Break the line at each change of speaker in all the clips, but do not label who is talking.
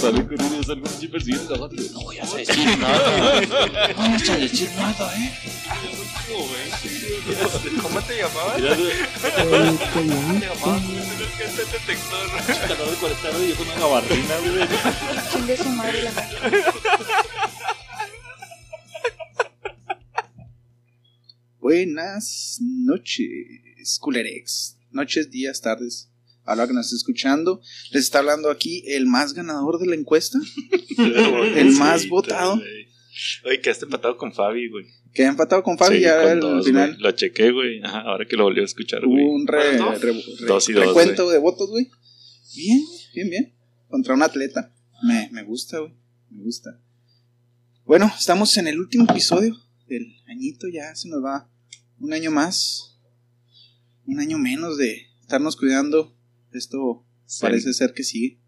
Salen con unos, algunos y persiguen a los otros. No voy a hacer eso.
No vas a decir nada, ¿eh?
¿Cómo te llamabas?
Mirando,
¿Cómo te llamabas? Es que este detector.
chica, no recortaron y yo con una gabardina, güey.
Chingue su madre la máquina.
Buenas noches, culerex. Noches, días, tardes. A la hora que nos esté escuchando, les está hablando aquí el más ganador de la encuesta, el más votado,
Oye, quedaste empatado con Fabi, güey.
que ha empatado con Fabi. ya al final Uh.
Lo chequé, güey. Ajá, ahora que lo volví a escuchar, güey.
hubo un re-
Bueno, dos.
re- re-
Dos y dos,
recuento de votos, güey. Bien, bien, bien. Contra un atleta. Me, me gusta, güey. Me gusta. Bueno, estamos en el último episodio del añito. Ya se nos va un año más. Un año menos de estarnos cuidando. Esto
Sí.
parece ser que sigue.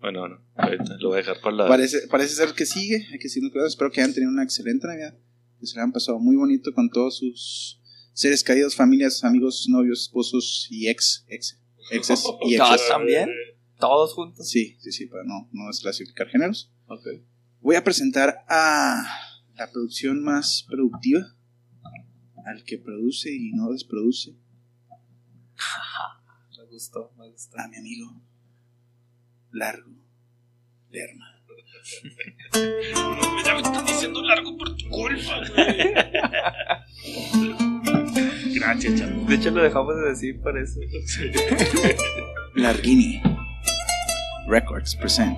Bueno, no. Ahorita lo voy a dejar para la.
Parece, parece ser que sigue. Hay que seguirnos cuidando. Espero que hayan tenido una excelente Navidad. Que se la han pasado muy bonito con todos sus seres caídos, familias, amigos, novios, esposos y ex. Ex. Exes y
No,
exes.
también. Todos juntos.
Sí, sí, sí, para no, no desclasificar géneros. Voy a presentar a la producción más productiva, al que produce y no desproduce,
Me gustó, me gustó.
a mi amigo Largo Lerma.
Ya me estás diciendo largo por tu culpa. Gracias, chavo.
De hecho, lo dejamos de decir por eso.
Larguini Records present.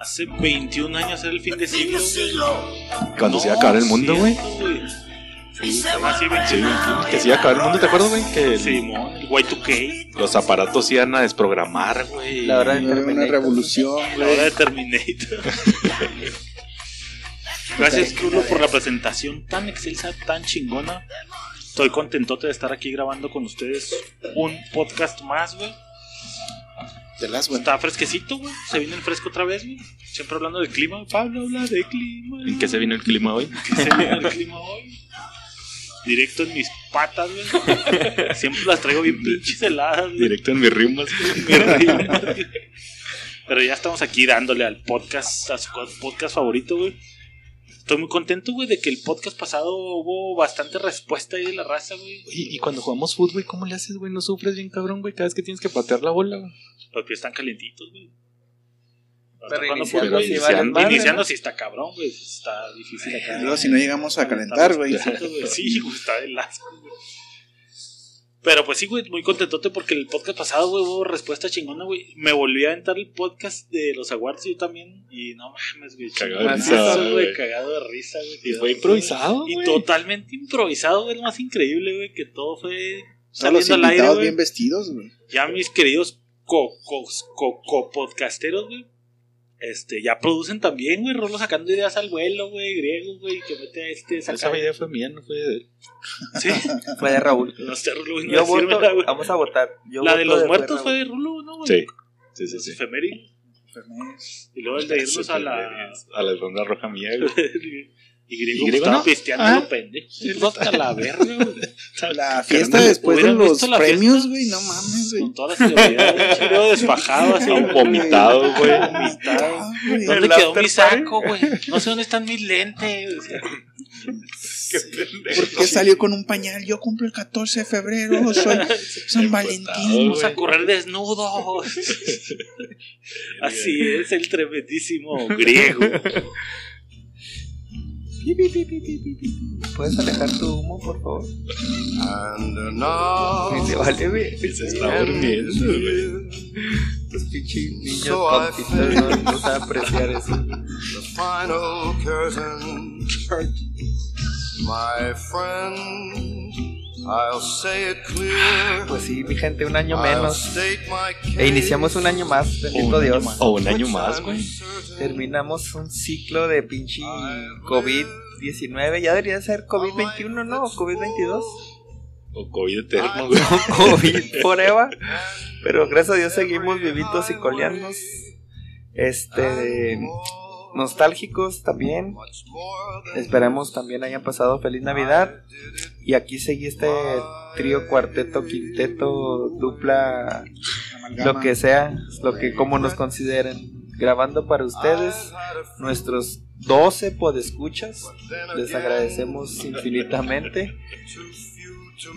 Hace 21 años era el fin de siglo.
Cuando se iba a acabar el mundo, güey.
Hace 21 años.
Que se iba a acabar el mundo, ¿te acuerdas, güey? Que el-
Simón, el Y2K,
los aparatos iban a desprogramar, güey.
La hora de
Una, una
Terminator.
revolución,
la
güey.
hora de Terminator. Gracias, Krulo, por la presentación tan excelsa, tan chingona. Estoy contentote de estar aquí grabando con ustedes un podcast más, güey.
de las buenas.
Está fresquecito, güey. Se viene el fresco otra vez, güey. Siempre hablando del clima. Pablo habla de clima.
¿En qué se vino el clima hoy?
¿Qué se viene el clima hoy? Directo en mis patas, güey. Siempre las traigo bien pinches heladas, güey.
Directo en mis rimas.
Pero ya estamos aquí dándole al podcast, a su co- podcast favorito, güey. Estoy muy contento, güey, de que el podcast pasado hubo bastante respuesta ahí de la raza, güey.
Y, y cuando jugamos fútbol, güey, ¿cómo le haces, güey? No sufres bien, cabrón, güey. Cada vez que tienes que patear la bola, güey.
Los pies están calientitos, güey.
Pero
Cuando
iniciando
fútbol,
sí vale
iniciando,
madre,
iniciando
¿no?
sí está cabrón, güey. Está difícil acá.
Luego, si no llegamos a calentar, güey.
Sí, güey, está del asco, güey. Pero pues sí, güey, muy contentote porque el podcast pasado, güey, hubo respuesta chingona, güey. Me volví a entrar el podcast de los awards yo también. Y no mames, güey.
Cagado
chingón,
de
mames,
risa,
güey.
güey. Cagado de risa, güey.
Y
cagado
fue
de
improvisado,
risa, güey.
güey.
Y totalmente improvisado, güey. Lo más increíble, güey, que todo fue
Todos los
saliendo al aire,
invitados
güey.
bien vestidos, güey.
Ya mis queridos co, co, co- co- podcasteros, güey. Este, ya producen también, güey, Rolo sacando ideas al vuelo, güey, griego, güey, que mete a este,
Esa
saca
idea fue mía, no fue de él.
Sí,
Fue de Raúl.
no sé, Rulo, güey, no
Yo
decirme
voto,
la, güey.
vamos a votar. Yo
La de
voto
los
Raúl.
muertos fue de Rulo, ¿no, güey?
Sí, sí, sí,
Los
sí.
efemérides. Y luego el de irnos a la.
A la alfombra roja mía, güey.
Y griego,
Y griego,
estaba
¿no?
pisteando,
Ah.
lo pendejo. Hasta la verga, güey.
La fiesta
Carnal,
después de
¿hubieran
los
visto la
premios, güey. No mames, güey.
Con todas las celebridades, chileo desfajado, así.
Estaba vomitado, güey.
Ah, güey.
¿Dónde
El
quedó
after
mi
party.
saco, güey? No sé dónde están mis lentes. o sea.
¿Por qué salió con un pañal? Yo cumplo el 14 de febrero, soy
pues,
San Valentín.
Vamos a correr desnudos. Así es el tremendísimo griego.
Pi, pi, pi, pi, pi, pi, pi. ¿Puedes alejar tu humo, por favor?
And now,
Y se vale, güey.
Se está durmiendo, güey.
Los pinches niños
So
ah,
papitos
I
no, no saben apreciar eso.
the final curtain. My friend, I'll say it clear.
Pues sí, mi gente, un año
I'll
menos.
state my
E iniciamos un año más, bendito
Ah, Un año
Dios.
más. O un año
case,
más,
I'm
güey.
certain
Terminamos un ciclo de pinche COVID-19. Ya debería ser COVID-21, ¿no? O COVID-22.
O COVID eterno, güey.
COVID prueba. Pero gracias a Dios seguimos vivitos y coleando. Este. nostálgicos también. Esperemos también hayan pasado feliz Navidad. Y aquí seguí este trío, cuarteto, quinteto,
ah,
dupla,
Amalgama.
lo que sea, lo que como nos consideren. Grabando para ustedes nuestros 12 podescuchas. Les agradecemos infinitamente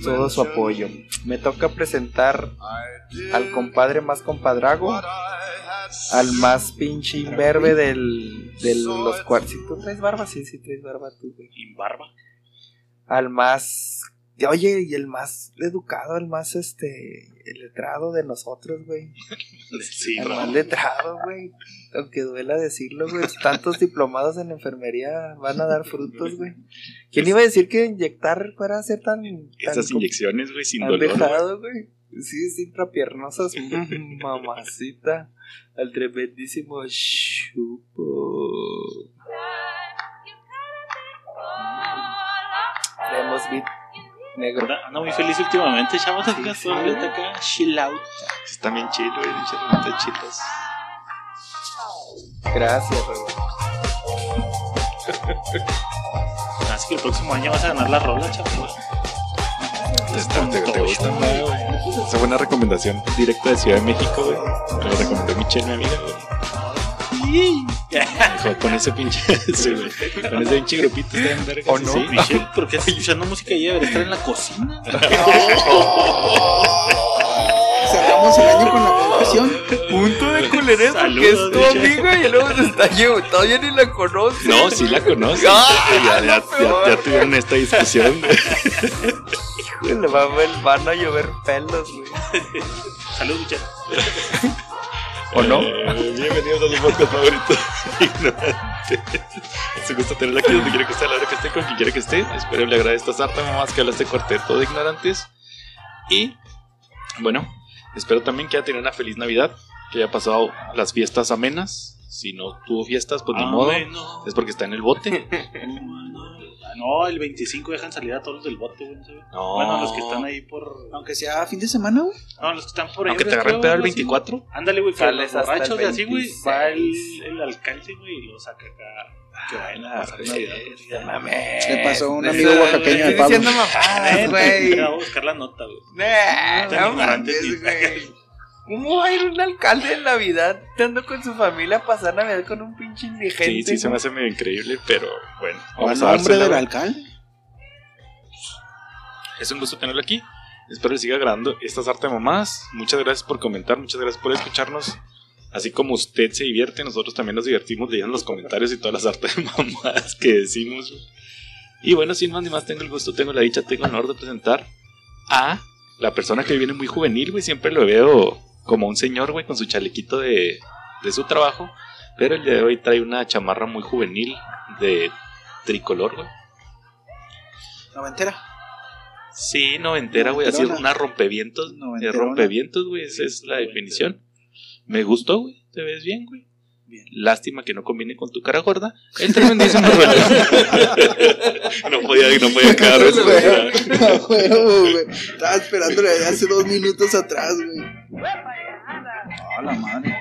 todo su apoyo. Me toca presentar al compadre más compadrago, al más pinche imberbe del, de los cuartos. Si tú traes barba, sí, sí traes barba tú, güey.
Imbarba.
Al más. y Oye, y el más educado, el más este. El letrado de nosotros, güey.
Sí,
El
no.
más letrado, güey. Aunque duela decirlo, güey. Tantos diplomados en enfermería van a dar frutos, güey. ¿Quién iba a decir que inyectar fuera a ser tan. tan
Esas
complicado?
inyecciones, güey, sin
Han
dolor.
dejado, güey. Sí, sí, trapiernosas. mm, mamacita. Al tremendísimo chupo. Traemos beat negro.
Anda, anda muy feliz últimamente, chavos.
Sí,
Acá,
sí.
solo está acá, chill out.
Están bien chido, güey. Muchas rolitas chidas.
Gracias, Raúl.
Así que el próximo año vas a ganar la rola, chavos.
Está- Te, te gustan, güey. Esa buena recomendación directa de Ciudad de México, güey. Me lo recomendó Michelle, mi amiga, güey. Me dijo, Con ese pinche. sí, güey. Con ese pinche grupito está en verga.
¿O no?
Sí,
Michelle, ¿por qué estás escuchando música y debería estar en la cocina?
Cerramos el año con la confesión.
Punto de culerés porque es
Saludos,
tu
Michelle.
amiga y luego se está llevando. Todavía ni la conoce.
No, sí la conoces.
Ah,
ya, ya, ya, ya tuvieron esta discusión. güey.
Güey, Le va a ver- van a llover pelos, güey.
Salud, Michelle.
¿O no?
Eh, bienvenidos a su podcast favorito. Ignorante. Es un gusto tenerla aquí donde quiera que esté, a la hora que esté, con quien quiera que esté. Espero le agrade esta sarta mamás que habla este cuarteto de ignorantes. Y bueno, espero también que haya tenido una feliz Navidad, que haya pasado las fiestas amenas. Si no tuvo fiestas, pues
Ah,
ni modo.
Ameno.
Es porque está en el bote.
Ah, No, el 25 dejan salir a todos los del bote, güey. ¿no sabes?
No.
Bueno, los que están ahí por.
Aunque sea fin de semana, güey.
No, los que están por ahí.
Aunque te
güey,
agarren
creo,
pedo el
algo así.
24.
Ándale, güey, que
Sales
los
hasta el
borrachos y así, güey, va el,
26.
el alcalde, güey, y lo saca acá. Que vayan a pasar Navidad. güey.
Mames.
Le pasó a un
Eso,
amigo oaxaqueño de
Estoy
Pablo.
diciendo mamadas, Ah, eh, güey.
Mira, voy a buscar la nota, güey.
Nah,
Tan
no
ignorantes
mames,
ni-
güey. ¿Cómo va a ir un alcalde en Navidad estando con su familia a pasar Navidad con un pinche indigente?
Sí, sí, se me hace medio increíble, pero bueno.
O a
Vamos a
nombre
dársela,
del
güey.
alcalde.
Es un gusto tenerlo aquí. Espero que siga grabando estas arte de mamás. Muchas gracias por comentar, muchas gracias por escucharnos. Así como usted se divierte, nosotros también nos divertimos leyendo los comentarios y todas las artes de mamás que decimos. Y bueno, sin más ni más, tengo el gusto, tengo la dicha, tengo el honor de presentar a la persona que viene muy juvenil, güey. Siempre lo veo como un señor, güey, con su chalequito de, de su trabajo. Pero el día de hoy trae una chamarra muy juvenil de tricolor, güey.
Noventera.
Sí, noventera, güey. Así
Noventerona.
una rompevientos. El
Noventerona.
rompevientos, güey. Esa es la definición. Me gustó, güey. Te ves bien, güey. Lástima que no combine con tu cara gorda. El tremendísimo Ronaldo. no podía, no podía quedar eso.
Güey.
güey.
Ah, huevo, güey. Estaba esperándole hace dos minutos atrás, güey. A la madre.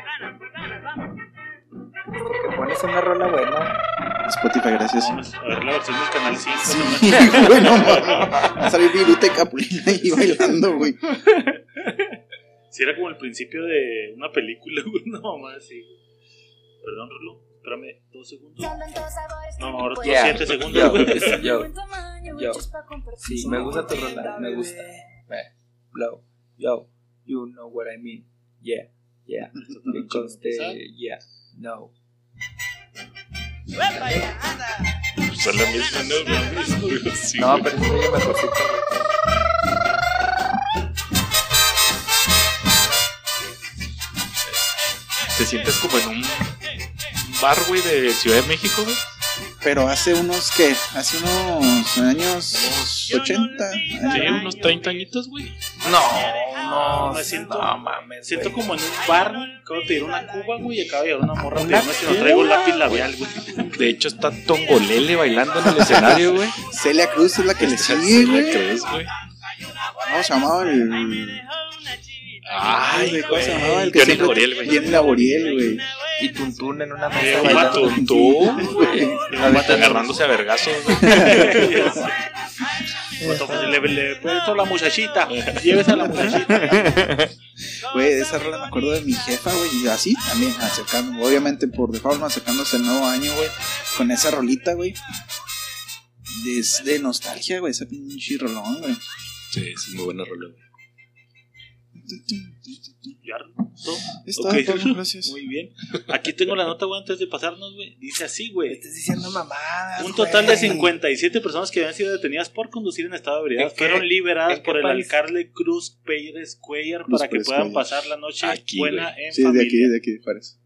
Te pones una rola buena.
Spotify, gracias.
Vamos a ver la versión del canal 5.
Sí, güey, no mames. Va a salir Viruta y Capulina ahí bailando, güey.
Si era como el principio de una película, güey, no mamá, sí. Perdón, Rulo, espérame dos segundos. No, ahora dos
Ya.
siete segundos, güey.
Yo, yo.
Yo.
sí, me gusta tu rola, me gusta. Ve, blow, yo, you know what I mean. Yeah, yeah. Because the, yeah, no.
Pues a la misma, no, güey. Sí,
No,
güey.
pero eso oye mejorcito, güey.
Te sientes como en un bar, güey, de Ciudad de México, güey.
Pero hace unos, ¿qué? Hace unos años 80.
Sí,
años.
unos 30 añitos, güey.
No, no,
Me siento-
no mames.
Siento
güey.
como en un bar, güey, acabo de pedir una cuba, güey, y acabo de llegar una morra a
¿Una
pedirme que no traigo
cuba?
lápiz labial, güey.
De hecho, está Tongolele bailando en el escenario, güey.
Celia Cruz es la que le
Esta
sigue,
sí la
güey.
crees, güey.
¿Cómo se llamaba el.
Ay,
güey, ¿cómo
güey.
se llamaba? El que
Johnny
siempre-
Laboriel, güey.
Bien laboriel, güey.
Eh,
Y Tuntún en una
Había
mesa
un vato,
bailando.
tú,
güey.
un vato agarrándose a vergazos, güey.
Cuando pues, le, le puesto la muchachita. Lleves a la muchachita.
Güey, de esa rola me acuerdo de mi jefa, güey, y así también, acercando, obviamente por default, no, acercándose el nuevo año, güey, con esa rolita, güey. Es de nostalgia, güey, ese pinche rolón, güey.
Sí, es muy buena rola, güey.
Ya, todo.
Es todo,
Ok.
Pablo, gracias.
Muy bien. Aquí tengo la nota, güey, antes de pasarnos, güey. Dice así, güey.
Estás diciendo mamadas.
Un total de
güey.
57 personas que habían sido detenidas por conducir en estado de ebriedad
¿En qué-
fueron liberadas
en qué
por el
país?
alcalde Cruz Pérez Cuellar
Cruz
para que
Pérez
puedan
Cuellar.
pasar la noche
Aquí,
buena
güey.
en
Sí, de
familia.
aquí, de aquí, Juárez.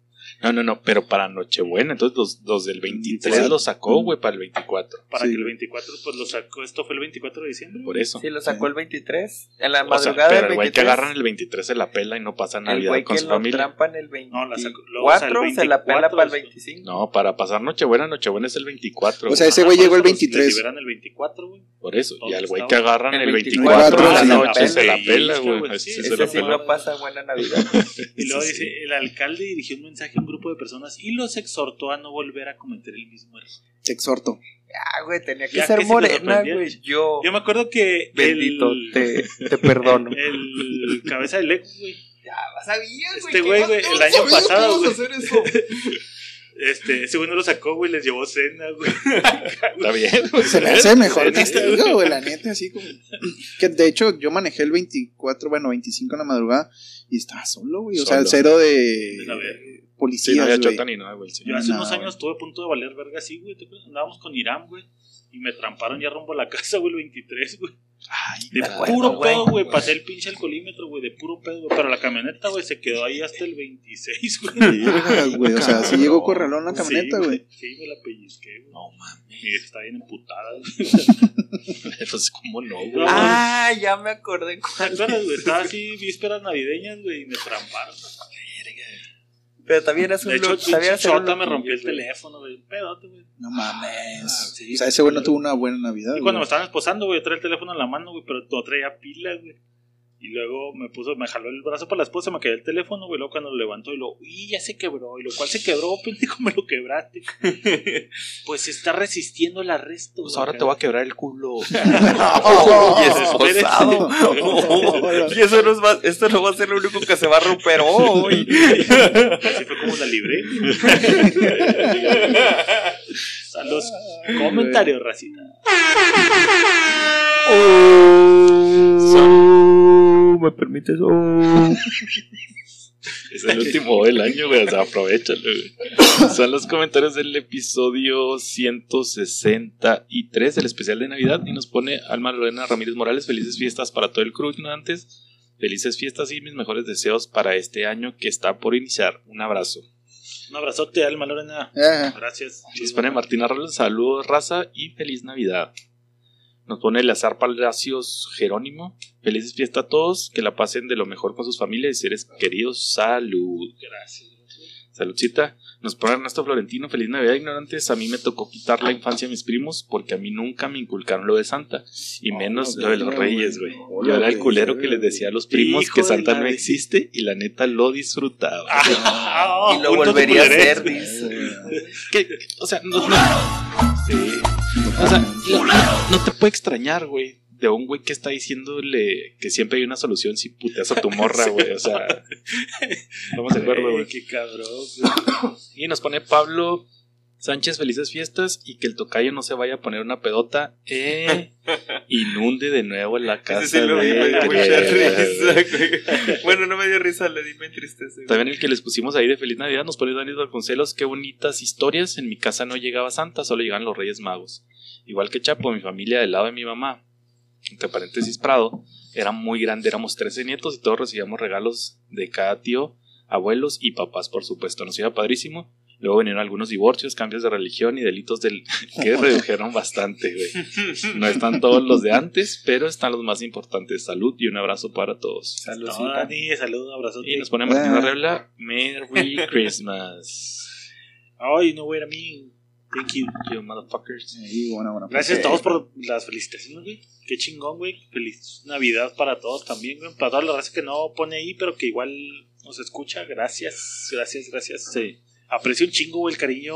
No, no, no, pero para Nochebuena, entonces los, los del 23
Veinticuatro.
los sacó, güey, para el 24.
Para
Sí,
que el
güey.
24, pues lo sacó. Esto fue el 24 de diciembre.
Por eso.
Sí, lo sacó el 23. En
O
la
sea,
madrugada
pero el
del
güey que
23.
agarran el 23 se la pela y no pasa
el
Navidad
güey
con
que
su
lo
familia.
trampan el 24.
No, la sacó- luego, o sea, el
se la pela
24,
para el
güey.
25.
No, para pasar Nochebuena, Nochebuena es el 24.
O sea,
güey.
ese güey
Ajá,
llegó el
por eso los- los
23.
liberan el 24, güey.
por eso. Y
¿dónde
al güey
estaba?
que agarran
El
el 24
24
de la
se la
noche se la
pela.
pela,
Sí,
güey.
güey,
Así
sí,
se
Ese
la
sí
pela.
no pasa buena Navidad.
Y
Eso
luego
sí.
dice, el alcalde dirigió un mensaje a un grupo de personas y los exhortó a no volver a cometer el mismo error.
Te exhorto.
Ah, güey, tenía que
Ya
ser
que se lo
morena,
sorprendió.
güey. Yo,
Yo me acuerdo que
bendito,
el,
te, te perdono.
el, el cabeza del eco, güey,
Sabías, güey.
Este
que
güey,
no-
güey,
no
el año
sabíamos
pasado,
cómo
güey.
hacer eso.
este, ese güey no lo sacó, güey, les llevó cena, güey.
Está bien, güey.
Se me hace mejor que
Sí,
este digo, güey, la neta, así como. Que de hecho, yo manejé el 24, bueno, 25 en la madrugada y estaba solo, güey. O sea,
Solo.
cero
A
de.
Sí, no
Policías,
había
güey.
chota ni nada, güey. sí.
Yo hace
Nada,
unos
güey.
años estuve a punto de valer verga así, güey. ¿te acuerdas? Andábamos con Irán, güey. Y me tramparon ya rumbo a la casa, güey, el 23, güey. De
acuerdo,
puro
güey.
pedo, güey. Pasé el pinche alcoholímetro, güey, de puro pedo, güey. Pero la camioneta, güey, se quedó ahí hasta el 26, güey.
Verga, güey, O sea, si llegó corralón la
Sí,
camioneta, güey.
Sí, me la pellizqué, güey. No mames. Y está bien emputada, güey.
Pues, ¿cómo no, güey?
No,
Ah, ya me acordé.
¿Te acuerdas, güey? Estaba así vísperas navideñas, güey, y me tramparon.
Pero también es un
De hecho,
look- sabía
pinche
hacer un
chota me
look-
rompió el teléfono, güey. Pedote, güey.
No mames.
Ah, sí.
o sea, ese güey no tuvo una buena Navidad.
Y
güey.
cuando me estaban esposando, güey, yo traía el teléfono en la mano, güey, pero no traía pila, güey. Y luego me puso, me jaló el brazo para la esposa, me cayó el teléfono, güey. Luego cuando lo levantó y lo, uy, ya se quebró. Y lo cual se quebró, pendejo, me lo quebraste. pues está resistiendo el arresto.
Pues
güey,
ahora
acá.
te voy a quebrar el culo.
Oh, y es
Espérate.
esposado. Oh, y eso no es va- esto no va a ser lo único que se va a romper hoy.
Así fue como la libré. A los comentarios, racita.
¿Me permites? Oh.
Es el último del año, güey. O sea, aprovechalo, güey. Son los comentarios del episodio 163 del especial de Navidad. Y nos pone Alma Lorena Ramírez Morales. Felices fiestas para todo el crew ignorantes. Felices fiestas y mis mejores deseos para este año que está por iniciar. Un abrazo.
Un abrazote, Alma Lorena.
Ajá.
Gracias.
Nos pone Martina Robles, saludos raza y feliz Navidad. Nos pone Lazar Palacios Jerónimo, felices fiestas a todos, que la pasen de lo mejor con sus familias y seres queridos, salud. Gracias. Saludcita. Nos pone Ernesto Florentino, feliz Navidad ignorantes, a mí me tocó quitar la infancia a mis primos porque a mí nunca me inculcaron lo de Santa y menos
Oh,
lo de los
güey.
reyes, güey.
Hola,
Yo era el
güey.
culero que les decía a los primos
Hijo
que
de
Santa
la
no
de-
existe y la neta lo disfrutaba.
Ah,
Y lo
juntos
volvería a
culeres.
hacer, dice.
que, o sea, no, no. Sí. O sea, no, no- no te puede extrañar, güey, de un güey que está diciéndole que siempre hay una solución si puteas a tu morra, güey. O sea, vamos a acuerdo,
Güey,
güey.
qué cabrón, güey.
Y nos pone Pablo Sánchez, felices fiestas y que el tocayo no se vaya a poner una pedota. Eh, inunde de nuevo la casa.
Ese sí lo vi,
de-
me dio mucha
de-
risa, güey. Bueno, no me dio risa, le di me tristeza. güey.
También el que les pusimos ahí de Feliz Navidad nos pone Dani Vasconcelos, qué bonitas historias. En mi casa no llegaba Santa, solo llegaban los Reyes Magos. Igual que Chapo, mi familia del lado de mi mamá, entre paréntesis Prado, era muy grande, éramos 13 nietos y todos recibíamos regalos de cada tío, abuelos y papás, por supuesto. Nos iba padrísimo. Luego vinieron algunos divorcios, cambios de religión y delitos del que redujeron bastante, güey. No están todos los de antes, pero están los más importantes. Salud y un abrazo para todos.
Saludcita.
No, Dani, saludos, abrazote.
Y nos pone Martín
Ah.
Arrebla, Merry Christmas.
Ay, no, güey, a mí.
Thank you.
You motherfuckers.
Ahí, bueno, bueno,
Gracias a
pues,
todos por las felicitaciones, güey. Qué chingón, güey. Feliz Navidad para todos también, güey. Para toda la raza que no pone ahí, pero que igual nos escucha. Gracias, gracias, gracias. Sí. Aprecio un chingo, güey, el cariño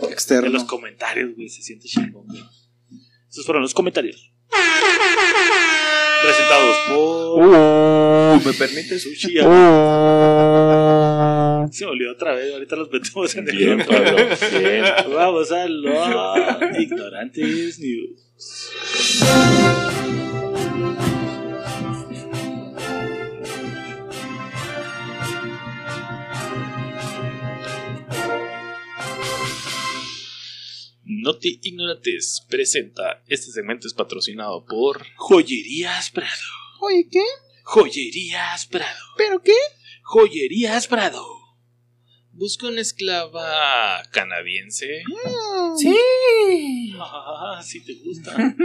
de
Externo.
los comentarios, güey. Se siente chingón, güey. Esos fueron los comentarios. Presentados
Uh.
por
¿Me permites?
Sushi. Amigo. Se me olvidó otra vez. Ahorita los metemos en el
Uh. Bien, Pablo. Bien.
Vamos a los ignorantes news.
No te ignorantes presenta. Este segmento es patrocinado por
Joyerías Prado.
Oye, ¿qué?
Joyerías Prado.
¿Pero qué?
Joyerías Prado.
Busca una esclava canadiense.
Sí.
Ah, si te gusta.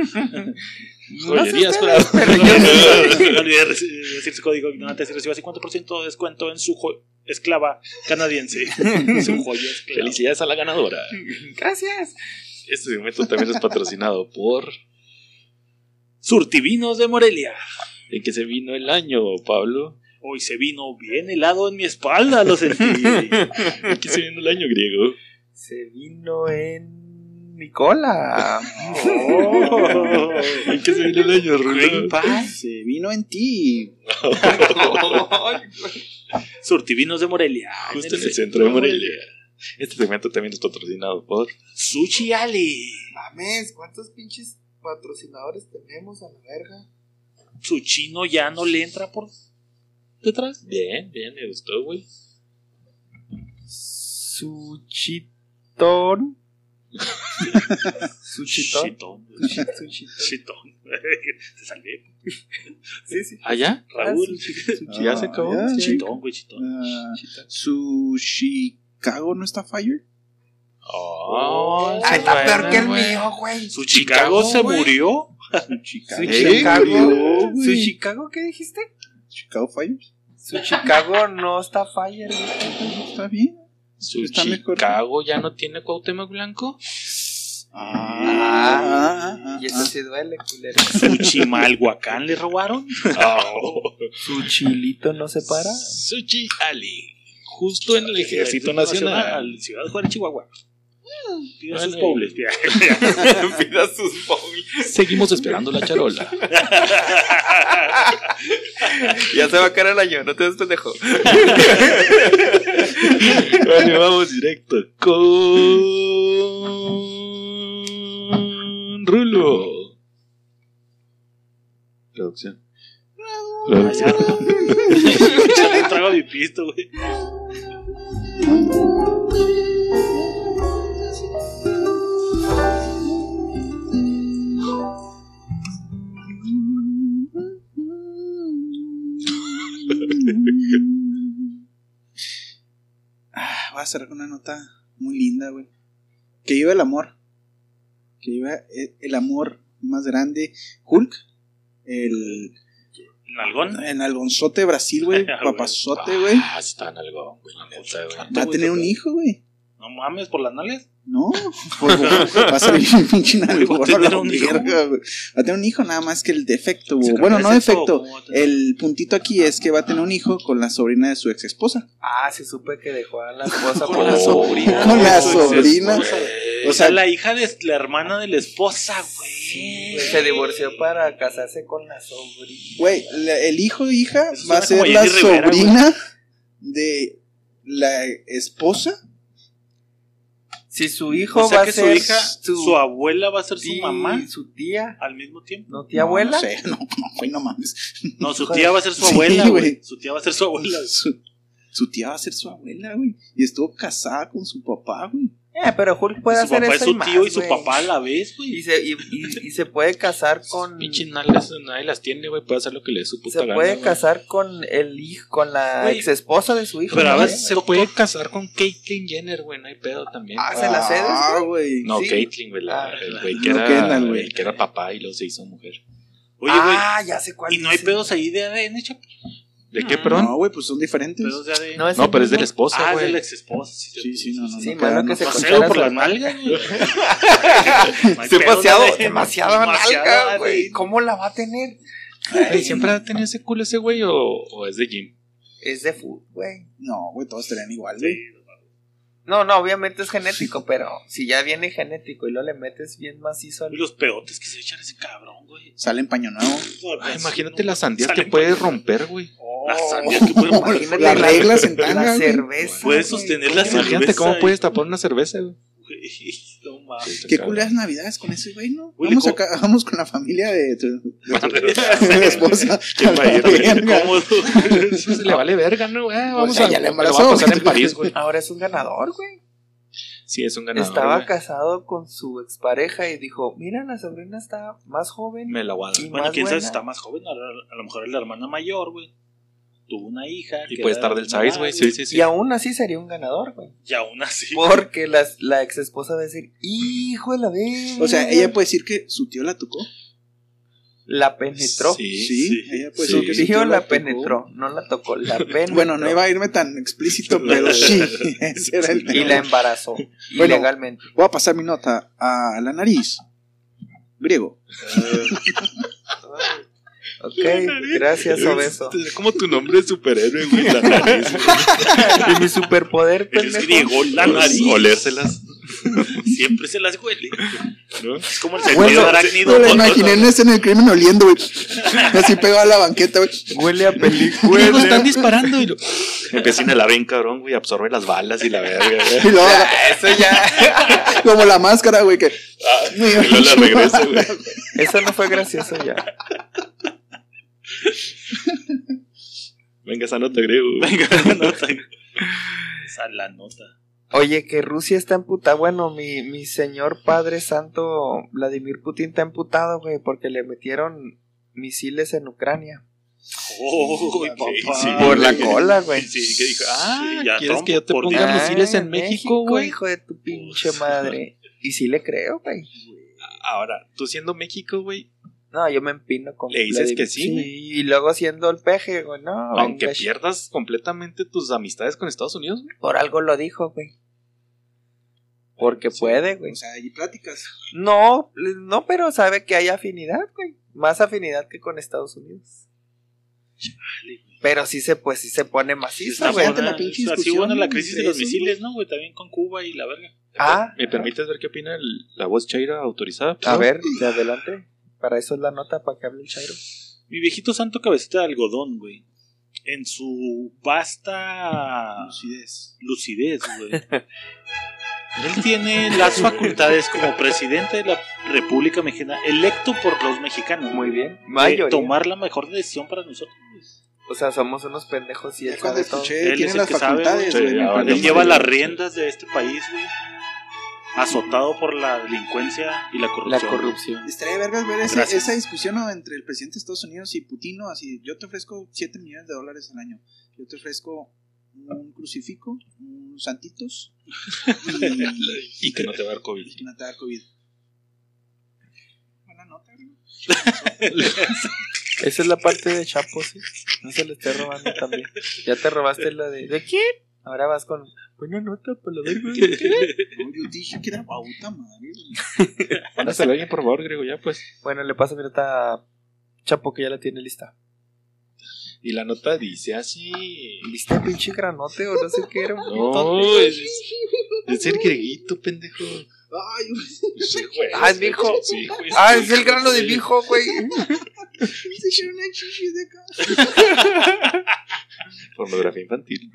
Joyerías Prado.
No olvidé decir su código ignorante si recibe 50% de descuento en su jo- esclava canadiense. su joya esclava.
Felicidades a la ganadora.
Gracias.
Este segmento también es patrocinado por
Surtivinos de Morelia.
el que se vino el año, Pablo.
Hoy se vino bien helado en mi espalda, lo sentí.
El que se vino el año griego.
Se vino en mi cola.
Oh.
El que se vino el año
Green
Rulo.
Pie.
Se vino en ti.
Surtivinos de Morelia.
Justo en el centro de Morelia. Este segmento también es patrocinado por
Sushi Ali.
Mames, ¿cuántos pinches patrocinadores tenemos a la verga?
su chino ya no le entra por detrás.
Bien, bien, me gustó, güey.
Suchitón. Suchitón.
Chitón.
Suchitón.
Chitón. Te salvé.
Sí, sí.
¿Allá?
Raúl.
Ah,
ya se acabó.
ya,
Sí.
chico.
Chitón, güey, chitón.
Ah, ¿Su Chicago no está fire?
Oh,
Ah, está peor que el
güey.
mío, güey.
Su Chicago se
güey.
murió.
Su Chicago. ¿Eh?
Su
Se
Chicago.
murió,
¿Su
güey.
Chicago qué dijiste?
Chicago Fire.
Su Chicago no está fire.
Está bien.
Su
Está mejor.
Chicago ya no tiene Cuauhtémoc Blanco.
Ah, ah, ah,
y eso
ah.
sí duele, culero.
Su Chimalhuacán le robaron.
Su chilito no se para.
Suchi Ali. Justo en el Ejército Nacional.
Al Ciudad Juárez, Chihuahua. Pida sus
Bueno,
pobres.
Pida sus móviles.
Seguimos esperando la charola.
Ya se va a caer el año, no te des pendejo.
Bueno, vamos directo con Rulo. Producción. Producción.
Ya le trago mi pisto, güey.
Ah, Voy a cerrar con una nota muy linda, güey. Que viva el amor. Que viva e- el amor más grande. Hulk. El,
Nalgón.
el algonzote de Brasil, güey.
Ah, güey.
Papazote, güey.
Ah, está en algo, güey, la neta, güey.
Va a tener un hijo, güey.
No mames, por las nales.
No, por- va a salir un pinche nalgón,
Va a tener
la
un hijo.
verga, güey. Va a tener un hijo, nada más que el defecto. güey. Bueno, no defecto. El puntito aquí es que va a tener un hijo con la sobrina de su ex esposa.
Ah, se supe que dejó a la esposa
Con
por
la
la
sobrina.
sobrina.
Con la
Su ex
sobrina.
esposa.
O
O
sea,
sea, la hija de la hermana de la esposa, güey.
Se divorció para casarse con la sobrina.
Güey, la- el hijo o hija
Eso
va a
suena
ser
como
la
Jenny Rivera,
sobrina de la esposa.
Si su hijo
O sea
va
que
a
su
ser
hija, su, abuela va a ser su
ti-
mamá
su tía,
al mismo tiempo.
no tía abuela.
No, sé, no, no, güey, no mames.
No, su
Joder.
tía va a ser su
Sí,
abuela, güey.
güey.
Su tía va a ser su abuela.
Su, su tía va a ser su abuela, güey. Y estuvo casada con su papá, güey.
Eh, pero Hulk puede
su
hacer
papá
eso
es su
y más,
tío y su
güey.
papá a la vez,
Y
güey.
se, y, y- y se puede casar con.
Pinches nalgas, nadie las tiene, güey. Puede hacer lo que le dé su puta
Se
gana,
puede
güey.
casar con el hijo, con la
Güey.
ex esposa de su hijo.
Pero a
¿no?
ver,
Se puede casar con Caitlyn Jenner, güey. No hay pedo también.
Ah, ¿se la cedes?
Ah,
güey?
güey.
No,
sí.
Caitlyn, güey. la-
Ah,
el güey que,
no,
era-
Kendall, güey.
el que era papá y luego se hizo mujer.
Oye, güey.
ah, ya sé cuál.
y no hay
dice.
pedos ahí de ADN, pues, chapo.
¿De qué, perdón?
No, güey, pues son diferentes.
Pero, o sea, de-
No, es,
No, pero es de la
del
esposa,
ah, es
güey.
de la ex esposa. Sí,
sí, sí, no, no.
Sí,
no,
mano,
no,
que se
no,
Paseo
contaran
por
la-
las nalgas, güey.
Sí, demasiado,
Demasiado,
demasiado nalga, güey. ¿Cómo la va a tener?
Ah,
Güey, ¿Siempre ha tenido ese culo ese güey o, o es de Jim?
Es de food, güey.
No, güey, todos estarían igual, güey.
No, no, obviamente es genético, pero si ya viene genético y lo le metes bien macizo al...
Los peotes que se echan ese cabrón, güey.
Sale en paño nuevo.
Ay, imagínate
la
las sandías
Sale
que puedes romper, güey.
Las sandías que pueden
Imagínate
Las
la-
reglas en
La
tanga, güey.
cerveza. güey.
Puedes sostener la cerveza.
Imagínate cómo
y-
puedes tapar una cerveza, güey.
Güey, No mames.
Qué culeras navidades con ese güey, ¿no?
Güey,
Vamos
¿cómo-
acá, vamos con la familia de tu, de tu-
Madre,
de tu esposa.
¿Quién va a ir, güey?
A la verga.
Cómodo.
Eso se le vale verga, ¿no? güey? vamos
sea,
a,
ya le
lo va a
embarazó.
pasar en París, güey.
Ahora es un ganador, güey.
Sí, es un ganador.
Estaba
güey.
casado con su expareja y dijo, mira, la sobrina está más joven.
Me la voy a dar.
y
Bueno,
más
quién sabe
buena".
si está más joven. A lo- a lo mejor es la hermana mayor, güey. Tuvo una hija.
Y
que
puede
era
estar del
normal,
size, güey. Sí, sí, sí.
Y aún así sería un ganador, güey.
Y aún así.
Porque las- la ex esposa va a decir, hijo de la vez.
O sea, ella puede decir que su tío la tocó.
La penetró.
Sí,
Sí,
sí.
ella puede
sí.
decir Pues que su
Su tío la
tocó.
penetró, no la tocó, la penetró.
Bueno, no iba a irme tan explícito, pero sí. Ese era el
Y
tema.
la em- embarazó
Bueno.
ilegalmente.
Voy a pasar mi nota a la nariz. Griego.
Ok, gracias, obeso.
Es como tu nombre de superhéroe, güey. La nariz, güey.
Y mi superpoder,
Él
pendejo.
es griego, la nariz.
Olérselas,
Siempre se las huele.
¿no?
Es como el sentido arácnido.
Me la imaginé en escena del crimen oliendo, güey. Así pegado a la banqueta, güey.
Huele a
Griego,
película.
están disparando. Y lo... Empieza a inhalar bien, cabrón, güey. Absorbe las balas y la verga, güey.
Y luego,
Eso ya.
como la máscara, güey, que.
Y luego la regresa, güey.
Eso no fue gracioso ya.
Venga, esa nota, griego. güey.
Venga, la nota. Esa la nota.
Oye, que Rusia está emputada. Bueno, mi, mi señor padre santo Vladimir Putin está emputado, güey, porque le metieron misiles en Ucrania.
Oh,
Sí,
papá.
sí,
por la
güey.
cola, güey.
Sí, que dijo, ah,
Sí, ya
¿quieres
Trump,
que yo te
por
ponga
Dios.
misiles
Ah,
en México, güey?
Hijo de tu pinche madre. Y sí le creo, güey.
Ahora, tú siendo México, güey,
No, yo me empino con
Le dices que sí, güey.
Y luego siendo el peje, güey, no.
aunque
venga, ch-
pierdas completamente tus amistades con Estados Unidos, güey.
Por algo lo dijo, güey. Porque puede, güey.
O sea, y pláticas.
No, no, pero sabe que hay afinidad, güey. Más afinidad que con Estados Unidos. Pero sí se, pues, sí se pone macizo,
Está
güey.
fíjate
buena,
Pues, la pinche
está así
discusión
buena la crisis de los
de eso,
misiles, ¿no, güey? También con Cuba y la verga.
Ah,
¿Me permites ver qué opina el- la voz chaira autorizada?
a ver, de adelante. Para eso es la nota, para que hable el chairo.
Mi viejito santo cabecita de algodón, güey. En su vasta lucidez, lucidez güey. Él tiene las facultades como presidente de la República Mexicana, electo por los mexicanos,
Muy ¿eh? bien.
güey, de
Mayoría.
tomar la mejor decisión para nosotros. güey.
O sea, somos unos pendejos y
Ya
él
cuando
sabe todo.
escuché,
Él
Eh, tiene
es el
las
que sabe,
facultades,
güey.
güey.
Sí,
me
ahora
parece.
Él lleva las riendas de este país, güey. Azotado por la delincuencia y la
La
corrupción.
corrupción.
Estaría vergas ver ese-
Gracias.
esa discusión ¿no? entre el presidente de Estados Unidos y Putino, así, yo te ofrezco 7 millones de dólares al año, yo te ofrezco un crucifijo, unos santitos y,
Y que no te va a dar COVID.
y que no te da COVID. Buena nota, güey.
Esa es la parte de Chapo, sí. No se le esté robando también. Ya te robaste la de. ¿De quién? Ahora vas con. Buena nota, para la verga. ¿de qué?
No, yo dije que era pauta, madre. güey.
Mándaselo a alguien, por favor, griego, ya, pues.
Bueno, le paso mi nota a Chapo que ya la tiene lista.
Y la nota dice así.
¿Viste pinche granote o no sé qué era? un
No,
putote?
es, es el grieguito, pendejo.
Ay, güey,
Sí, güey.
Ah, es viejo.
Sí,
Pues,
güey.
Ah, es el grano de
Sí.
viejo, güey.
se echaron una chichi de acá.
Pornografía infantil.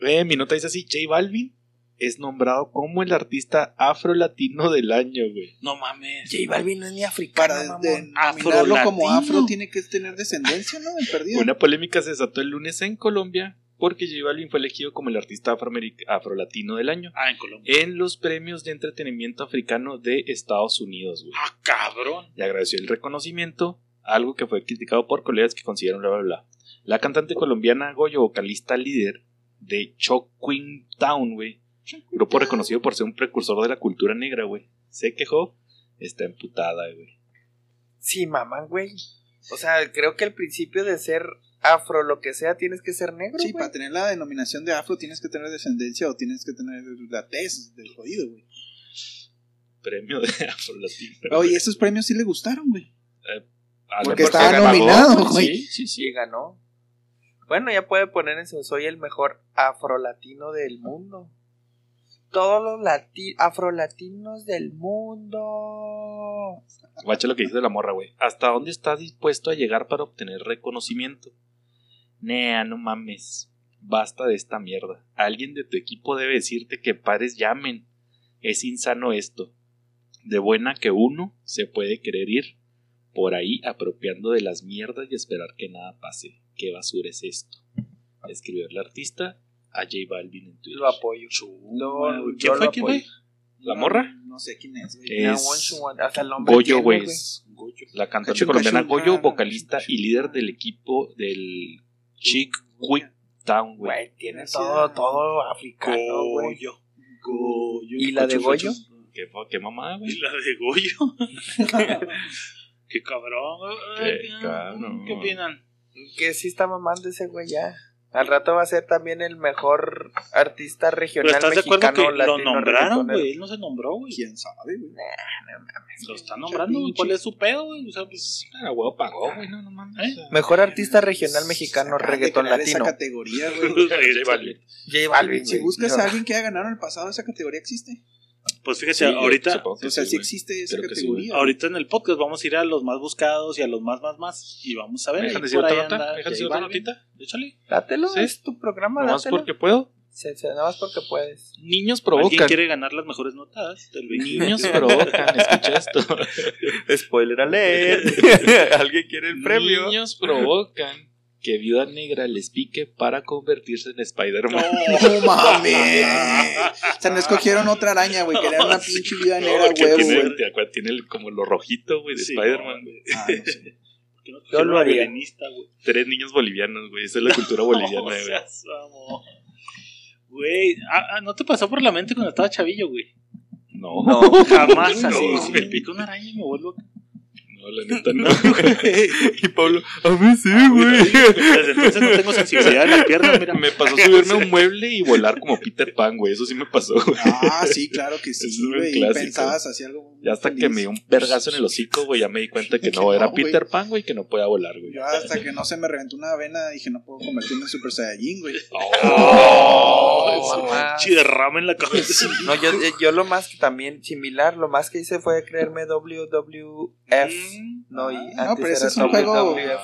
Eh, mi nota dice así: J Balvin es nombrado como el artista afro-latino del año, güey.
No mames.
J Balvin no es ni africano,
Para
mamón.
denominarlo como
Afro-latino.
afro, tiene que tener descendencia, ¿no? De perdido.
Una polémica se desató el lunes en Colombia porque J Balvin fue elegido como el artista afroameric- afro-latino del año
Ah, en Colombia.
en los premios de entretenimiento africano de Estados Unidos, güey.
Ah, cabrón.
Le agradeció el reconocimiento, algo que fue criticado por colegas que consideran bla bla bla. La cantante colombiana Goyo, vocalista líder de Choquin Town, güey, grupo reconocido por ser un precursor de la cultura negra, güey, se quejó, está emputada, güey.
Sí, mamá, güey. O sea, creo que al principio de ser afro, lo que sea, tienes que ser negro.
Sí,
güey.
para tener la denominación de afro tienes que tener descendencia o tienes que tener la tez del jodido, güey.
Premio de Afrolatino.
Oye, esos premios sí le gustaron, güey.
Ah,
porque
no,
estaba
ganó.
nominado, güey.
Sí, sí,
Y
sí.
ganó. Bueno, ya puede poner en su soy el mejor afrolatino del mundo. Todos los lati- afrolatinos del mundo.
Guacha lo que dice la morra, güey. ¿Hasta dónde estás dispuesto a llegar para obtener reconocimiento? Nea, no mames. Basta de esta mierda. Alguien de tu equipo debe decirte que pares llamen. Es insano esto. De buena que uno se puede querer ir por ahí apropiando de las mierdas y esperar que nada pase. ¿Qué basura es esto? Escribió el artista a J Balvin en Twitter.
Lo apoyo. Lo-
güey.
yo
¿Quién fue?
lo
¿Quién
apoyo.
fue? ¿La morra?
No, sé quién es, güey.
Eh,
Una
Es
one to one. Hasta el nombre
Goyo,
tiene,
güey.
güey.
es La cantante
Cachun,
colombiana
cachun,
Goyo,
ah,
vocalista
cachun.
y líder del equipo del Chick Quick Town, güey.
Güey, tiene
Gracias.
todo, todo africano, güey.
Goyo. Goyo.
¿Y la de Goyo?
Qué, fa- qué mamada,
¿Y
güey.
la de Goyo? Qué cabrón. güey.
Qué cabrón.
¿Qué opinan?
Que sí está mamando ese güey ya. Al rato va a ser también el mejor artista
Pero
regional
estás de acuerdo que
mexicano
lo
latino
nombraron,
reggaetonero.
güey. Él no se nombró, güey.
¿Quién sabe, güey?
Lo está nombrando, güey. ¿Cuál es su pedo, güey? O sea, pues.
Ah, güey, pagó, güey, no, no mames.
¿Eh?
Mejor artista regional mexicano,
Acaba de
reggaetón
crear
latino.
Esa categoría, güey.
J Balvin.
J Balvin.
Si
güey.
buscas
No.
a alguien que haya ganado en el pasado, esa categoría existe.
Pues fíjate,
Sí,
ahorita,
supongo que
o sea,
sí,
sí
güey.
existe esa
Creo que sí,
categoría.
ahorita en el podcast vamos a ir a los más buscados y a los más, más, más. Y vamos a ver.
Déjame
ahí
decir
por
otra
ahí
nota.
anda
Déjame
J
decir otra
Balvin.
notita. Échale.
Dátelo,
Sí.
es tu programa,
Nomás
dátelo.
porque puedo.
Se- se- nada más porque puedes.
Niños
¿Alguien
provocan.
quiere ganar las mejores notas del 20?
Niños provocan. Escucha esto.
Spoiler alert. ¿Alguien quiere
Niños provocan que Viuda Negra les pique para convertirse en Spider-Man.
No mames. O sea, no escogieron otra araña, güey. Que era una
Sí,
pinche vida
No,
negra,
porque
huevo,
tiene,
güey.
te acuerdas, tiene el- como lo rojito, güey, de
Sí,
Spider-Man, güey.
Ah, no sé.
Que no
Yo lo
quiero
haría.
violinista, güey.
Tres niños bolivianos, güey. Esa es la cultura boliviana,
No
güey.
seas mamón. Güey, ah, ah, ¿no te pasó por la mente cuando estaba chavillo, güey?
No, no,
No.
Jamás
No,
así.
güey.
Me pica una araña y me vuelvo.
la neta no.
Y Pablo, a mí sí,
Desde entonces no tengo sensibilidad en las piernas, mira.
Me pasó subirme a un mueble y volar como Peter Pan, güey. Eso sí me pasó, güey.
Ah, sí, claro que
Ese es
sí,
un
güey. Y
clásico.
Pensabas así algo. muy
Ya hasta que
feliz.
me dio un vergazo en el hocico, güey, ya me di cuenta que
Que
no, era
no, güey.
Peter Pan, güey, que no podía volar, güey.
Yo hasta que no se me reventó una avena dije, no puedo convertirme en Super Saiyajin, güey.
Oh,
No,
ese
mamá.
pinche derrame en la cabeza.
No, yo, eh, yo lo más que también similar, lo más que hice fue creerme
Mm.
WWF. No, y
Ah,
antes
pero ese
era
es un juego-
WWF. Hulk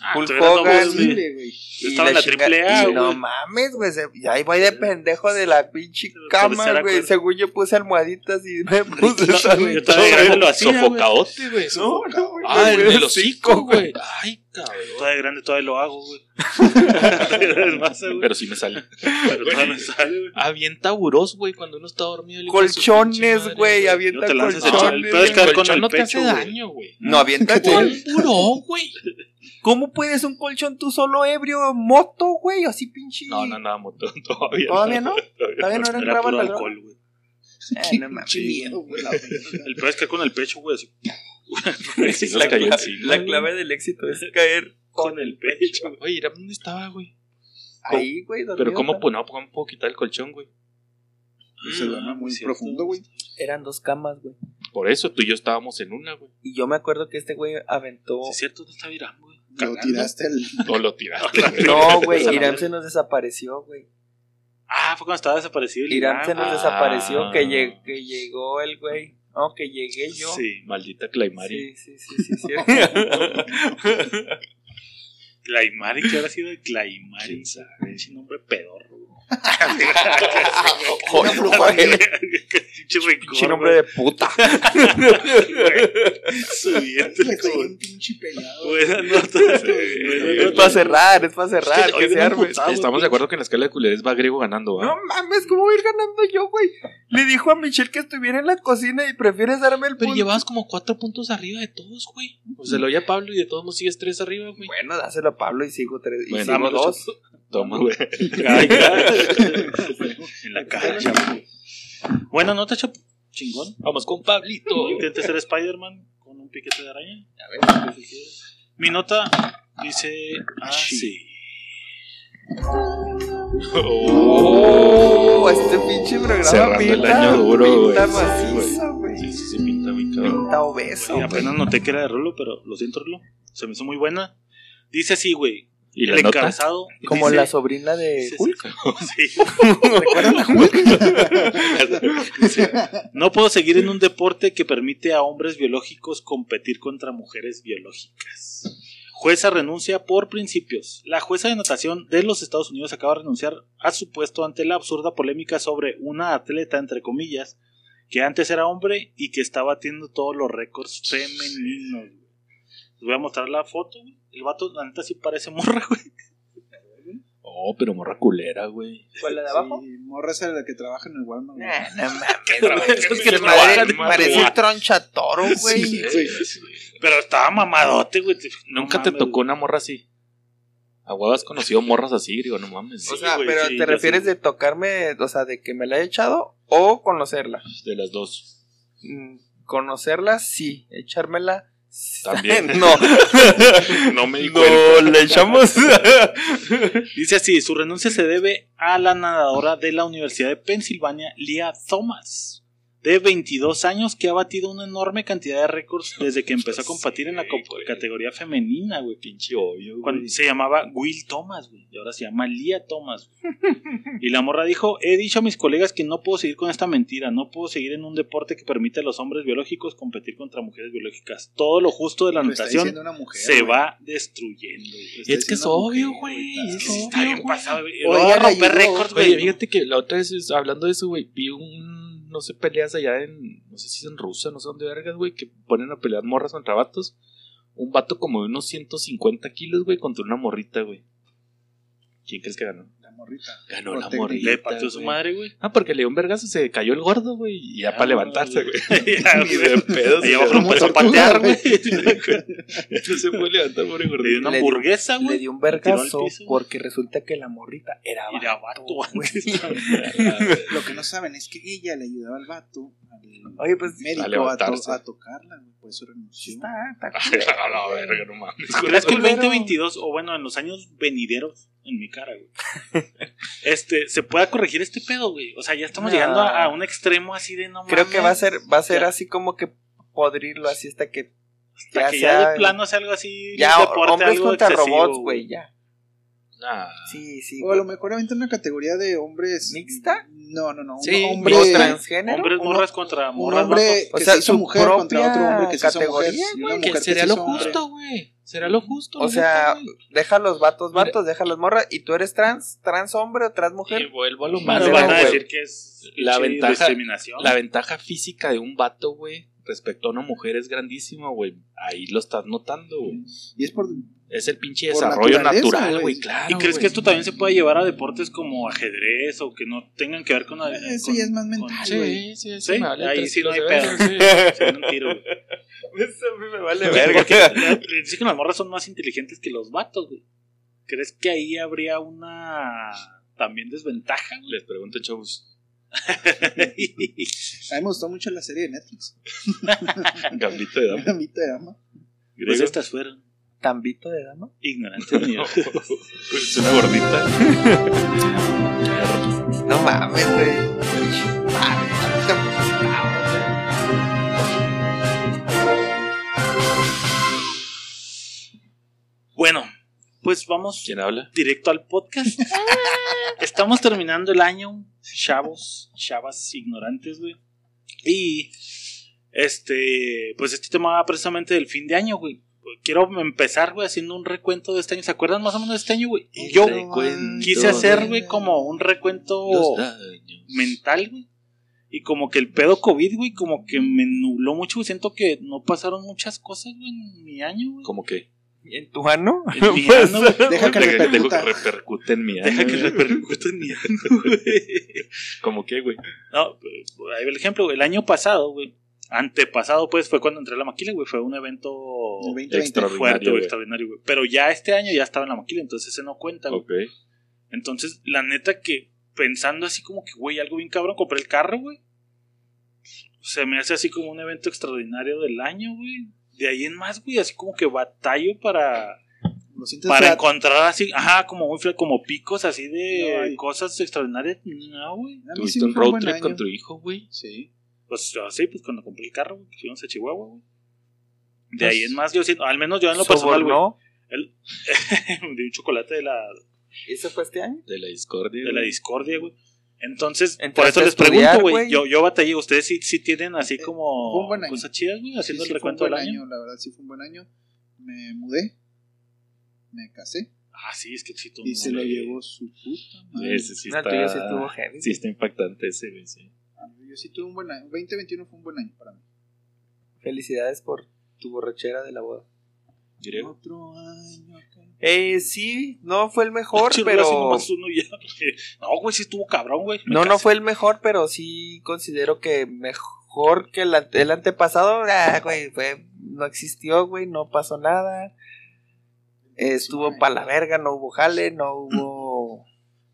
Ah, tú eras
Hogan.
doble, güey.
Horrible, güey.
Y
Estaba en la
chinga-
triple A,
y
güey.
No mames, güey. se- y ahí voy de pendejo de la pinche
Pero tercera
cama, güey.
cuerda.
Según yo puse almohaditas y me puse
Yo
esa-
estaba- yo estaba de grande lo hacía, güey.
Sofocaote, güey.
No, no, güey,
Ah, en
güey,
el hocico, güey. Ay,
Yo
cabrón.
todavía de grande todavía lo hago, güey. Es más, güey,
Pero sí me sale.
pero todavía me sale, güey.
Avienta buros, Ah, güey, cuando uno está dormido. el hijo de su pinche madre,
Colchones, güey. Avienta
No te lances el
colchones.
chal-
güey.
Quedar con
Colchón
el
no te hace
pecho, güey.
daño, güey.
No, avienta
¿Cuál buró, güey?
¿Cómo puedes un colchón tú solo ebrio moto, güey? Así pinche.
No, no, no, moto, todavía.
¿Todavía no? ¿Todavía no
Era
entraba
puro
la droga?
alcohol, güey.
Eh, no mames.
Pinche miedo, güey. la verga.
El peor es que con el pecho, güey, así.
Sí, nos
La
cayó
clave-
encima,
La
güey.
clave del éxito es caer
Con el pecho. güey.
Oye, ¿era ¿dónde estaba, güey?
ahí, güey.
Pero
dormido,
¿cómo,
güey.
pues, no, ¿cómo puedo quitar el colchón, güey?
Se
Ah,
duerme
pues,
muy
Cierto.
profundo, güey.
Eran dos camas, güey.
Por eso tú y yo estábamos en una, güey.
Y yo me acuerdo que este güey aventó.
Sí, es cierto, no está virando, güey.
Lo tiraste el.
O lo tiraste.
No, güey,
Esa
Irán
madre.
se nos desapareció, güey.
Ah, fue cuando estaba desaparecido. el
Irán se nos
Ah.
desapareció, que, lleg- que llegó el güey. No, que llegué yo. Sí,
Sí,
Maldita Claymari.
sí, sí, sí. sí,
Claymari, ¿qué habrá sido de Claymari?
¿Quién
Ese nombre pedorro.
Joder, güey.
Pinche
Pinche
rencor,
nombre de puta.
güey. Subiendo,
Le cayó
güey.
un pinche pelado.
Buenas notas, güey. Buenas
Es
notas.
para cerrar, es para cerrar.
Hoy
Que se
vienen
arme.
putados,
Estamos de acuerdo que en la escala de culeres va griego ganando,
No
¿ah?
mames, ¿cómo voy a ir ganando yo, güey? Le dijo a Michelle que estuviera en la cocina y prefieres darme el punto.
llevabas como cuatro puntos arriba de todos, güey. O sea, Pues lo oía Pablo y de todos modos sigues tres arriba, güey.
Bueno, dáselo a Pablo y sigo tres.
Bueno,
y sigo
dame los
dos.
Toma, güey.
Ay, en la cara, chapo. Buena nota, chapo. Chingón.
Vamos con Pablito.
Intente ser Spider-Man con un piquete de araña. Mi nota Dice ah, así.
Oh, este pinche programa
Cerrando el
pinta,
año duro,
pinta
güey. Sí,
macizo, güey.
Sí, sí, sí, pinta muy cabrón.
Pinta obeso,
Güey,
güey.
apenas noté que era de Rulo, pero lo siento, Rulo. Se me hizo muy buena. Dice así, güey.
¿Y la
el
nota?
encabezado.
Como
dice-
la sobrina de
dice-
Hulk.
Sí. Dice, No puedo seguir en un deporte que permite a hombres biológicos competir contra mujeres biológicas. Jueza renuncia por principios. La jueza de natación de los Estados Unidos acaba de renunciar a su puesto ante la absurda polémica sobre una atleta, entre comillas, que antes era hombre y que está batiendo todos los récords femeninos. güey. Les voy a mostrar la foto. güey. El vato, la neta, sí parece morra, güey.
Oh, pero morra culera, güey.
¿Cuál la de Eh.
Sí, morra esa la que trabaja en el Walmart. güey.
Nah, no
trabaja-
mames,
esos
güey.
que
Ese
trabajan
madre
en
Parece
Ah,
Madrid.
un tronchatoro, güey.
Sí,
güey.
sí, güey.
Pero estaba mamadote, güey. No
Nunca te
mames,
tocó
güey.
una morra así. A huevo has conocido morras así, digo, no mames.
O
Sí,
sea,
güey,
pero
sí,
te
ya
refieres
sé.
de tocarme, o sea, de que me la haya echado o conocerla.
De las dos.
Mm, Conocerla, sí. Echármela,
También.
no.
No me di cuenta.
No, le echamos.
Dice así, su renuncia se debe a la nadadora de la Universidad de Pensilvania, Lia Thomas, de 22 años, que ha batido una enorme cantidad de récords desde que empezó a competir en la co- categoría femenina, güey.
Pinche obvio,
Cuando
güey.
se llamaba Will Thomas, güey, y ahora se llama Lia Thomas. güey. Y la morra dijo, he dicho a mis colegas que no puedo seguir con esta mentira, no puedo seguir en un deporte que permite a los hombres biológicos competir contra mujeres biológicas. Todo lo justo de la
Lo está
natación
diciendo una mujer,
se
güey.
va destruyendo. güey.
Está
Es que es
diciendo una
obvio,
mujer,
güey.
está-
Es
Sí,
obvio,
está bien
güey.
pasado, güey.
Oye,
Voy a
la
romper
ayudó.
récords,
Oye,
güey.
fíjate que la otra vez, es- hablando de eso, güey, vi un, no sé, peleas allá en, no sé si es en Rusia, no sé dónde vergas, güey, que ponen a pelear morras contra vatos. Un vato como de unos 150 kilos, güey, contra una morrita, güey. ¿Quién crees que ganó?
La morrita.
Ganó
Por
la
técnica.
morrita.
Le partió su
güey.
madre, güey.
Ah, porque le dio un vergazo, se cayó el gordo, güey, y ya
Ah,
para levantarse, güey.
Ya, güey.
Ni de pedo,
Ahí
se
abajo
levantó.
empezó a patear, güey.
No se puede levantar, pobre
Le dio
gordito.
una
Le dio-
Ah,
hamburguesa,
Le
güey.
dio un
Tiró
vergazo
al piso.
porque resulta que la morrita era
Y la
vato,
vato
güey.
antes.
Lo que no saben es que ella le ayudaba al vato, al
Oye, pues
médico, a, to-
levantarse.
a tocarla, güey. Por eso renunció.
está, está
A la verga, no mames.
¿Crees que el
culero.
2022, o bueno, en los años venideros, en mi cara, güey, este, se pueda corregir este pedo, güey? O sea, ya estamos
No.
llegando a, a un extremo así de no
Creo que va a
mames,
ser, va a ser
Ya.
así como que podrirlo así hasta que
hasta
ya
que ya
sea-
de plano sea algo así.
ya
un deporte,
hombres
algo
contra
excesivo,
robots, güey, ya.
Nah.
Sí, sí.
O a lo
güey.
mejor aventa una categoría de hombres.
¿Mixta?
No, no, no. Un
Sí,
hombre.
¿O transgénero.
Hombres
Uno-
morras contra
Un
morras
hombre
vatos.
O
que
sea,
se hizo
su
mujer contra otro
propia
hombre que se hizo mujer.
categoría,
y una
Güey,
mujer
que
que
sería
se
lo
hizo hombre.
justo, güey. Será lo justo.
O
la
sea,
neta, güey.
deja los vatos,
Mira.
vatos, deja los morras. Y tú eres trans, trans hombre o trans
Y
mujer.
vuelvo a lo
Más
Nos
de
malo,
van a
güey.
decir que es
La
pinche
ventaja-
discriminación.
La ventaja física de un vato, güey, respecto a una mujer es grandísima, güey. Ahí lo estás notando, güey.
Y es por.
Es el pinche
Por
desarrollo
naturaleza,
natural,
güey.
güey, claro.
¿Y crees
güey.
que esto también se puede llevar a deportes como ajedrez o que no tengan que ver con... la-
Eh, Eso
Eh, con-
ya es más mental,
con-
güey.
Sí, sí, sí.
Sí,
me vale
ahí
tres
sí no hay
kilos
pedo.
de verga,
se dan un tiro, güey.
Eso a mí me vale
Porque eh, dicen que las morras son más inteligentes que los vatos, güey. ¿Crees que ahí habría una también desventaja,
sí. Les pregunto, chavos.
güey?
A mí me gustó mucho la serie de Netflix.
Gambito de dama.
Gambito de dama.
Pues
Griego.
estas fueron
Tambito de dama.
ignorantes míos.
Es una gordita.
No mames, güey.
Bueno, pues vamos
¿Quién habla?
directo al podcast. Estamos terminando el año, chavos, chavas ignorantes, güey. Y este, pues este tema va precisamente del fin de año, güey. Quiero empezar, güey, haciendo un recuento de este año. ¿Se acuerdan más o menos de este año, güey? Yo
Te cuento
quise hacer,
de
güey, como un recuento
los daños.
mental, güey. Y como que el pedo COVID, güey, como que me nubló mucho, güey. Siento que no pasaron muchas cosas, güey, en mi año, güey.
¿Cómo que?
¿En tu ano?
En mi
Pues,
ano, güey.
Deja que
Deja- dejo
repercuta.
que repercute en mi
Deja
ano,
que
güey.
repercuta en mi ano, güey.
¿Cómo que, güey?
No, pues, ahí va el ejemplo, güey. el año pasado, güey, antepasado, pues, fue cuando entré a la maquila, güey, fue un evento
El 2020.
Extraordinario,
fuerte, güey,
güey.
extraordinario, güey. Pero ya este año ya estaba en la maquila, entonces ese no cuenta, güey.
Ok.
Entonces, la neta que pensando así como que, güey, algo bien cabrón, compré el carro, güey. Se me hace así como un evento extraordinario del año, güey. De ahí en más, güey, así como que batallo para
Lo sientes
Para
flat.
encontrar así, ajá, como muy fla- como picos así
No
de
hay.
cosas extraordinarias. No, güey.
A mí sí
Tuviste un
fue
road
buen
trip
año.
con tu hijo, güey.
Sí.
Pues así, pues cuando compré el carro, güey, que fuimos a Chihuahua, güey. De
Pues,
ahí en más, yo siento, al menos yo en lo personal, güey.
Sobornó.
De un chocolate de la,
¿Eso fue este año?
De la discordia.
de la
güey.
discordia, güey. Entonces, por eso
Entraste a
les
estudiar,
pregunto, güey.
güey.
Yo, yo batallé. Ustedes sí, sí tienen así
Eh,
como
fue un buen año.
cosas chidas, güey, haciendo
Sí,
el
sí fue un
recuento del
buen
año.
La verdad, sí fue un buen año. Me mudé. Me casé.
Ah, sí, es que sí, tú
Y se lo
Hombre.
llevó su puta madre.
Ese sí
No, el
está.
tuyo sí estuvo heavy.
sí está impactante ese, güey. sí.
Ah, Yo sí tuve un buen año. 2021 fue un buen año para mí.
Felicidades por tu borrachera de la boda.
Griego.
Otro año acá.
Eh, sí, no fue el mejor,
Pinche
pero...
brazo nomás uno y ya, güey. No, güey, sí estuvo cabrón, güey. Me
No, no
casé.
fue el mejor, pero sí considero que mejor que el, ante- el antepasado. Ah, güey, fue- no existió, güey, no pasó nada. Eh, estuvo para la verga, no hubo jale, no hubo...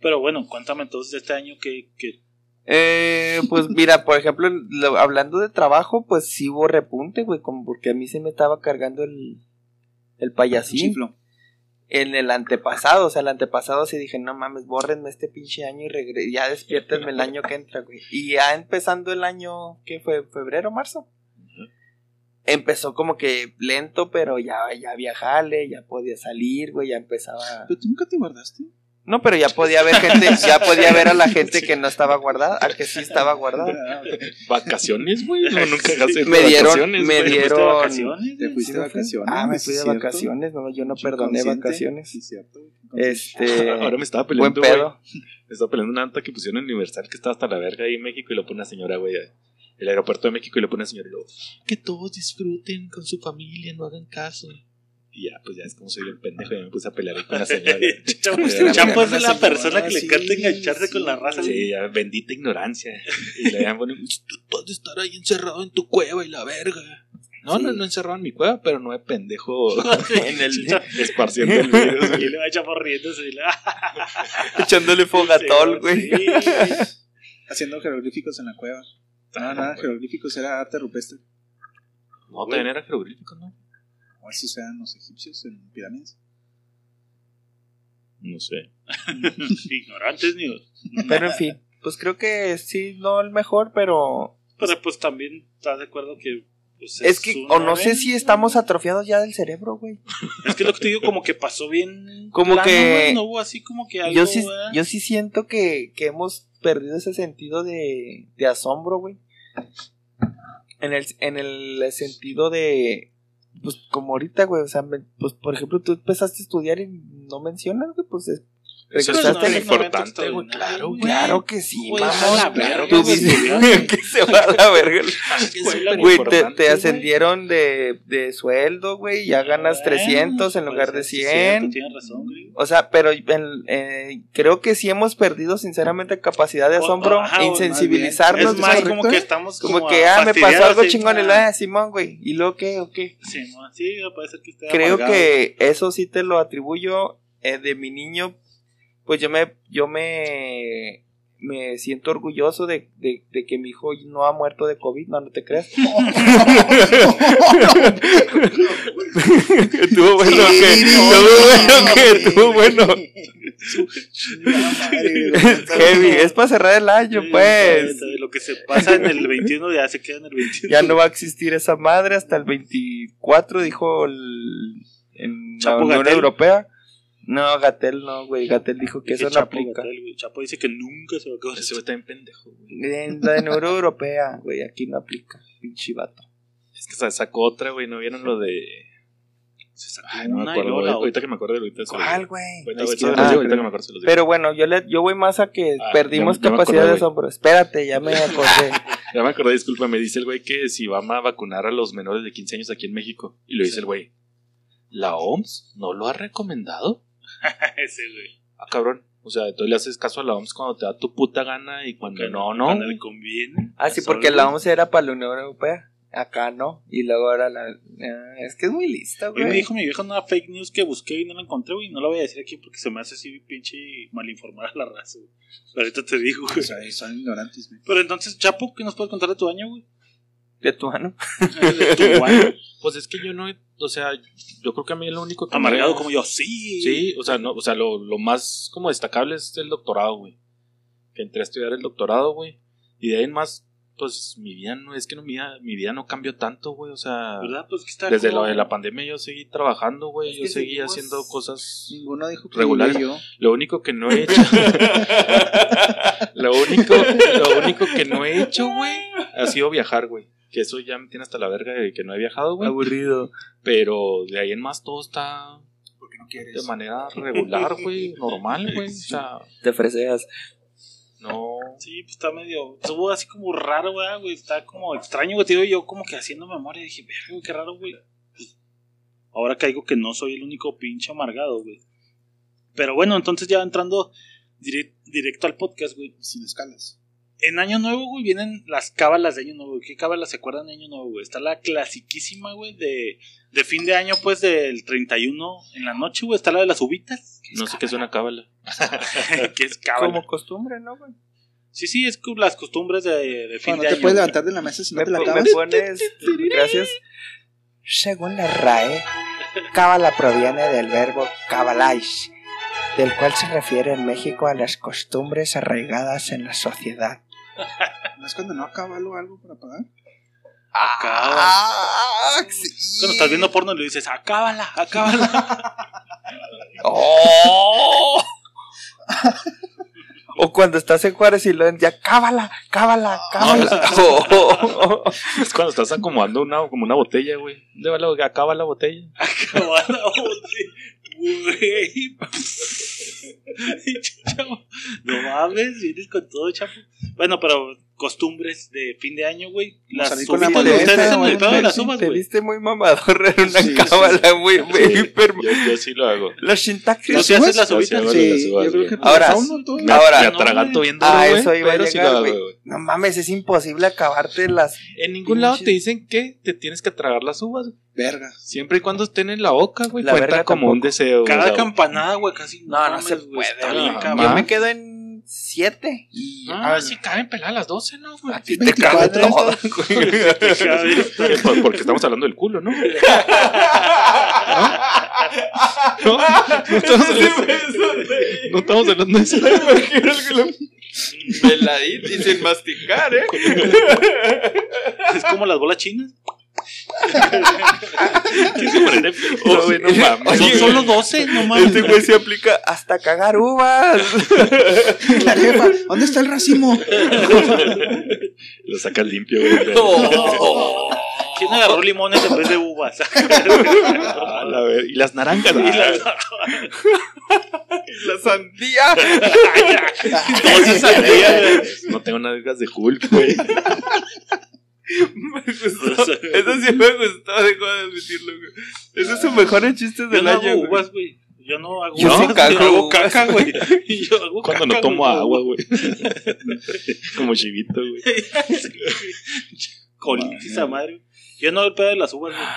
Pero bueno, cuéntame entonces de este año que, que
Eh, pues mira, por ejemplo, lo- hablando de trabajo, pues sí hubo repunte, güey, como porque a mí se me estaba cargando el, el payasín.
Chiflo.
en el antepasado, o sea, el antepasado sí dije, no mames, bórrenme este pinche año y regre- ya despiértenme el año que entra, güey. Y ya empezando el año, ¿qué fue? ¿Febrero, marzo? Empezó como que lento, pero ya, ya había jale, ya podía salir, güey, ya empezaba...
¿Pero tú nunca te guardaste?
No, pero ya podía ver gente, ya podía ver a la gente que no estaba guardada, a que sí estaba guardada.
Ah, ok.
Vacaciones, güey. No, nunca gasté
Me dieron-
vacaciones,
me
güey.
dieron-
fuiste de vacaciones,
Te
güey.
fuiste de
me fui?
vacaciones.
Ah, me
¿sí
fui de
es cierto?
vacaciones, no, yo no perdoné
Inconsciente.
vacaciones.
Sí, cierto. güey.
Este...
Ahora me estaba
Buen
peleando, güey.
pedo.
Me estaba peleando una nota que pusieron en Universal que estaba hasta la verga ahí en México y lo pone una señora, güey. El aeropuerto de México y lo pone una señora y luego, que todos disfruten con su familia, no hagan caso. Y ya, pues ya es como soy el pendejo y me puse a pelear ahí con la señora.
Chapo
Era
Chapo es
una
de la
señora,
persona que le
sí,
encanta engancharse con la raza. güey.
Sí, ya, bendita ignorancia. Y le habían ponido, tú puedes estar ahí encerrado en tu cueva y la verga. No,
Sí.
no, no encerrado en mi cueva, pero no de pendejo
En el-
esparciendo el virus.
Y le va "Ah, Chapo riéndose. y le-
Echándole fogatol, güey.
Sí,
Haciendo jeroglíficos en la cueva. No,
Ah,
nada,
güey.
jeroglíficos era arte rupestre.
No, también era jeroglífico, ¿no?
O esos eran los egipcios en pirámides.
No sé.
Ignorantes, ni.
Pero en fin, pues creo que sí, no el mejor, pero
Pero pues también estás de acuerdo que. pues,
es que,
una
o no sé
vez.
si estamos atrofiados ya del cerebro, güey.
Es que lo que te digo, como que pasó bien.
Como que-
güey, No hubo así como que algo.
Yo sí,
¿verdad?
yo sí siento que, que hemos perdido ese sentido de, de asombro, güey. En el, en el sentido de, pues como ahorita, güey, o sea, me- pues por ejemplo, tú empezaste a estudiar y no mencionas, güey, pues es-
Eso es
Regresaste
tan
en el
importante,
momento
güey. Claro,
extraordinario,
güey.
claro que sí,
Güey,
mamón,
a la
claro
verga,
que
Tú
güey,
sí.
Pues,
dices que se va a la verga.
Escuela,
Güey, te,
importante,
te ascendieron de, de sueldo, güey, ya ganas
Bueno,
300 en
pues,
lugar de
es cierto,
100.
Tienes razón, güey.
O sea, pero el- eh, creo que sí hemos perdido sinceramente capacidad de
O-
asombro,
ajá, o-
insensibilizarnos.
Es
güey.
más,
¿correcto?
como que estamos
como, que, ah, me pasó
fastidiados,
algo
sí,
chingón el
ah,
ah, Simón, güey. ¿Y luego qué o qué?
Sí, mo- sí, puede ser que esté
Creo
amargado.
que eso sí te lo atribuyo eh, de mi niño. Pues yo me, yo me, me siento orgulloso de, de- de que mi hijo no ha muerto de COVID, no, no te creas. Estuvo bueno que, estuvo bueno que, estuvo bueno. Heavy, es para cerrar el año,
Sí,
pues.
sabe, sabe, Lo que se pasa en el 21 ya se queda en el 21.
Ya no va a existir esa madre hasta el 24, dijo el, en la
Chapo
Unión
Gatell.
Europea. No, Gatel no, güey. Gatel dijo que
Dice
eso no
Chapo
aplica.
Gatel, güey. Chapo dice que nunca se va a acabar
Ese
eso.
güey también pendejo, güey.
En la Unión Europea, güey, aquí no aplica. Pinche vato.
Es que sa- sacó otra, güey. ¿No vieron lo de...? Se sacó
Ay,
no me
una y
acuerdo,
luego la
güey. Ahorita que me acuerdo, ahorita se los
¿Cuál,
digo.
güey?
Ahorita, güey,
Es que-
se los digo,
ah,
ahorita que me acuerdo se los digo.
Pero bueno, yo le, yo voy más a que
Ah,
perdimos
ya me- ya me
capacidad
acordé, güey.
de asombro. Espérate, ya me acordé.
Ya me acordé, disculpa, me dice el güey que si van a vacunar a los menores de 15 años aquí en México. Y lo dice el güey. ¿La OMS no lo ha recomendado?
Ese, güey.
Ah, cabrón. O sea, entonces le haces caso a la OMS cuando te da tu puta gana y cuando no, no.
Cuando le conviene.
Ah, sí,
Solo,
porque la
güey.
OMS era para la Unión Europea. Acá no. Y luego ahora la. ah, es que es muy lista,
Hoy me
güey.
dijo mi vieja una fake news que busqué y no la encontré, güey. No la voy a decir aquí porque se me hace así pinche malinformar a la raza, güey. Pero ahorita te digo,
O
güey.
sea, son ignorantes, güey.
Pero entonces, Chapo, ¿qué nos puedes contar de tu año, güey?
Letuano.
Igual,
Pues es que yo no, he- o sea, yo creo que a mí lo único que
amargado
veo-
como yo, sí.
Sí, o sea, no, o sea, lo, lo más como destacable es el doctorado, güey. Que entré a estudiar el doctorado, güey. Y de ahí en más, pues mi vida no, es que no, mi, vida, mi vida no cambió tanto, güey. O sea,
¿Verdad? Pues que está
desde
como-
lo de la pandemia yo seguí trabajando, güey.
Es
Yo
que
seguí
seguimos-
haciendo cosas.
Ninguno dijo que
Regular.
yo.
Lo único que no he hecho. lo, único, lo único que no he hecho, güey, ha sido viajar, güey. Que eso ya me tiene hasta la verga de que no he viajado, güey.
Aburrido.
Pero de ahí en más todo está
Porque no
de
quieres.
manera regular, güey. Normal, güey. O sea.
Te freseas.
No.
Sí, pues está medio. Estuvo así como raro, ¿verdad, güey. Está como extraño, güey. Te digo, yo como que haciendo memoria dije, verga, güey, qué raro, güey. Ahora caigo que no soy el único pinche amargado, güey. Pero bueno, entonces ya entrando dire- directo al podcast, güey.
Sin escalas.
En Año Nuevo, güey, vienen las cábalas de Año Nuevo. güey. ¿Qué cábalas se acuerdan de Año Nuevo, güey? Está la clasiquísima, güey, de, de fin de año, pues, del 31 en la noche, güey. Está la de las uvitas.
No sé qué es una cábala.
que es
Ah,
cábala.
Como costumbre, ¿no, güey?
Sí, sí, es como las costumbres de, de fin
Cuando
de
te puedes
año. güey.
levantar de la mesa si no
Me,
te la
po-
acabas.
me pones. Gracias. Según la RAE, cábala proviene del verbo cabalais, del cual se refiere en México a las costumbres arraigadas en la sociedad.
¿No es cuando no acaba algo, algo para pagar?
Ah,
Cuando estás viendo porno y le dices, "Ah, acábala, acábala.
¡Oh! O cuando estás en Juárez y lo ven, ya cábala, cábala, cábala. Oh.
Es cuando estás acomodando una, como una botella, güey. ¿Dónde va la- acaba la botella?
acábala, güey. Güey. Chavo, No mames, vienes con todo, chapo. Bueno, pero costumbres de fin de año, güey. Las
salir
uvitas,
con la
ustedes
maleta,
hacen
güey,
el pedo de las
sí,
uvas,
Te
güey.
viste muy mamador en una
Sí, sí,
cábala, güey. güey,
Sí,
pero-
yo, yo sí lo hago.
La sintaxis.
¿Tú sí haces las
Yo sí
uvitas?
hago las uvas,
yo creo que
güey.
por
Ahora,
fauna, todo.
Me,
Ahora-
me atraganto bien duro,
Ah,
güey,
eso iba a
pero sí
llegar,
lo hago,
güey.
güey.
No mames, es imposible acabarte las.
En ningún lado
Pinches.
te dicen que te tienes que tragar las uvas. güey.
Verga.
Siempre y cuando estén en la boca, güey.
La
Cuenta
verga
como un
tampoco.
deseo, güey.
Cada
o sea,
campanada, güey, casi.
No, no
mames,
se
güey,
puede,
Está
no,
bien,
no,
cabrón.
Yo
¿Ah?
me quedo en siete.
Ah, sí, caben peladas las 12, ¿no, güey?
A ti te
24.
caben todas.
Por- Porque estamos hablando del culo, ¿no? No, no estamos hablando, no estamos hablando de eso.
Peladito y sin masticar, ¿eh?
Es como las bolas chinas.
No, güey, no mames.
Son
Oye,
solo 12, no mames.
Este güey se aplica hasta cagar uvas.
La jefa, ¿dónde está el racimo?
Lo sacas limpio, güey.
¿Quién agarró limones en vez de uvas?
Ah, la ver- Y las naranjas.
Y
ah,
las-
La sandía.
Entonces sandía,
No tengo nalgas de Hulk, güey.
Me gustó. Eso sí me gustó, dejo de admitirlo, güey. Ese es su mejor chiste
Yo
del
no
año.
hago
güey.
uvas, güey. Yo no hago
Yo
uvas.
sí cago
hago
uvas.
caca, güey. Yo hago
Cuando
caca,
no tomo
güey.
agua, güey. Como chivito, güey.
Colitis a madre. Yo no hago el pedo de las uvas, güey.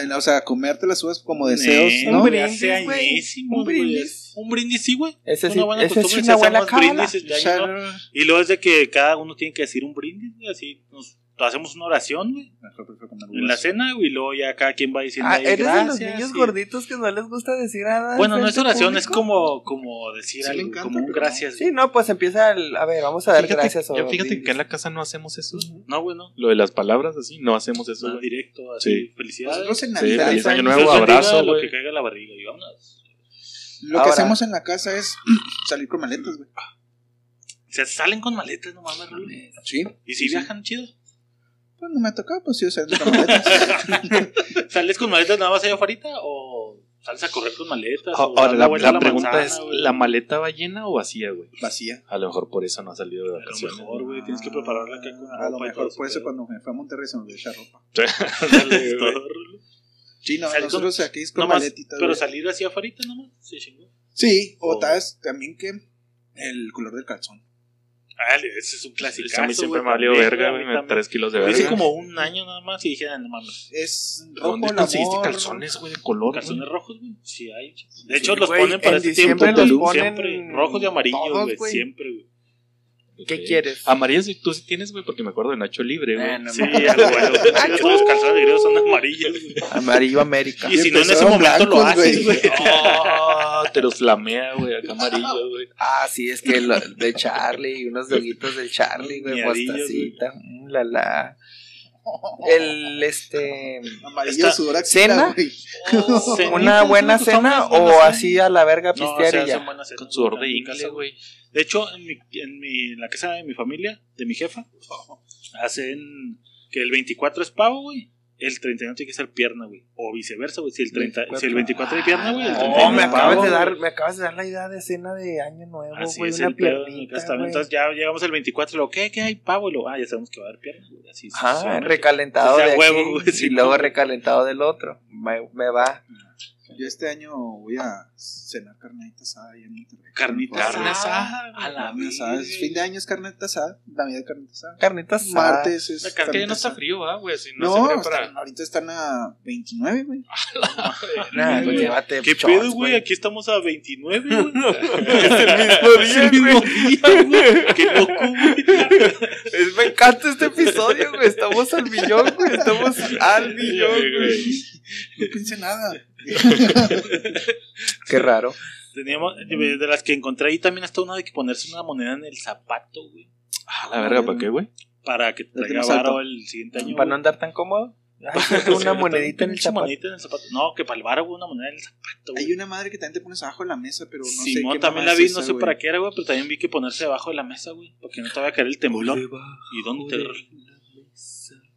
Eh, no, o sea, comerte las uvas como deseos,
Nah,
¿no?
Ah, hombre.
güey, hace
brindis, güey.
añísimos,
Un
güey.
brindis.
Un brindis, sí, güey.
Ese sí,
Una buena
ese sí
costumbre
una
que
buena
hacemos
cábala.
brindis este año, ¿no?
Echar-
Y luego es de que cada uno tiene que decir un brindis, güey. Así nos hacemos una oración, güey.
Mejor prefiero comer
En la
uvas.
cena, güey. Y luego ya cada quien va diciendo
Ah,
ahí,
eres de los
gracias.
niños
y-
gorditos que no les gusta decir "Ah, nada.
Bueno, no es
frente
oración, es
público.
como, como decir
Sí, le
algo,
encanta,
como un
pero no.
gracias.
Sí, no, pues empieza el. A ver, vamos a dar gracias. o
yo fíjate que
brindis.
acá en la casa no hacemos eso. güey.
No, bueno,
Lo de las palabras así, no hacemos eso,
no,
güey.
directo, así, felicidades.
Nosotros en
Sí,
Navidad,
feliz
Pues,
año
Dios
nuevo,
bendiga
abrazo,
Lo que
güey.
caiga en la barriga, y vámonos.
lo que
Ahora.
hacemos en la casa es salir con maletas, güey.
Se salen con maletas, no mames, Rulo.
Sí.
Y si viajan, chido.
Pues no me ha tocado, pues sí, saliendo con maletas.
¿Sales con maletas nada más allá afuera o sales a correr con maletas? o
Ah, Ahora,
dar
la,
vuelta a
la pregunta
manzana,
es:
güey?
¿la maleta va llena o vacía, güey?
Vacía.
A lo mejor por eso no ha salido de
A lo
vacaciones.
mejor, güey, tienes que prepararla acá con
A lo
ropa y
mejor
todo
por
ese
eso
pedo.
cuando me fue a Monterrey se me olvidó echar ropa.
Sales todo, Rulo.
Sí, no,
Sal con-
nosotros aquí es con
Nomás,
maletita.
pero
güey.
salir así afuera nomás, sí, chingó.
Sí, o
o-
tal vez también que el color del calzón.
Ah, ese es un clásico.
Eso a mí siempre me valió verga, güey. me- Tres kilos de verga.
Hice como un año nada más y dije, ah, no mames.
Es rojo,
¿Dónde
el
conseguiste
amor,
calzones, güey, de color?
Calzones rojos, güey. Sí, hay. De
Sí,
hecho, los
güey,
ponen para
en
este tiempo.
diciembre los
güey,
ponen
siempre. Rojos y amarillos,
todos,
güey.
güey. Ah,
Siempre, güey.
¿Qué
Ok.
quieres?
Amarillas y tú sí tienes, güey, porque me acuerdo de Nacho Libre, güey.
Ah, no Ah,
Sí, a
mames.
huevo. Todos los calzones de son amarillos. güey.
Amarillo América.
Y si no en ese
empezaron
momento lo
blancos,
haces, güey.
Ah, te los flamea, güey, acá amarillo, güey.
Ah, sí, es que lo- de Charlie, unos droguitos del Charlie, güey,
Miadillos,
mostacita, mm, la la. El este
Amarillo
Esta-
sudor
¿Cena?
güey.
una buena
Cenitas, ¿no?
cena
Son buenas
o
cenas.
así a la verga
No,
pistear
se
y
hacen
ya.
buenas cenas,
Con sudor de
en mi casa,
ingle, güey.
De hecho, en, mi, en mi- en la casa de mi familia, de mi jefa, hacen que el 24 es pavo, güey. El 31 tiene que ser pierna, güey. O viceversa, güey. Si el, 30, si el 24 es pierna, güey. el
Ah,
31
No, me
es pavo,
acabas de
güey.
dar, me acabas de dar la idea de cena de año nuevo,
Así
güey,
es
una
el pedo. en mi
piernita,
casa también.
güey.
Entonces ya llegamos el 24 y luego, ¿qué? ¿Qué hay pavo? Y luego, ah, ya sabemos que va a haber pierna, güey. Así
Ah,
Ajá,
sucesivamente.
recalentado
O sea,
de
huevo,
aquí
güey, sí,
y luego
güey.
recalentado del otro. Me, me va.
Yo este año voy a cenar carnita asada ahí en Monterrey.
Carnita
Carne
asada.
A la
Carne asada. Es fin de año es carnita asada. Navidad carnita asada.
Carnita asada.
Martes es.
La carne ya no
carnita
está
asada.
frío, ¿ah, güey? Si no,
No,
se fría
están-
para...
ahorita están a 29, güey.
Nah, pues,
güey.
llévate
¿Qué
shots,
pedo, güey? Aquí estamos a 29, güey.
Es el mismo día, güey.
Qué loco, güey.
Es- Me encanta este episodio, güey. Estamos al millón, güey. Estamos al millón, güey.
No pensé nada.
Qué raro.
Teníamos, eh, de de las que encontré ahí también está una de que ponerse una moneda en el zapato, güey.
A la verga, ¿para qué, güey?
Para que te
que
traiga
no salto.
varo el siguiente año.
Para no
güey.
andar tan cómodo. Ay, siento
Sí,
una
ahorita
monedita en el
pinche
zapato.
monedita en el zapato. No, que para el varo, güey, una moneda en el zapato, güey.
Hay una madre que también te pones abajo de la mesa, pero no sé.
Simón
qué
también la
mamá es
vi,
esa,
no sé
güey.
para qué era, güey, pero también vi que ponerse debajo de la mesa, güey, porque no te va a caer el temblor. ¿Y dónde te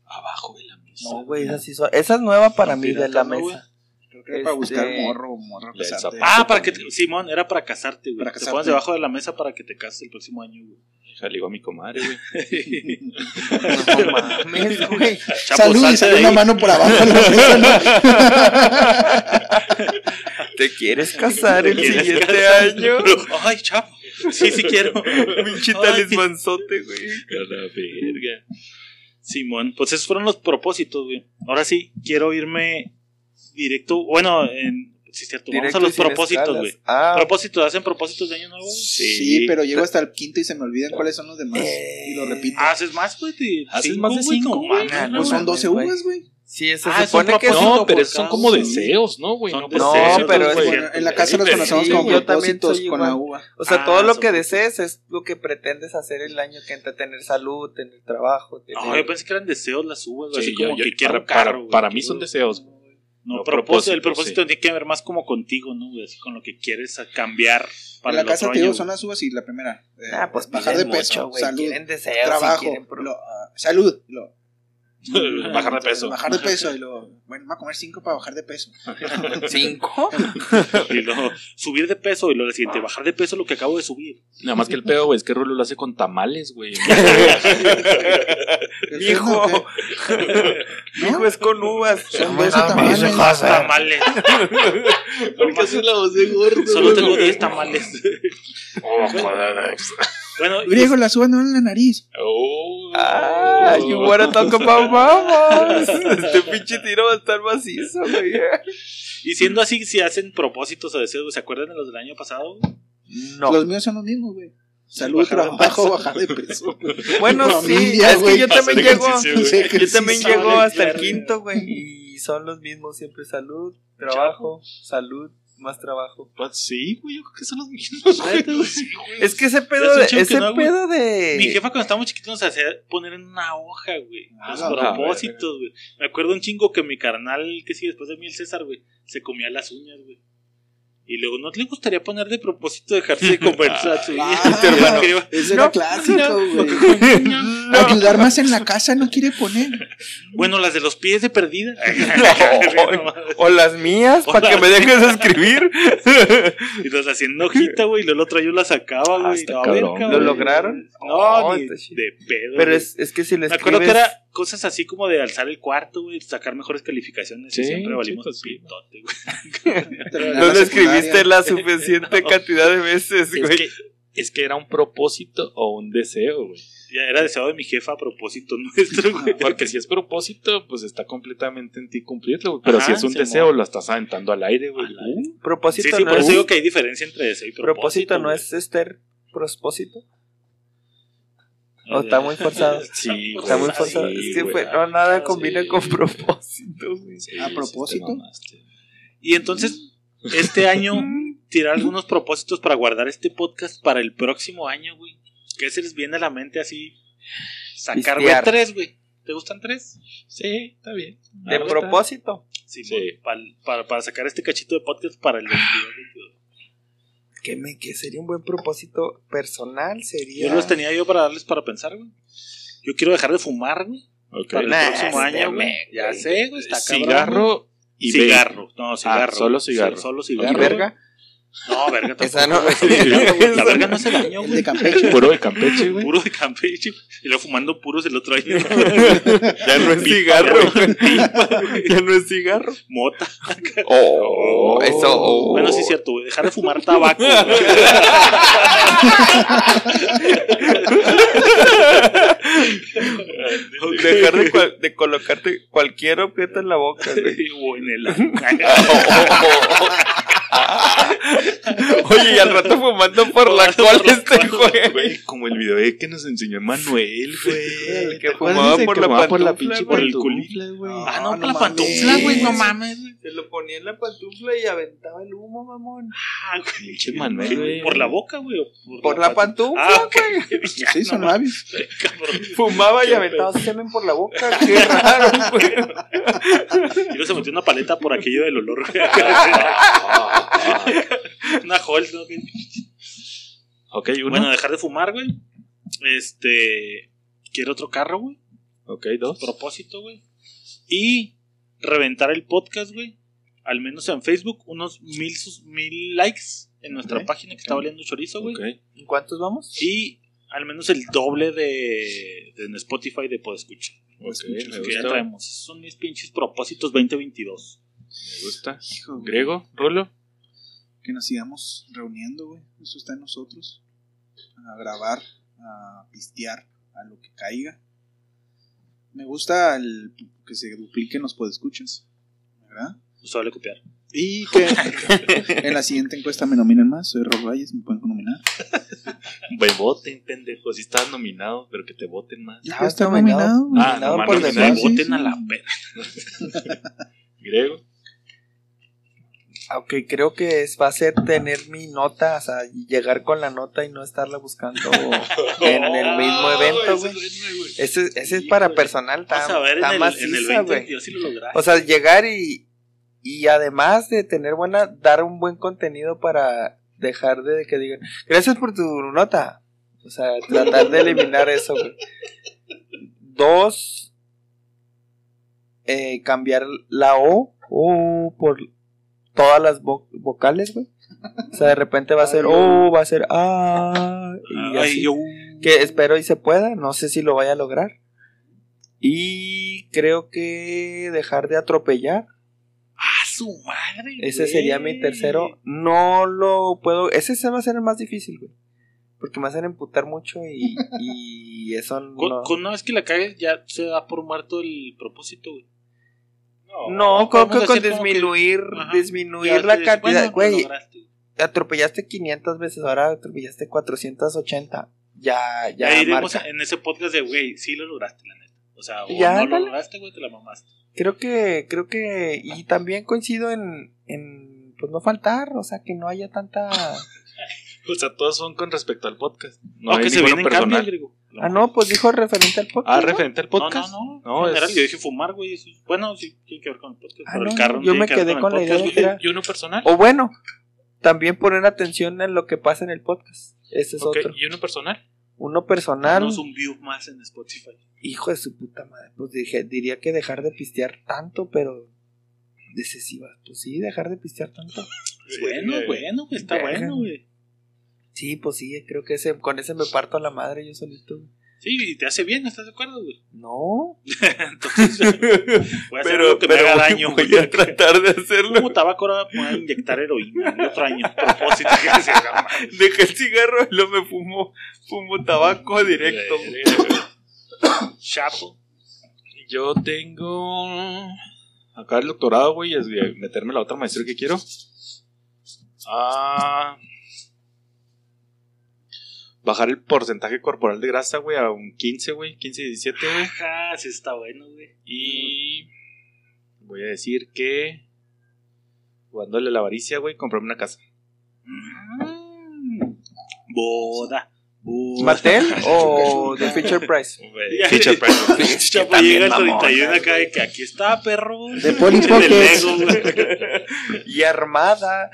Abajo de la mesa.
No, güey, esa sí son- Esa es nueva para
No,
mí de
pirata,
la
no, güey.
mesa.
Creo que era para buscar
Este-
morro o morra.
La del
casarte.
zapato.
Ah, para que te- Simón, era para casarte, güey.
Para
Te
casarte.
pones debajo de la mesa para que te cases el próximo año, güey.
Ya le digo a mi comadre, güey.
No mames, güey.
Chapo,
Salud y
salte de
sale una
ahí.
mano por abajo. de la mesa, ¿no?
¿Te quieres casar el
¿Quieres
siguiente
casarte?
año?
Ay, chapo. Sí, sí quiero.
Pinche
Ay.
talismanzote, güey.
A la verga.
Simón, pues esos fueron los propósitos, güey. Ahora sí, quiero irme directo. Bueno, en, sí, es cierto,
Directo
vamos
y
a
sin
los propósitos,
escalas.
güey.
Ah,
Propósitos, ¿hacen propósitos de año nuevo? güey?
Sí,
Sí.
pero llego hasta el quinto y se me olvidan cuáles son los demás.
Eh.
Y lo repito.
¿Haces más, güey? de
¿Haces
cinco,
más de
güey?
cinco,
Ah, No
güey?
mames,
No,
Pues son
mames,
12
güey.
uvas, güey.
sí, se
Ah, es un
supone que es
propósito.
un
No, pero esos son como
Sí.
deseos, ¿no, güey?
Son
No, pues,
No,
propósitos,
pero es-
güey.
Pues Bueno, en la casa los
Sí,
conocemos
sí,
como
yo también
propósitos
soy
con
igual.
la uva.
O sea,
Ah,
todo lo
son
que
propósitos.
desees es lo que pretendes hacer el año que entra, tener salud, tener trabajo, tener...
No, yo pensé que eran deseos las uvas, güey,
Sí,
así
yo-
como
yo-
que quiero
para,
carro,
para-
güey,
para mí
quiero-
son deseos. güey.
No,
No,
propósito, el
propósitos,
propósito tiene que ver más como contigo, ¿no, güey? Así con lo que quieres a cambiar para
en la
el
casa
otro
te digo,
año.
son las uvas y la primera. eh,
Ah, pues
bajar de peso,
mucho, güey.
salud,
Quieren deseos, y
trabajo,
quieren pro-
lo, ah, salud. lo-
Bajar de peso.
Bajar de peso y luego, bueno, me voy a comer cinco para bajar de peso.
¿Cinco?
Y luego, subir de peso y luego la siguiente, bajar de peso lo que acabo de subir.
Nada más que el pedo, güey, es que Rulo lo hace con tamales, güey.
Hijo,
¿No?
hijo, es con uvas.
Son doce tamales.
tamales.
la voz de gordo?
Solo tengo 10 tamales.
Oh,
Bueno, y-
Griego, las uvas no en la nariz.
Oh,
Ah, you wanna talk about mamas. Este pinche tiro va a estar macizo, güey.
y siendo así, si hacen propósitos o deseos, güey, ¿se acuerdan de los del año pasado? güey?
No.
Los míos son los mismos, güey. Salud,
bajar de
trabajo, bajar de peso.
Bueno, sí,
familia,
es que
güey,
yo también
hacer
llego...
ejercicio, güey.
Hacer
Yo también
ejercicio.
llego hasta el
verga.
quinto, güey. Y son los mismos siempre. Salud, trabajo, salud, más trabajo.
pues Sí, güey, yo creo que son los mismos, güey.
pues,
Sí, güey.
Es que ese
Ya
pedo
has
de...
dicho que
Ese
no, güey.
pedo de...
Mi jefa cuando estábamos chiquitos nos hacía poner en una hoja, güey.
Ah,
Los
la
propósitos, güey. Me acuerdo un chingo que mi carnal, que sí, después de mí, el César, güey, se comía las uñas, güey. Y luego, ¿no le gustaría poner de propósito dejarse de conversar a su
Ah,
hija?
tu hermano.
Creo-
Ese era
No,
clásico, güey.
No.
Ayudar más en la casa no quiere poner.
Bueno, las de los pies de perdida.
No. O las mías,
O
para que
las
me dejes escribir.
y los haciendo hojita, güey. Y luego la otra yo la sacaba, güey.
está
No, a ver,
cabrón.
cabrón.
Ah, ¿Lo lograron?
No,
Oh,
ni
está chido.
de pedo.
Pero
güey.
es, es que si le
Me acuerdo
escribes...
que era cosas así como de alzar el cuarto, güey, sacar mejores calificaciones. y
Sí,
siempre valimos
chicos, sí.
pitote, güey.
Terminar
No
la
le
secundaria.
escribiste la suficiente cantidad de veces,
Es
güey.
que, es que era un propósito o un deseo, güey.
Ya era deseo de mi jefa a propósito nuestro, güey.
Porque si es propósito, pues está completamente en ti cumplirlo, güey. Pero
Ajá,
si es un
sí,
deseo,
amor.
lo estás aventando al aire, güey.
Al aire.
Uh,
Sí,
Propósito
sí,
no
por
es...
eso digo que hay diferencia entre deseo y propósito.
este Propósito no
güey.
es Esther. Propósito. O está muy forzado.
Sí, güey.
Está muy
sí,
forzado. es que
Pues güey.
fue, no, nada combina
Sí.
con propósito, güey.
Sí,
A
sí,
propósito.
te mamaste.
Y entonces, este año, tirar algunos propósitos para guardar este podcast para el próximo año, güey. ¿Qué se les viene a la mente así? Sacar, güey,
Pistear.
tres, güey. ¿Te gustan tres?
Sí, está bien.
De
Ahora
propósito.
Sí,
Sí.
güey, pal- para, para sacar este cachito de podcast para el 22, 22.
Que, me, que sería un buen propósito personal, sería.
Yo los tenía yo para darles para pensar, güey. Yo quiero dejar de fumar, güey.
Ok.
Para el
Nah,
próximo
este
año, güey.
me-
Ya sé, güey. Está cabrón, güey.
Cigarro y
cigarro. No, cigarro.
solo cigarro.
Sí, Solo
¿Y
cigarro.
verga?
No, verga tampoco.
Esa no.
La verga no se dañó,
El
güey.
de Campeche.
vape. Puro de Campeche, güey.
Puro de Campeche. Y luego fumando puros el otro año.
Ya no es cigarro. ya no es cigarro.
Mota.
Oh, eso. oh.
Bueno, sí es cierto, güey. Dejar de fumar tabaco. güey.
Dejar de, cual- de colocarte cualquier objeto en la boca, güey.
O en el-
Oye, y al rato fumando por la cola este güey.
Güey, como el video eh, que nos enseñó Manuel, güey.
El
¿Te
que
acuerdas
fumaba
ese
por
que
la
fumaba por la
pantufla,
pinche
güey?
por el
pantufla,
güey.
Ah, no,
No,
para
no
la pantufla,
mames.
güey. No mames. güey.
Se lo ponía en la pantufla y aventaba el humo, mamón.
Ah, güey.
Pinche Manuel, güey.
Por la boca, güey. o
Por la
pata.
pantufla,
Ah, ok.
güey.
Ya,
Sí,
no
son
mames,
labios.
cabrón.
Ah, Fumaba y
Qué
aventaba semen por la boca. Qué raro, güey.
Y luego se metió una paleta por aquello del olor. güey. una Holt, ¿no? Que-
Ok, uno.
Bueno, dejar de fumar, güey. Este. Quiero otro carro, güey.
ok, dos.
propósito, güey. Y reventar el podcast, güey. Al menos en Facebook, unos mil, sus- mil likes en nuestra
Ok,
página que está valiendo chorizo, güey.
Ok.
¿En cuántos vamos?
Y al menos el doble de, de en Spotify de Podescucha.
Ok, me
Los que ya
gusta. Me
traemos. Esos Son mis pinches propósitos 2022.
gusta.
Hijo, güey,
Griego, Rulo.
Que nos sigamos reuniendo, güey. Eso está en nosotros. A grabar, a pistear, a lo que caiga. Me gusta el que se dupliquen los podescuchas. ¿Verdad?
No se vale copiar.
Y que en la siguiente encuesta me nominen más. Soy Rob Reyes, me pueden nominar.
Me voten, pendejo. Si estás nominado, pero que te voten más.
Ya
Ah,
está
está
nominado. güey.
Ah,
Nominado
nomás
por
nominado.
sí,
default.
voten
sí.
a la pena.
Griego.
Aunque creo que es, va a ser tener mi nota, o sea, llegar con la nota y no estarla buscando en el mismo evento, güey. Ese, ese es para
Híjole.
personal,
Vamos a
está,
ver en
está
el, en el
maciza, güey.
2022 si lo lograste.
O sea, llegar y, y además de tener buena, dar un buen contenido para dejar de que digan, gracias por tu nota. O sea, tratar de eliminar eso, güey. Dos, eh, cambiar la O, O por todas las vo- vocales, güey. O sea, de repente va a ser O, va a ser A,
Ay,
y así.
yo-
Que espero y se pueda, no sé si lo vaya a lograr. Y creo que dejar de atropellar.
¡Ah, su madre!
Ese
güey!
sería mi tercero. No lo puedo. Ese se va a ser el más difícil, güey. Porque me hacen emputar mucho y, y eso
Con,
no.
con una vez que la cagues, ya se da por muerto el propósito, güey.
No, creo
podemos
que con
decir como que-
disminuir,
Ajá.
disminuir
Ya
la
te-
cantidad.
bueno, lo
Güey,
lograste, güey.
atropellaste 500 veces, ahora atropellaste 480. Ya, ya.
Ya iremos
marca.
en ese podcast de, güey, sí lo lograste, la neta. O sea, o
Ya,
no lo
ándale.
lograste, güey, te la mamaste.
Creo que, creo que, y también coincido en, en, pues no faltar, o sea, que no haya tanta...
O
Pues,
sea, todos son con respecto al podcast.
No,
No, hay
Ah, que se
ninguno
vienen
personal.
cambios, griego.
Ah, no, pues dijo referente al podcast.
Ah,
¿no?
referente al podcast.
No, no, no.
No,
en general,
es-
Yo dije fumar, güey. eso es- Bueno, sí, tiene que ver con el podcast.
Ah,
pero
no,
el carro no
yo
tiene
me
que ver
quedé
con
con la
el podcast,
idea de que era...
¿Y uno personal?
O bueno, también poner atención en lo que pasa en el podcast. Ese es
Ok,
otro.
¿Y uno personal?
Uno
güey.
personal,
Danos un view más en Spotify.
hijo de su puta madre, pues dije, diría que dejar de pistear tanto, pero... Decesivas, pues sí, dejar de pistear tanto.
bueno,
eh,
bueno, güey, está
verga,
bueno,
güey.
güey.
Sí, pues sí, creo que ese, con ese me parto a la madre yo solito.
Sí, y te hace bien, ¿estás de acuerdo, güey?
No.
Entonces, voy a hacer algo que me haga daño, güey.
tratar de hacerlo.
Como tabaco ahora me voy a inyectar heroína en otro año. Propósito que se haga mal.
Dejé el cigarro y lo me fumo, fumo tabaco directo.
Chapo.
Yo tengo acá el doctorado, güey, es de meterme la otra maestría que quiero. Ah, bajar el porcentaje corporal de grasa, güey, a un 15, güey, 15, 17, güey.
Ajá, Ah, sí está bueno, güey.
Y voy a decir que, jugándole a la avaricia, güey, comprarme una casa.
Mm. Boda. Boda.
¿Mattel o The Feature Price?
Güey, Feature price, güey.
pues
Chapo
también
llega el
mamón,
31 acá de que aquí está, perro.
De Polly
Del
Pockets.
Lego, güey.
Y armada.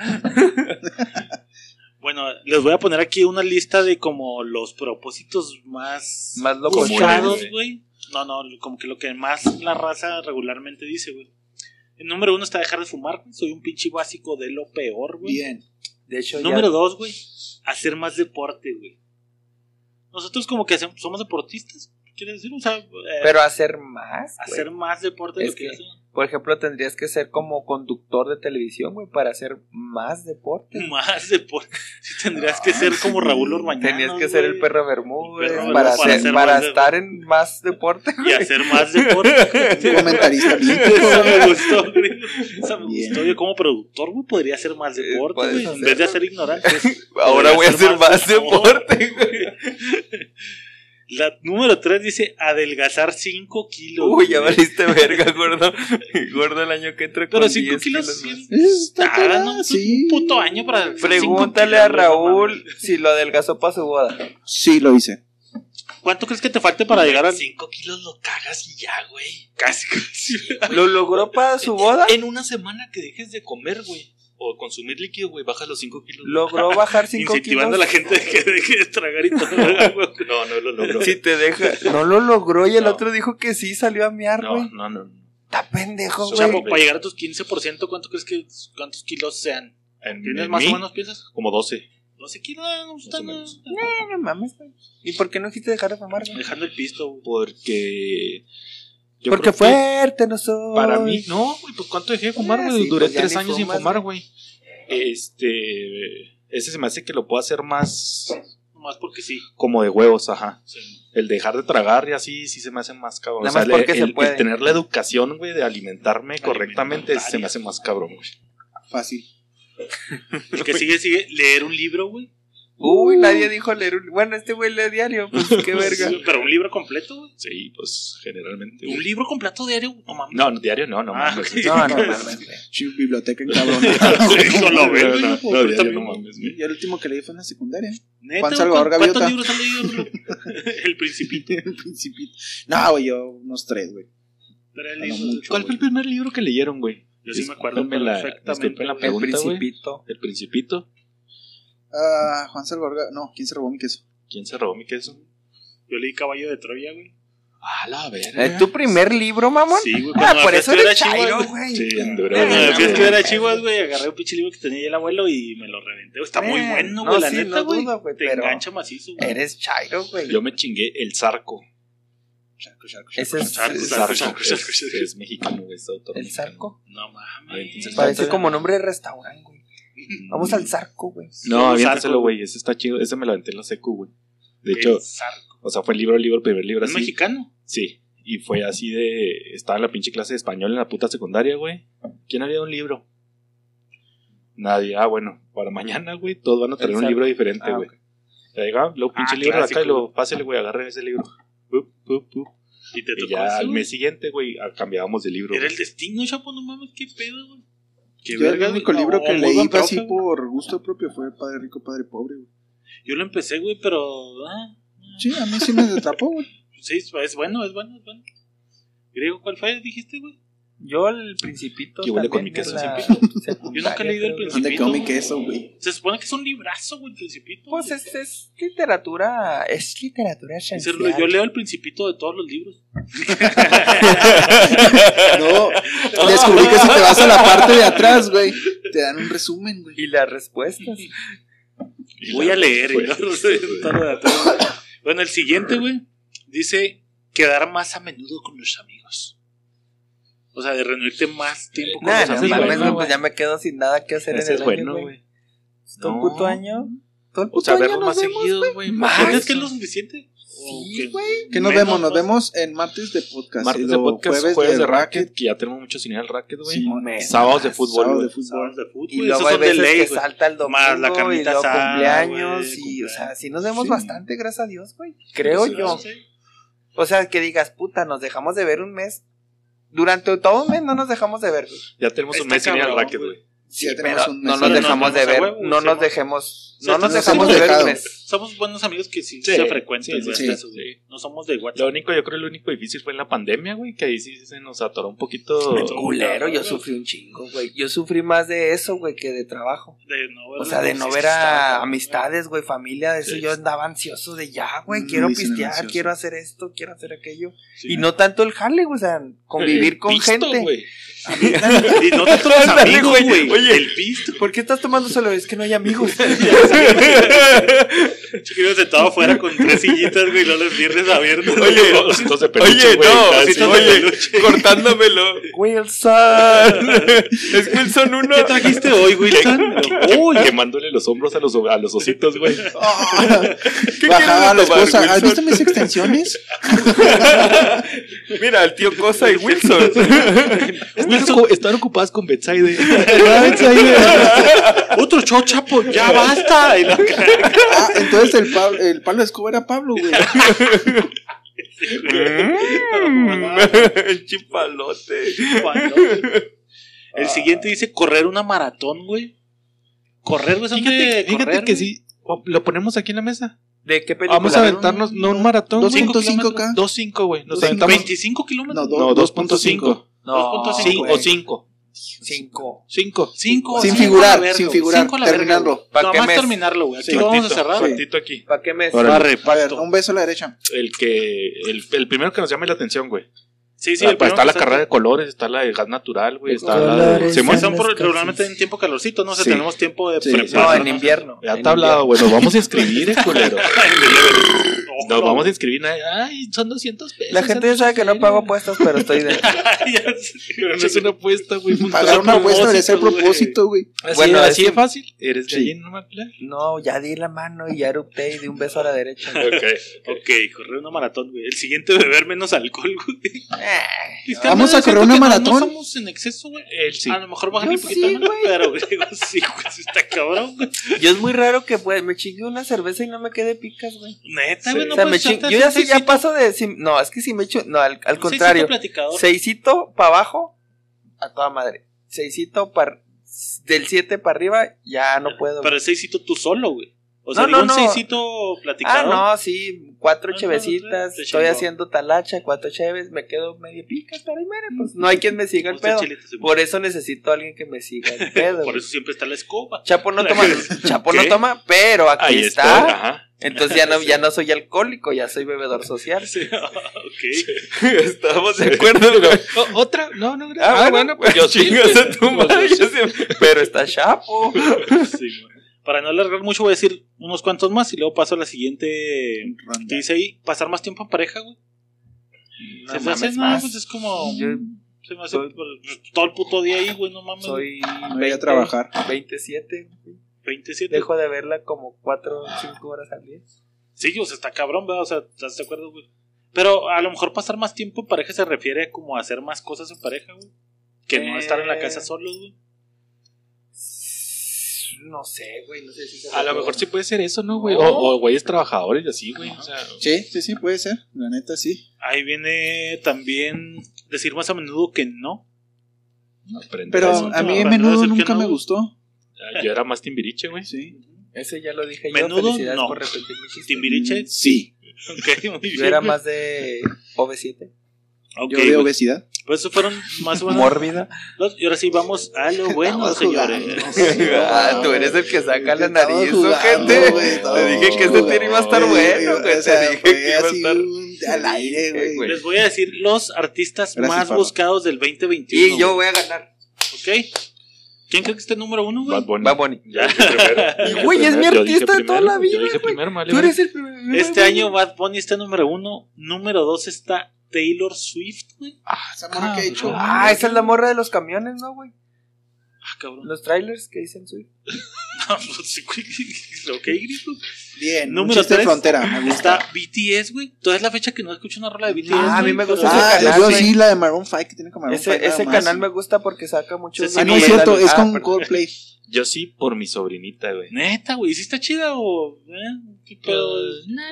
Bueno, les voy a poner aquí una lista de como los propósitos más,
Más locos,
buscados,
güey.
güey. No, no, como que lo que más la raza regularmente dice, güey. El número uno está dejar de fumar, güey. Soy un pinche básico de lo peor, güey.
Bien.
De hecho, ya-
Número dos, güey, hacer más deporte, güey. Nosotros como que hacemos- somos deportistas, ¿quieres decir? O sea, eh,
pero hacer más. güey.
hacer más deporte de
Es
lo que,
que-
hacemos.
Por ejemplo, tendrías que ser como conductor de televisión, güey, para hacer más deporte.
Más deporte. Sí, tendrías que ser como Raúl Ormañanos,
Ah. Tenías que ser el
güey.
perro Bermúdez
El perro
para,
Bermúdez para
hacer-
hacer
para
más de-
estar en más deporte.
Y hacer más deporte.
Un comentarista bien.
Eso me gustó, güey. Eso me
Bien.
gustó. Yo como productor, güey, podría hacer más
Eh,
deporte,
puedes
güey. En
hacer-
vez de hacer ignorante.
Ahora
podría
voy a hacer más deporte, güey.
La número 3 dice adelgazar 5 kilos.
Uy, ya
güey.
valiste verga, gordo. Gordo el año que entra con
Pero 5
10
kilos
más. Ah,
sí
Ah,
Está
está,
cara,
pues,
¿no? Es
sí.
un puto año para. cinco
Pregúntale
kilos,
a
güey, no
Raúl
mames.
si lo adelgazó para su boda.
Sí, lo hice.
¿Cuánto crees que te falte para llegar a
5 kilos lo cagas y ya, güey.
Casi, casi.
¿Lo logró para su boda?
En una semana que dejes de comer, güey. O consumir líquido, güey, bajas los 5 kilos.
¿Logró bajar 5
Incentivando
kilos?
a la gente de que deje de tragar y todo. haga, güey.
No, no lo logro.
Si te deja. No lo logró y el
No.
otro dijo que sí, salió a miar,
No,
güey.
no, no. no.
Está pendejo,
Su
güey.
chavo.
Chapo, para llegar a tus 15%, ¿cuánto crees que cuántos kilos sean?
En,
¿Tienes
en
más
mí,
o menos piensas?
Como 12.
12 kilos, eh, no está
o
nada.
menos.
No, no mames, güey. ¿Y por qué no quisiste dejar de fumar, güey?
Dejando el pisto, güey.
Porque. yo
Porque
creo que
fuerte no soy.
Para mí, no, güey, pues cuánto dejé de fumar,
Ah,
güey.
sí,
Duré
pues ya
tres
ni
años sin
fumas,
fumar, güey. Este. Ese se me hace que lo puedo hacer más
Nomás porque sí.
como de huevos, ajá.
Sí.
El dejar de tragar y así, sí se me hace más cabrón.
Nada
o
más
sea, el,
porque se
el- el
puede.
tener la educación, güey, de alimentarme correctamente se me hace más cabrón, güey.
Fácil.
El que sigue, sigue, leer un libro, güey.
Uy, nadie dijo leer un... Bueno, este güey lee diario, pues qué verga.
Pero un libro completo, güey.
Sí, pues generalmente.
Un
güey.
libro completo diario, no mames.
No, no, diario no, no
Ah,
mames.
ok.
No, no mames, güey.
Sí, biblioteca en cabrón.
No,
Solo, güey.
no, no, no, diario no
Neta,
mames, güey.
Y el último que leí fue en la secundaria.
güey,
Juan Salvador
¿cu- ¿Cuántos
Gaviota.
libros han leído? güey? el Principito.
El principito. No, güey, yo unos tres, güey.
Tres
No, no
libros.
mucho.
¿Cuál fue el primer libro que leyeron, güey?
Yo sí me acuerdo
Discúlpenme la-
perfectamente.
disculpen la
El
pregunta, güey.
principito.
El Principito.
Ah, Juan Salvador. Ga- No, ¿quién se robó mi queso?
¿Quién se robó mi queso?
Yo leí Caballo de Troya, güey.
A la verga.
¿Es Eh, tu primer libro, mamón?
Sí, güey.
Ah,
cuando me
por
fui a
eso eres
estudiar a Chihuahua, güey.
chairo, güey.
Sí, en
Ah,
Cuando me fui a
Durango.
estudiar a Chihuahua, güey, agarré un pinche libro que tenía ahí el abuelo y me lo reventé. güey. Está muy
Eh,
bueno,
no,
güey, la
sí,
neta,
no
güey.
dudo, güey,
Te
pero-
engancha macizo, güey.
Eres chairo, güey.
Yo me chingué el Zarco.
Charco, charco,
Ese es
Zarco,
El
es-
Zarco,
Zarco,
es,
Zarco,
es
Zarco.
mexicano, güey, es autor
el
mexicano.
sarco.
No
A ver, entonces,
mames.
Parece como nombre de restaurante, güey. Vamos
Mm.
al sarco, güey.
No,
Zarco,
aviéntaselo,
güey.
güey. Ese está chido. Ese me lo aventé en la secu, güey. De
El
hecho,
Zarco.
o sea, fue el libro, el libro, el primer libro
¿Es
así.
mexicano?
Sí. Y fue así de. Estaba en la pinche clase de español en la puta secundaria, güey. ¿Quién haría un libro? Nadie. Ah, bueno, para mañana, güey, todos van a traer
El
un
Zarco.
libro diferente,
Ah,
güey. Ya llegaba, luego pinche
Ah,
libro de acá y
clásico,
luego pásele, güey, agarren ese libro. Pup, pup, pup.
Y te
Y
tocó
ya
ese,
al
güey.
mes siguiente, güey, a- cambiábamos de libro.
Era
güey.
el destino, chapo, no mames, qué pedo, güey. Qué
Yo
verga,
el único
güey.
libro
No,
que
muy
leí
buen profe,
así
güey.
por gusto propio fue Padre Rico, Padre Pobre, güey.
Yo lo empecé, güey, pero. ah,
Sí, a mí sí me atrapó, güey.
sí, es bueno, es bueno, es bueno. Griego, ¿cuál fue? Dijiste, güey.
Yo el principito.
Que huele
también
con mi queso,
en la
Yo nunca he leído el
creo, güey.
principito.
¿Dónde quedó mi queso, güey?
Se supone que es un librazo, güey, el Principito.
Pues
güey.
es, es literatura. Es literatura
Ese-
esencial.
Yo leo el Principito de todos los libros.
No, descubrí que si te vas a la parte de atrás, güey, te dan un resumen, güey.
Y las respuestas.
Y
Voy
la-
a leer.
fue-
y no sé, todo de atrás. bueno, el siguiente, güey, dice quedar más a menudo con los amigos. O sea, de reunirte más tiempo con
Nah,
los
no
amigos,
mames,
güey,
güey, pues ya me quedo sin nada que hacer
Ese
en
es
el
bueno,
año,
güey.
güey. Todo el
No.
puto año. Todo el puto
O sea,
año
verlo
Pues nos
más
vemos,
seguido, güey.
Más.
más.
¿Crees que es lo suficiente? O
Ah, Sí,
que-
güey.
Que nos
menos,
vemos, nos
¿no?
vemos en martes de podcast. y
Martes de
luego
podcast, jueves, de, racket,
racket,
que ya tenemos mucho sin ir al racket, güey.
Simón.
Sábados de fútbol,
Sábados
güey.
de fútbol.
Sábados de fútbol,
Y
esos
luego hay
son de
veces
ley,
que
güey.
salta el domingo
Más la
y
carnita
luego
asada,
cumpleaños
güey,
y, o sea, sí nos vemos
Sí.
bastante, gracias a Dios, güey. Creo
Sí,
yo.
sí,
O sea, que digas, puta, nos dejamos de ver un mes. Durante todo un mes no nos dejamos de ver, güey.
Ya tenemos un
Está
mes sin ir al
cabrón,
racket,
güey.
güey.
Sí, ya
Pero
tenemos un
no
mes.
nos
Sí,
dejamos
no,
de
no,
ver,
a huevo,
no
sí,
nos
no.
dejemos,
Sí,
no nos
sí,
dejamos
sí,
de ver
dejado.
un mes.
Somos buenos amigos que sí,
Sí,
se frecuentan.
sí, sí,
güey,
sí.
hasta eso, güey. No somos de
Lo
WhatsApp.
único, yo creo que lo único difícil fue en la pandemia, güey, que ahí sí se nos atoró un poquito.
Culero, yo sufrí un chingo, güey. Yo sufrí más de eso, güey, que de trabajo.
De no ver
O sea, de no
sí,
ver
pues, está
a
cabrón,
amistades, güey, familia, de eso
Sí.
yo andaba ansioso de ya,
Mm,
güey, quiero
dicen
pistear,
ansioso.
quiero hacer esto, quiero hacer aquello.
Sí.
Y no tanto el jale, güey, o sea, convivir
El
con
pisto,
gente.
güey.
güey. Y no tanto los
Ándale,
amigos,
güey.
güey.
Oye.
El pisto.
¿Por qué estás tomando solo? Es que no hay amigos.
Yo sentado afuera con tres sillitas, güey, y no les pierdes abiertos.
Oye, ositos de peluche, güey, cada
ositos
cinco
de
minutos.
peluche.
cortándomelo. Wilson. es Wilson uno.
¿Qué trajiste hoy, Wilson? Uy,
quemándole los hombros a los, a los ositos, güey.
Ah, Bajaba la esposa. ¿Has visto mis extensiones?
Mira, el tío Cosa y Wilson.
están ocupadas con Betsaide.
otro show, chapo, ya basta. Y la
Ah, entonces el, Pablo, el Pablo Escobar era Pablo, güey.
el chipalote.
El siguiente dice correr una maratón, güey. Correr, güey, son de
Fíjate, fíjate
correr,
que
güey.
sí. o- Lo ponemos aquí en la mesa.
¿De qué película?
Vamos a aventarnos, no un maratón. güey.
2.5K.
2.5, güey. Nos
Cin-
aventamos.
25 kilómetros.
No,
No,
do-
2.5.
No,
2.5,
Cin-
güey.
O 5.
Cinco.
5.
Cinco,
Sin
cinco a la
figurar,
verga,
sin
güey.
figurar.
Cinco a la verga, güey.
Terminarlo.
¿Pa'
No,
qué
más
mes?
terminarlo, güey. Aquí lo vamos a cerrar.
sí.
Ratito aquí.
¿Para qué mes?
Órale.
Arre,
A ver,
pacto.
un beso a la derecha.
El que. El, el primero que nos llame la atención, güey.
Sí, sí,
Ah,
el
pues está
primero
la
que
carrera de colores, está la de gas natural, güey. Está la de.
colores,
Se
Que
mueve-
son por,
Las
regularmente
calzas.
en tiempo calorcito, ¿no? O sea,
Sí.
tenemos tiempo de
Sí,
No,
prepararnos.
en invierno.
Ya
En
está hablado, güey. Nos vamos a inscribir, eh, culero.
Ojo,
Nos vamos a inscribir. Ay, son 200 pesos.
invierno.
¿eh?
La gente ya sabe que no pago apuestas, pero estoy de.
Ya sé,
Pero no es una apuesta, güey. un
Pagar una apuesta merece el
propósito,
propósito, güey.
Así,
Bueno,
así
así-
de fácil. Eres
Sí.
gallina, no me aclaras.
No, ya di la mano y ya erupté y di un beso a la derecha.
Ok, correr una maratón, güey. El siguiente, beber menos alcohol, güey. Cristian,
¿Vamos
no,
a correr
siento
una
que no-
maratón?
No, somos en exceso, güey.
Él sí.
A
ah,
lo mejor bajarle un
Yo
poquito,
sí,
¿no? Pero, güey, digo, sí, güey, sí está cabrón, güey.
Yo es muy raro que pues, me chingue una cerveza y no me quede picas, güey.
Neta,
Sí.
güey, no pues,
o sea, me
puedes
ching-
echarte
Yo ya,
así
sí,
un
ya
seisito-
paso de. sim- No, es que si me echo. No, al, al
un seisito
contrario.
platicador.
Seisito para abajo, a toda madre. Seisito para. Del 7 para arriba, ya no puedo. Ah,
Pero el seisito tú solo, güey. O sea,
No, no,
digo, un
no.
seisito
ah,
platicador.
no, sí,
Ah, No,
cuatro
no, no,
chevecitas.
te
Estoy
chingó.
haciendo talacha, cuatro cheves, me quedo medio pica, pero ahí mire,
Mm,
pues no hay quien me siga el
Usted,
pedo.
Chelito, sí.
Por eso necesito a alguien que me siga el pedo.
Por
güey.
eso siempre está la escoba.
Chapo no
La-
toma, Chapo no
¿Qué?
toma, pero aquí
Ahí
está.
está. Ajá.
Entonces ya no, ya no soy alcohólico, ya soy bebedor social.
Sí, ok.
Estamos de acuerdo,
¿Otra? No, no, gracias.
Ah, bueno, pues yo chingas a tu madre. yo sí- Pero está chapo.
Sí, güey. Para no alargar mucho, voy a decir unos cuantos más y luego paso a la siguiente. Que dice ahí, pasar más tiempo en pareja, güey.
No
se me hace,
mames,
no,
más.
pues es como.
Yo
se me hace
soy-
por- todo el puto día ahí, güey, no mames.
soy
Me voy
20,
a trabajar.
27.
27.
Dejo de verla como 4 o 5 horas al día.
Sí, o sea, está cabrón, ¿verdad? O sea, ¿estás de acuerdo, güey? Pero a lo mejor pasar más tiempo en pareja se refiere a como hacer más cosas en pareja, güey. Que no
Eh.
estar en la casa solos, güey.
No sé, güey, no sé si se
A lo mejor sí puede ser eso, ¿no, güey? O-
No.
O güeyes trabajadores y así, güey. O sea,
Sí, sí, sí, puede ser. La neta, sí.
Ahí viene también decir más a menudo que no.
aprender
Pero
eso.
a mí
no,
menudo
decir que
nunca
no.
me gustó.
Yo era más timbiriche, güey.
Sí.
Ese ya lo dije yo.
Menudo,
Felicidades
no.
por repetir mi chiste.
Mm,
Timbiriche.
Sí.
Ok, muy bien.
Mm. Yo era
güey.
más de OV7.
Ok,
Yo de
güey.
obesidad.
Pues eso fueron más o menos.
Mórbida.
los- Y ahora sí vamos a lo bueno,
Estaba
señores.
jugando.
Ah, tú eres el que saca la
Estaba
nariz,
jugando,
ojete.
güey, estaba
Te dije que este
jugando,
tiro iba a estar
güey,
bueno, güey,
o sea,
te dije
fue
que iba a
así
estar-
un- Al aire, güey.
Les voy a decir los artistas
Gracias,
más
Pablo.
buscados del 2021.
Y yo voy a ganar.
güey. ¿Ok? ¿Quién cree que esté número uno, güey?
Bad Bunny.
Va Bonnie.
Yo dije primero.
Güey, es mi
Yo dije
artista de toda
primero,
la
güey. Yo
vida,
dije
güey.
primero, vale,
Tú
vale.
eres el primer.
Este año Bad Bunny está número uno. Número dos está Taylor Swift, güey.
Esa morra que ha hecho.
Ah, esa es la morra de los camiones, ¿no, güey?
Ah, cabrón.
Los trailers que dicen suyo.
No, pues, güey, ok, grito.
Bien,
Número
Número chiste de
tres.
frontera, me gusta.
Está BTS, güey. Toda es la fecha que no escucho una rola de BTS.
Ah, a mí
güey,
me
pero-
gusta
Ah,
ese canal,
yo
güey.
sí, la de Maroon 5 que tiene con Maroon
Ese,
5 nada
ese
más.
canal me gusta porque saca muchos.
Ah, no es cierto, es con Coldplay.
Yo sí por mi sobrinita, güey.
Neta, güey. ¿Sí está chida o.? eh? ¿Qué pedo?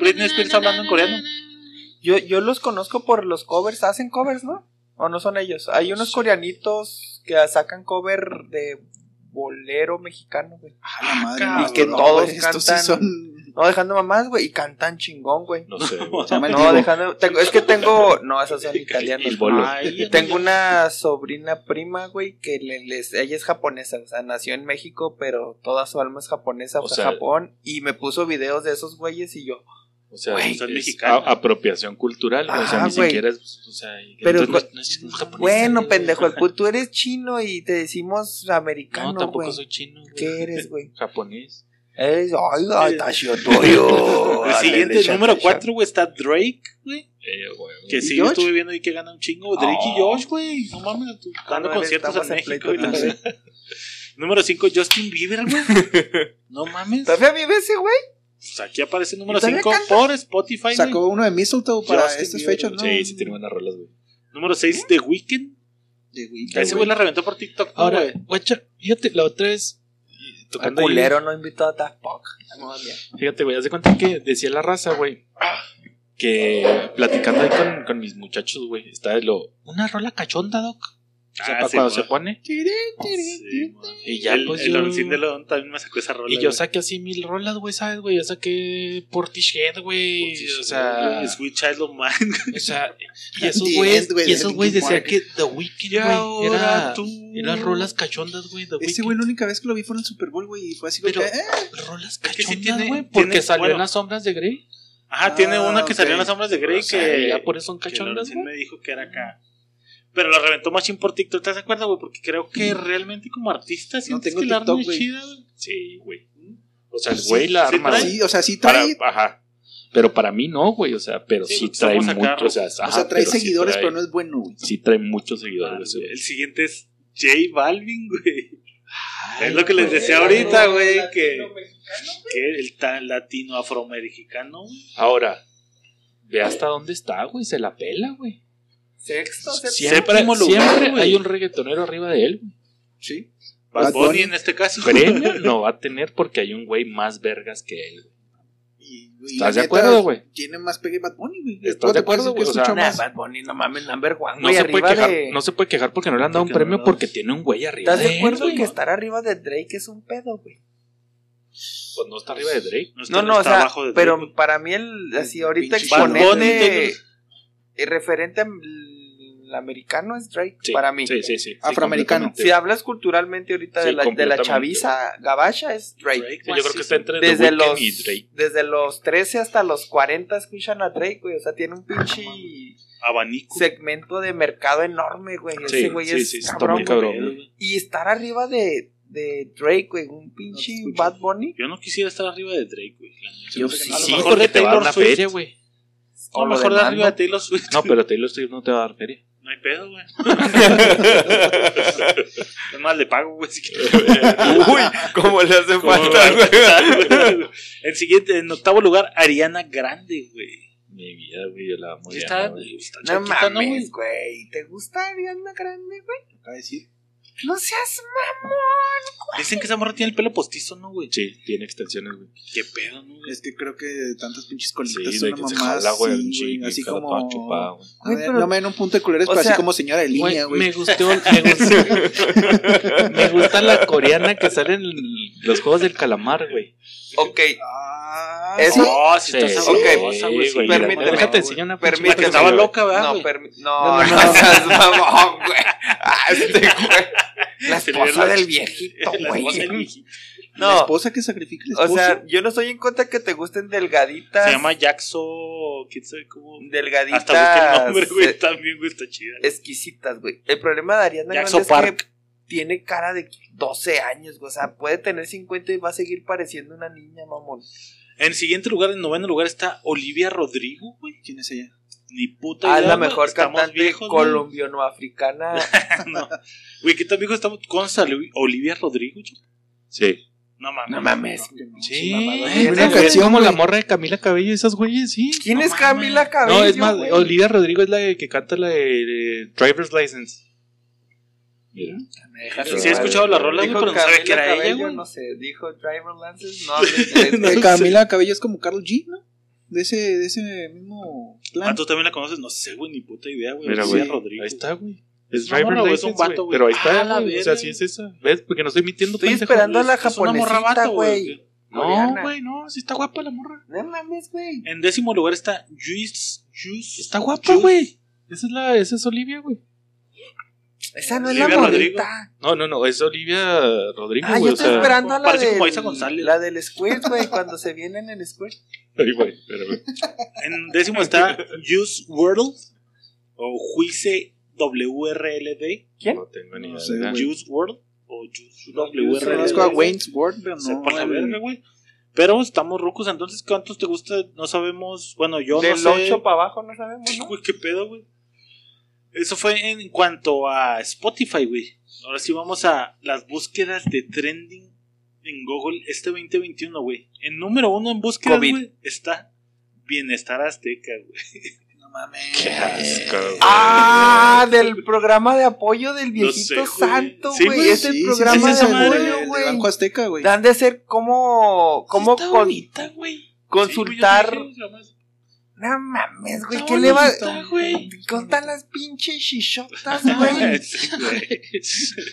Britney Spears hablando en coreano.
Yo, yo los conozco por los covers. Hacen covers, ¿no? O no son ellos. Hay unos coreanitos que sacan cover de bolero mexicano, güey.
Ah, la madre.
cabrón,
no, güey,
todos
estos sí
cantan.
son.
No dejando mamás, güey, y cantan chingón, güey.
No sé, güey.
se llama el
No,
Divo.
dejando. tengo- es que tengo. No, esos son italianos.
El bolo.
Ay, tengo una sobrina prima, güey, que le- les, ella es japonesa, o sea, nació en México, pero toda su alma es japonesa, o,
O
sea,
sea-
Japón, y me puso videos de esos güeyes y yo.
O sea,
Güey,
es
son
a-
mexicanos.
apropiación cultural, güey. O sea,
Ah,
ni
güey.
siquiera es. pues, O sea, y-
Pero
entonces
cu-
no es- no es japonés,
Bueno,
güey.
pendejo, el pu- tú eres chino y te decimos americano,
No, tampoco
güey.
soy chino, güey.
¿Qué eres, güey?
Japonés.
Eres, ay, ay, Tashiotoyo.
El siguiente, número 4, güey, está Drake, güey.
Eh, güey.
Que sí,
¿Y
yo
Josh?
estuve viendo ahí que gana un chingo. Drake
Ah.
y Josh, güey. No mames, tú- dando
no,
conciertos en
estamos en
México.
pleito,
y la
no sé.
verga. número 5, Justin Bieber, güey. No mames. Pues
¿Todavía vive ese güey?
aquí aparece el número
¿Todavía
5
canta?
por Spotify, güey.
Sacó uno de Mistletoe para
Justin
estas
Bieber,
fechas, ¿no?
Sí, sí tiene buenas rolas, güey.
Número 6, The Weeknd.
De Weeknd,
Ese güey la reventó por TikTok, ¿no,
Ahora,
güey.
guacha, fíjate, la otra es. y
El
Tocando ahí-
culero no invitó a Daft Punk. No, mía.
Fíjate, güey, haz de cuenta que decía la raza, güey. Que platicando ahí con, con mis muchachos, güey, está de lo. Una rola cachonda, doc. O sea, para
Ah, sí,
cuando
güey.
se pone.
Sí, güey.
Y ya,
el,
pues.
el
yo-
Orsin de León también me sacó esa rola.
Y yo saqué así mil rolas, güey, ¿sabes, güey? Yo saqué Portishead, güey. O sea,
Sweet Child O' Mine.
o sea, y esos
The
güeyes,
End, güey,
y
de
esos güeyes decían
Linkin
que The Weeknd, güey, era, era rolas cachondas, güey, The
Este
Weeknd.
güey, la única vez que lo vi fue en el Super Bowl, güey, y fue así como
Pero-
que, eh,
rolas
Es que sí
cachondas,
tiene-
güey,
tiene-
porque salió
bueno.
en las sombras de Grey.
Ajá, tiene
Ah,
una que salió
ok.
en las sombras de Grey
O sea,
que
ya por eso son
que
cachondas,
Lorenzín
güey.
me dijo que era acá. Pero la reventó Machín por TikTok, ¿te acuerdas, güey? Porque creo que realmente como artista sientes
tengo
que la arma
TikTok,
es
güey.
chida, güey.
Sí, güey. O sea, el güey la
sí
arma,
trae.
güey.
sí, o sea, sí
Para,
trae,
ajá. Pero para mí no, güey. O sea, pero
Sí,
sí,
porque
trae
somos acá,
muchos. O sea,
o sea, trae seguidores,
sí trae,
pero no es bueno, güey.
Sí trae muchos
Ah,
seguidores.
güey. El siguiente es J Balvin, güey. es lo que les
güey,
decía ahorita,
no,
güey,
latino
que, que el tan latino afroamericano. güey.
Ahora, ve hasta dónde está, güey. Se la pela, güey.
Sexto, séptimo.
Siempre,
lugar,
siempre
güey.
hay un reggaetonero arriba de él. güey.
Sí.
Bad
Bad
Bunny,
Bunny.
en este caso.
Premio no va a tener porque hay un güey más vergas que él. güey.
Y, y
¿Estás
la neta,
de acuerdo, güey?
Tiene más pegue Bad Bunny, güey.
¿Estás
¿Cómo
de
te puedes decir
acuerdo, güey?
que
O sea,
escucha
Nah,
más?
Bad Bunny, no mames, number one,
No,
güey,
se puede
arriba
quejar,
de...
no se puede quejar porque no le han dado un
Porque no
premio
lo-
porque tiene un güey arriba
¿Estás
de él.
de acuerdo
güey?
que estar arriba de Drake es un pedo, güey?
Pues no está arriba de Drake.
está-
No, no, o
está
sea,
abajo de
pero
Drake.
para mí el, así ahorita
Pinche Bad
exponente
Bunny.
eh, referente al americano es Drake,
Sí,
para mí.
Sí, sí, sí. sí,
Afroamericano.
completamente.
Si hablas culturalmente ahorita
Sí,
de, la, de la
completamente.
chaviza gabacha es Drake.
Drake,
Sí,
güey,
yo creo
sí,
que está
sí.
entre The
Desde
Weeknd
los,
y Drake.
desde los 13 hasta los 40 escuchan a Drake, güey. O sea, tiene un pinche
abanico.
segmento de mercado enorme, güey.
Sí,
Ese güey
sí,
es
sí, está
cabrón,
muy
güey.
cabrón. güey.
Y estar arriba de, de Drake, güey, un pinche
escucho.
Bad Bunny.
Yo no quisiera estar arriba de Drake, güey. la neta.
Yo
creo que
sí,
no. A lo
sí,
mejor
porque
de
te va a dar
Taylor
una
Swift.
feria, güey.
O
lo
mejor de
demanda.
arriba de Taylor Swift.
No, pero Taylor Swift no te va a dar feria.
No hay pedo, güey. es más, le pago, güey, si quieres.
Uy, cómo le hace
¿Cómo me va a costar, güey? El siguiente, en octavo lugar, Ariana Grande, güey.
Mi vida, güey, yo la amo.
Sí
ya,
está,
güey.
está
No
chaquita, ¿no, güey?
mames, güey. ¿Te gusta Ariana Grande, güey?
Acaba de decir.
No seas
Dicen que esa morra tiene el pelo postizo, ¿no, güey?
Sí, tiene extensiones, güey.
Qué pedo, ¿no, güey?
Es que creo que tantas pinches
Sí,
colitas
de
son Pues,
que
una
se
mamá
jala, güey, un
así,
chingo
güey,
y
así
queda
como...
toda chupada, güey.
No
Güey,
me-
pero-
No me den un punto de culeros,
O
pero así
sea-
como señora de línea,
Güey,
güey.
Me gustó, me gustó- me gusta la coreana que sale en los juegos del calamar, güey.
Ok,
Ah,
Eso-
sí.
No, si estás
ok,
sabrosa, güey. sí.
güey, permíteme,
Déjate
güey.
enseñar una pinche
permíteme.
que estaba
güey.
loca, ¿verdad,
No,
güey?
permi-
No,
no, no,
no, no.
seas mamón, güey. Ah, este güey. La
Se le
esposa
ve la-
del viejito,
La
güey.
esposa del viejito.
La
No,
esposa que sacrifica la
o
esposa.
sea, yo no estoy en contra que te gusten delgaditas.
Se llama Jackson. ¿Quién sabe cómo?
Delgaditas.
Hasta busqué el nombre,
eh,
güey. También, güey, está chida.
Exquisitas, güey. El problema de Ariana
Jackson
Grande es que tiene cara de 12 años, güey. O sea, puede tener 50 y va a seguir pareciendo una niña, mamón.
En siguiente lugar, en noveno lugar, está Olivia Rodrigo, güey.
¿Quién es ella?
Ni puta
Ah, es la
güey.
mejor
Estamos
cantante
viejos, güey.
colombiano-africana.
No. Güey, ¿qué tan viejo estamos? ¿Cómo salió Olivia Rodrigo? chavo?
Sí.
No mames.
No mames.
Sí,
mamador.
güey,
Una
es
canción,
como la
güey.
morra de Camila Cabello, esas güeyes, sí.
¿Quién
No
es
mames.
Camila Cabello?
No, es más,
güey?
Olivia Rodrigo es la de- que canta la de, de Driver's License. Mira.
Me dejas
Sí,
de
sí he
madre.
escuchado la rola, güey,
Dijo
pero no sabía
Camila
que era ella,
Cabello,
güey.
No sé, dijo Driver Lances, no hables de eso.
De Eh, Camila Cabello es como Carlos G, ¿no? De ese, de ese mismo
Ah,
plan.
tú también la conoces, no sé, güey, ni puta idea, güey.
Mira,
Olivia
güey.
Rodrigo.
Ahí está, güey. Es
No,
Driver's
no, güey, es
License,
un
güey,
vato, güey.
Pero ahí
Ah, la
está, güey. O sea,
verga.
sí es esa. ¿Ves? Porque no estoy mintiendo,
Estoy
pendejo.
esperando a la
Es una morra
japonesita,
vato, güey,
güey.
No,
coreana.
güey, no. Sí está guapa la morra.
No mames, güey.
En décimo lugar está Juice. Juice.
Está guapa, güey. Esa es la, esa es Olivia, güey.
Esa no es
Olivia
la
Rodrigo.
morrita.
No, no, no. Es Olivia Rodrigo,
Ah,
güey.
yo
O
estoy
sea,
esperando a la
Parece
del,
como Isa González.
la del Squirt, güey, cuando se viene en el Squirt.
Ay, güey, espérame.
En décimo está Juice World o Juice WRLD.
¿Quién?
No tengo ni
No
idea.
sé, güey.
Juice World o Juice
Yo conozco a
WRLD.
Wayne's World, pero
Se
no.
por la
al-
verga, güey. Pero estamos rucos, entonces ¿cuántos te gusta? No sabemos. Bueno, yo
Del
no sé.
8 para abajo, no sabemos, ¿no?
Güey, qué pedo, güey. Eso fue en cuanto a Spotify, güey. Ahora sí vamos a las búsquedas de trending en Google este 2021, güey. En número uno en búsquedas,
COVID.
güey, está Bienestar Azteca, güey.
No mames.
Qué asco, güey.
Ah, del programa de apoyo del
No
viejito
sé, güey.
santo,
Sí,
güey.
güey,
es el
sí, sí,
Este programa
sí,
esa
de
sí,
madre,
apoyo,
del
güey.
Banco Azteca, güey.
Dan de ser como, como
Sí está
con-
bonita, güey.
consultar.
Sí, güey, yo dije,
No mames, güey,
Está
¿qué le va?
bonita, güey.
Contan las pinches chichotas, güey.
jamás- Sí, güey.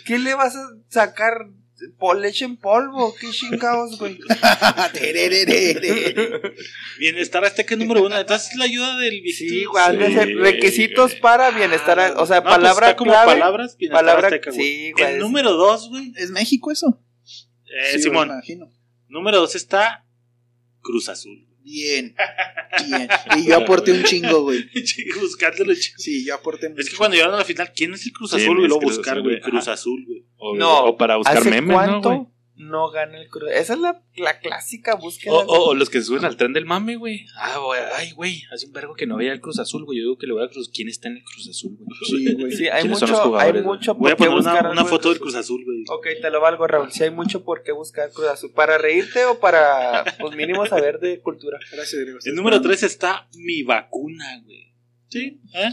¿Qué le vas a sacar? Po- Leche en polvo, qué chingados, güey.
Terererere.
Bienestar Azteca es número uno. Entonces es la ayuda del viejito.
Sí, güey, han de
Sí,
ser requisitos
güey.
para bienestar, o sea,
No, pues,
palabra
está como
clave,
palabras, Bienestar
palabra,
Azteca, güey.
sí, güey.
El
es-
número dos, güey.
¿Es México eso?
Eh,
Sí,
Simón.
me imagino.
Número dos está Cruz Azul.
Bien. Bien. Y yo aporté un chingo, güey.
Buscándolo, chico.
Sí, yo aporté mucho.
Es que cuando llegaron a la final, ¿quién es el Cruz
¿Quién
Azul? güey?
es
Lo
Cruz
buscar,
Azul,
güey.
güey?
Cruz
Ajá.
Azul, güey.
O,
No.
o para buscar
¿Hace
memes, ¿no,
cuánto
güey?
¿no, gana el Cruz? Esa es la, la clásica búsqueda.
O, o- o los que se suben al tren del mame, güey. Ah, güey, ay, güey, hace un vergo que no veía el Cruz Azul, güey. Yo digo que le voy a Cruz. ¿Quién está en el Cruz Azul, güey?
Sí, güey.
Sí, hay
¿Quiénes son los
mucho, hay
jugadores, güey?
mucho
Voy a
por qué
poner una,
buscar
una
al
foto del
Cruz
Cruz Azul, güey.
Azul. Ok, te lo valgo, Raúl. Si hay mucho por qué buscar Cruz Azul. ¿Para reírte o para, pues mínimo, saber de cultura?
Gracias, Diego.
El número tres está Mi Vacuna, güey. ¿Sí? ¿Eh?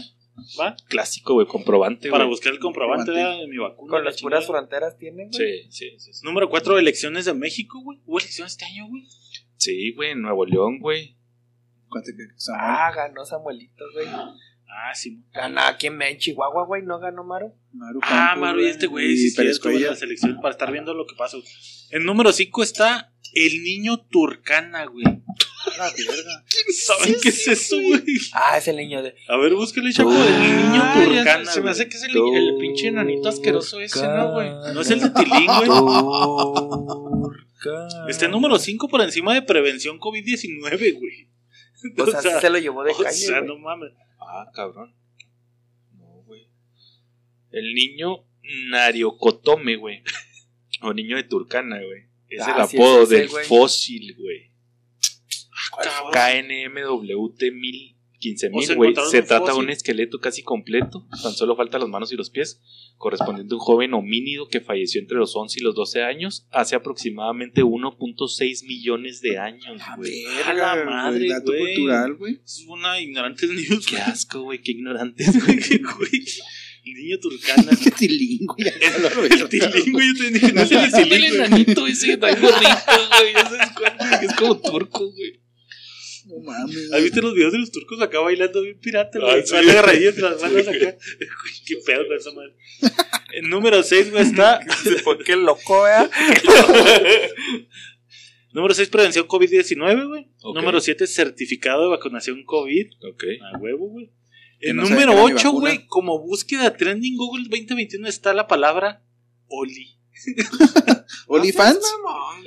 ¿Va?
Clásico, güey, comprobante,
Para
güey.
buscar el comprobante
Comprobante.
¿verdad? de Mi Vacuna.
Con
la
las puras
chingada.
fronteras tienen, güey.
Sí, sí, sí. sí.
Número cuatro, elecciones de México, güey. ¿Hubo elecciones este año, güey?
Sí, güey, en Nuevo León, güey.
Cuate que Samuel.
Ah, ganó Samuelito, güey.
Ah, sí. güey.
Gana aquí en en Chihuahua, güey. No ganó Maro.
Maru
Ah,
Campos,
Maru, y este güey, sí,
Y
sí,
Pérez
estuvo en
Cuellar.
la selección para estar viendo lo que pasa. güey. En número cinco está El Niño Turcana, güey.
La verga.
¿Saben qué es eso, güey?
Ah, es el niño de.
A ver, búscale, chaco. El niño
Ah, ya
turcana.
se- se me
güey.
hace que es el, el pinche enanito asqueroso ese, ¿no, güey?
No es el de Tilín, güey.
Este,
Está en número 5 por encima de prevención COVID-19, güey.
O sea, sí se lo llevó de
o
calle.
sea,
güey.
no mames.
Ah, cabrón. No, güey. El niño Nariocotome, güey. O niño de Turcana, güey. Es
Ah,
el
sí,
apodo
es ese,
del
güey. Ah,
fósil, güey.
Cabrón.
KNMWT 1000.
O sea,
15.000, güey.
encontraron
Se
un
trata de
fósil.
un esqueleto casi completo. Tan solo faltan las manos y los pies. Correspondiente a un joven homínido que falleció entre los 11 y los 12 años. Hace aproximadamente 1.6 millones de años,
Ah,
güey.
A la madre,
Dato
güey.
cultural, güey.
Es una ignorante del niño.
Qué asco, güey. Qué ignorante.
güey, qué güey. El niño turcana.
Qué tilingo. ya
El,
lo
el
veo.
tilín, güey. Yo te dije, no es el
Es el
tilín, güey.
enanito ese tan gorrito, güey. Ya sabes cuál, güey, que es como turco, güey.
No mames.
¿Has visto los videos de los turcos acá bailando bien pirata, güey?
Ah, sí.
Vale, raíz, las manos acá. Güey, qué pedo con esa madre. El número 6, güey, está
¿Por qué loco, eh?
Número 6, prevención COVID-19, güey.
Ok.
Número 7, certificado de vacunación COVID.
Ok.
A huevo, güey.
Que
El
no sabe
número
que era mi
8,
vacuna.
güey, como búsqueda trending Google 2021 está la palabra Oli.
¿Olifans?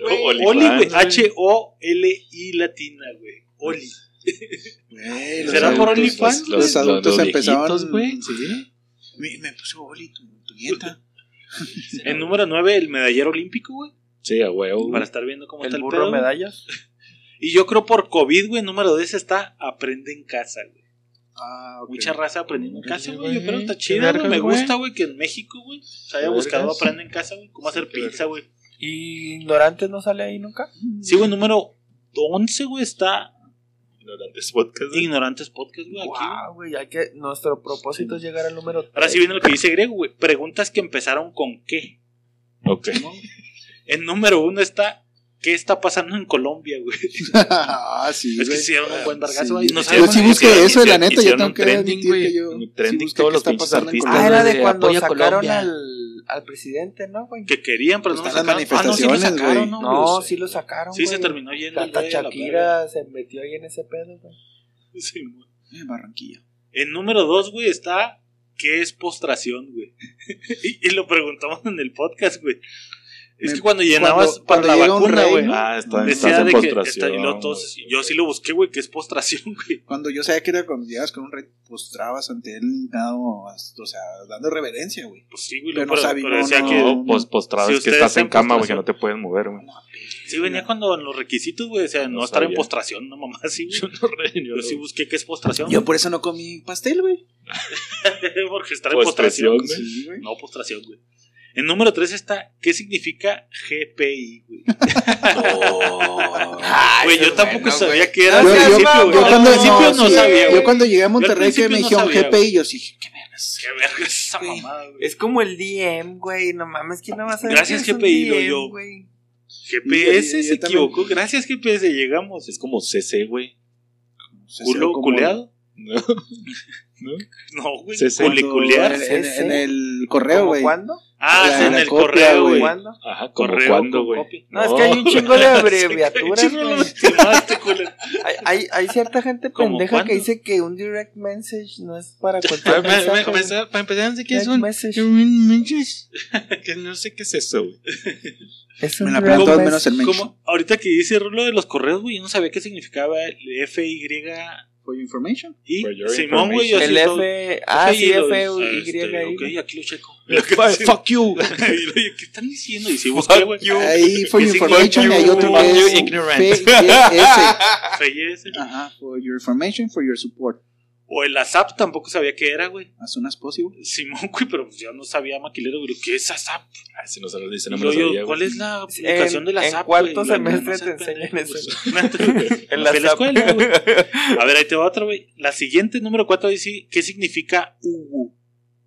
Oli,
Oli, güey.
fans,
H-O-L-I latina, güey. Oli.
Güey, Eh, los
¿Será por
adultos.
OnlyFans,
los-
güey?
Los adultos
viejitos,
empezaron.
güey, sí.
Me, me puso Oli, tu, tu nieta.
El número 9, el medallero olímpico, güey.
Sí, a huevo.
Para estar viendo cómo está
El
el
burro
pedo. güey.
medallas.
Y yo creo por COVID, güey, número 10 está aprende en casa, güey.
Ah, ok.
Mucha raza aprendiendo en
Órale,
casa, güey. Yo creo que está
güey. Qué
chida, güey.
vergas,
Me
güey.
gusta, güey, que en México, güey, se haya
Qué
buscado
vergas.
aprende en casa, güey. Cómo hacer
Qué
pizza, güey.
¿Y ignorantes no sale ahí nunca?
Sí, güey, número 11, güey, está
Ignorantes podcast. güey.
Ignorantes Podcast, güey, aquí.
Wow, güey, hay que. Nuestro propósito es llegar al número
Ahora
tres.
sí viene lo que dice Grego, güey. Preguntas que empezaron con qué.
Ok.
En número uno está. ¿Qué está pasando en Colombia, güey?
ah, sí,
Es que
güey.
hicieron un buen
Sí.
vergazo ahí. No
Yo
sabemos.
sí busqué
hicieron-
eso, la
hicieron-
neta, yo
hicieron
tengo
un
que
trending,
admitir
güey,
que yo
un
sí
trending
busqué
todos
qué
los
está
pinches
pasando en
artistas.
Colombia.
Ah, era de
de
cuando
apoyo a
sacaron
Colombia.
al, al presidente, ¿no, güey?
Que querían, pero no
Pues
lo
están las
sacaron. Ah, no, sí lo
manifestaciones,
sacaron,
güey.
no,
No,
Lo sé.
sí lo sacaron.
Sí, se
güey.
terminó yendo.
Hasta
güey, a la verga.
Shakira se metió ahí en ese pedo, güey.
Sí, güey.
Eh, Barranquilla.
En número dos, güey, está ¿qué es postración, güey? y, y lo preguntamos en el podcast, güey. Es
Me-
que cuando llenabas
cuando-
para
cuando
la
llega un
vacuna,
rey,
güey,
¿no?
Ah, está,
decía
estás en
de que
postración.
está- y luego todos-
güey.
yo sí lo busqué, güey, ¿qué es postración, güey?
Cuando yo sabía que era cuando llegabas con un rey, postrabas ante él, hincado, o sea, dando reverencia, güey.
Pues sí, güey,
Pero
luego,
no
pero,
sabe,
pero
no,
decía
no.
que
No, pos- postrado
Si
es que
ustedes
estás
están
en cama, güey, que
postración.
no te puedes mover, güey.
sí venía cuando en los requisitos, güey, o sea, no,
No
estar en
sabía.
postración, no mamá, sí, güey. Yo sí busqué qué es postración,
Yo por eso no comí pastel, güey.
porque estar en
Postración,
postración.
güey.
Sí, güey.
No, postración, güey. En número tres está ¿qué significa GPI, güey? Güey, yo tampoco sabía que era
No,
al
Yo, yo-
principio,
no,
güey.
yo
no,
Al
cuando,
principio
no,
no
sí,
sabía,
yo
güey.
cuando llegué a Monterrey que
principio
me
no
dijeron
sabía,
GPI, yo sí, qué vergas.
Qué verga es esa
Sí.
mamada, güey.
Es como el DM, güey. No mames, ¿quién no va a saber?
Gracias,
qué es un
GPI, lo
DM,
yo.
güey?
GPS
yo- yo
se
también.
equivocó. Gracias, GPS, llegamos.
Es como CC, güey.
Se
¿Culo
sabe cómo-
culeado?
No.
No, güey.
Se- se-
¿Cule
cuando-
culear?
en-
Sí,
en,
sí.
en el correo,
¿Cómo
güey.
cuándo?
Ah,
la-
sí, en
la
el
copia,
correo,
güey.
güey.
¿Cuándo?
Ajá, como
Correo
cuando,
con
güey.
copia.
No, es que hay un chingo de abreviaturas,
Chirro,
güey.
lo lastimaste, Ah, este culero.
Hay, hay, hay cierta gente
¿Cómo
pendeja
cuándo?
que dice que un direct message no es para
Para
cualquier mensaje, güey.
empezar, para empezar, no sé qué es
Direct
un...
message.
un mensaje. Que no sé qué es eso, güey.
Es un
Me la
direct
pelan todos
message.
menos el mention.
Como ahorita que dice Rulo de los correos, güey, yo no sabía qué significaba el FYI.
For your information.
For Pues your
Simón, güey, yo
information.
sí
El
estaba-
F. Ah, sí,
lo-
F,
ah,
Y,
este,
ahí,
Ok,
güey.
aquí lo checo.
Fuck you.
Y lo- ¿Qué están diciendo? Y si busqué, güey.
Ahí for
Que
your
sí,
information y
fuck
hay
you,
otro
fuck
que
you,
es
ignorant.
PES.
FYS.
Ajá, for your information, for your support.
O el ASAP tampoco sabía qué era, güey.
As soon as possible.
Simón, güey, pero pues yo no sabía maquilero, güey. ¿Qué es ASAP?
Ah, Si no se lo dice, no
Y
me lo
yo,
sabía,
¿Cuál
güey.
es la
En-
aplicación de la
en
SAP?
cuarto
güey? La-
semestre
no sé,
te enseñan
pendejo,
eso.
pues.
En la
Fui a
SAP.
escuela, güey. A ver, ahí te va otra, güey. La siguiente, número 4, dice: ¿Qué significa UW?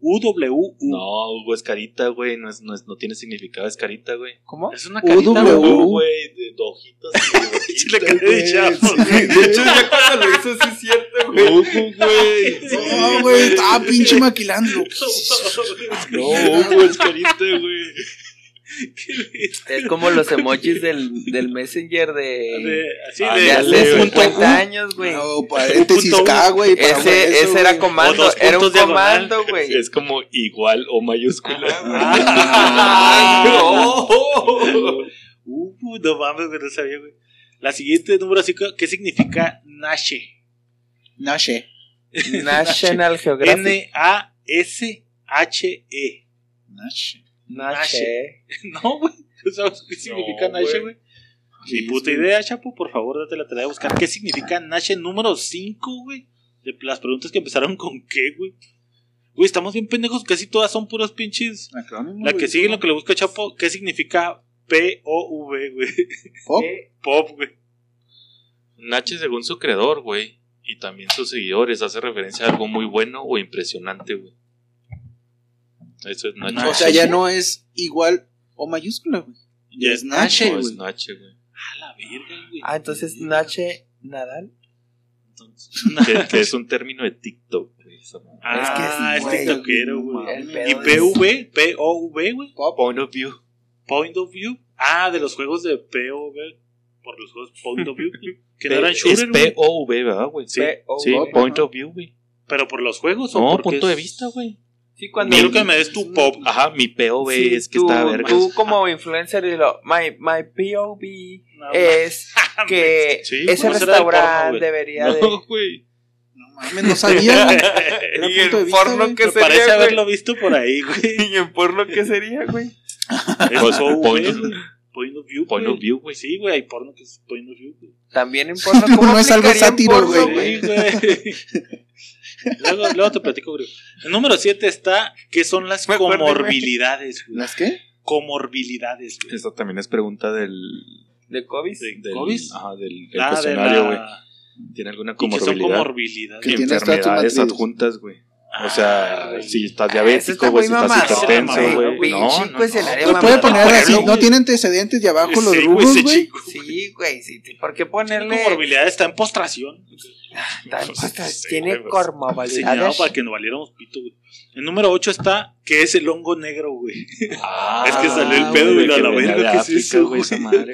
UW.
No, Hugo es carita, güey. No, es, no, es, no tiene significado, es carita, güey.
¿Cómo?
Es una carita,
UW.
güey.
Hugo, güey, de de ojitos.
Sí, la cara de chavo.
De hecho, ya cuando lo hizo, sí es cierto, güey.
Hugo, güey.
No, güey, estaba Ah, pinche maquilando.
No, Hugo es carita, güey.
Es como los emojis del, del Messenger
De-
de.
Así
Ah,
de.
de Ah,
ya
de-
hace
güey.
50 años, güey.
No, paréntesis
Punto
K, güey. para
Ese,
eso,
ese era
güey.
O
comando,
dos
era un
puntos diagonal.
comando, güey.
Es como igual o mayúscula.
Ah,
¡Ay, no! Uh, no mames, güey, no sabía, güey. La siguiente, número 5, ¿qué significa Nashe?
No sé.
National Geographic.
N-A-S-H-E.
No sé.
Nache.
E. No, güey. ¿Tú sabes qué significa
No,
Nashe,
güey.
güey? Ni este- puta idea, Chapo. Por favor, date la tarea de buscar. ¿Qué significa Nashe número 5, güey? De las preguntas que empezaron con qué, güey. Güey, estamos bien pendejos. Casi todas son puros pinches.
Acrónimo,
La
güey.
que sigue, lo que le busca Chapo, ¿qué significa P-O-V, güey?
Pop.
Pop, güey.
Nache según su creador, güey. Y también sus seguidores. Hace referencia a algo muy bueno o impresionante, güey. Eso es Nache.
O sea, ya no es igual o mayúscula, güey.
Ya
es Nache,
No,
güey.
es Nache, güey.
A la verga, güey.
Ah, entonces Nache Nadal.
Que, que es un término de TikTok, güey. esa madre.
Ah,
es
es
que es
tiktokero, güey.
El
Y
pedo es-
PV, POV, güey.
Ah,
Point of view.
Point of View. Ah, de los juegos de POV. Por los juegos Point of View. Que no eran
Es
shooter, güey.
P-O-V, ¿verdad, güey? Sí,
P.O.V.,
sí,
ajá.
point of view, güey.
Pero por los juegos, ¿o
No,
por qué
punto de
es?
vista, güey.
Sí, cuando.
Quiero que me des tu pop.
Ajá, mi POV
Sí,
es que
tú,
está verga.
Tú como influencer y lo. My, my POV
No,
es que
Sí,
ese
pues, no será de porno,
restaurante
güey.
debería de.
No, güey.
No mames, no sabía, güey.
Me
Era
Y
punto de
el
vista,
porno
güey.
que
parece
sería,
haberlo
güey.
visto por ahí, güey.
Y en porno que sería, güey.
Es
Pues,
POV,
point of-
güey. Point of View.
Point
güey.
of view, güey.
Sí, güey, hay porno que es Point of View, güey.
También en porno.
No,
¿cómo
no es algo
aplicaría en
sátiro,
porno,
güey.
Sí, güey. luego, luego te platico, güey. El número 7 está: ¿Qué son las
Me acuerdo, güey.
comorbilidades, güey?
¿Las qué?
comorbilidades, güey.
Esta también es pregunta del.
¿De COVID?
del
¿Covid?
Ajá, del, del
Ah, de
cuestionario,
la-
güey. ¿Tiene alguna
y que son
comorbilidad?
comorbilidades.
Que tiene
enfermedades
estatus matriz.
adjuntas, güey. O sea,
Ay.
si estás Pues
Eso
diabético,
Ah, está
güey,
muy
si estás
mamá.
hipertenso,
Sí,
güey.
güey, pues,
No,
chico
no, no.
escenario
Lo puede
mamá.
poner
Pueblo,
así,
güey.
no tiene antecedentes y abajo los
Sí, güey,
rubros,
ese
güey.
chico.
Sí, güey, sí, te- ¿por qué
Tiene
ponerle?
comorbilidad está en postración.
tan-
Sí,
Tiene
güey, pues,
Diseñado
comorbilidades.
para que no valiéramos pito, güey. El número 8 está, que es el hongo negro, güey.
Ah,
Es que salió el
güey,
pedo, güey,
que
a la
venía
verga,
de
¿qué es
África,
eso,
güey, esa madre.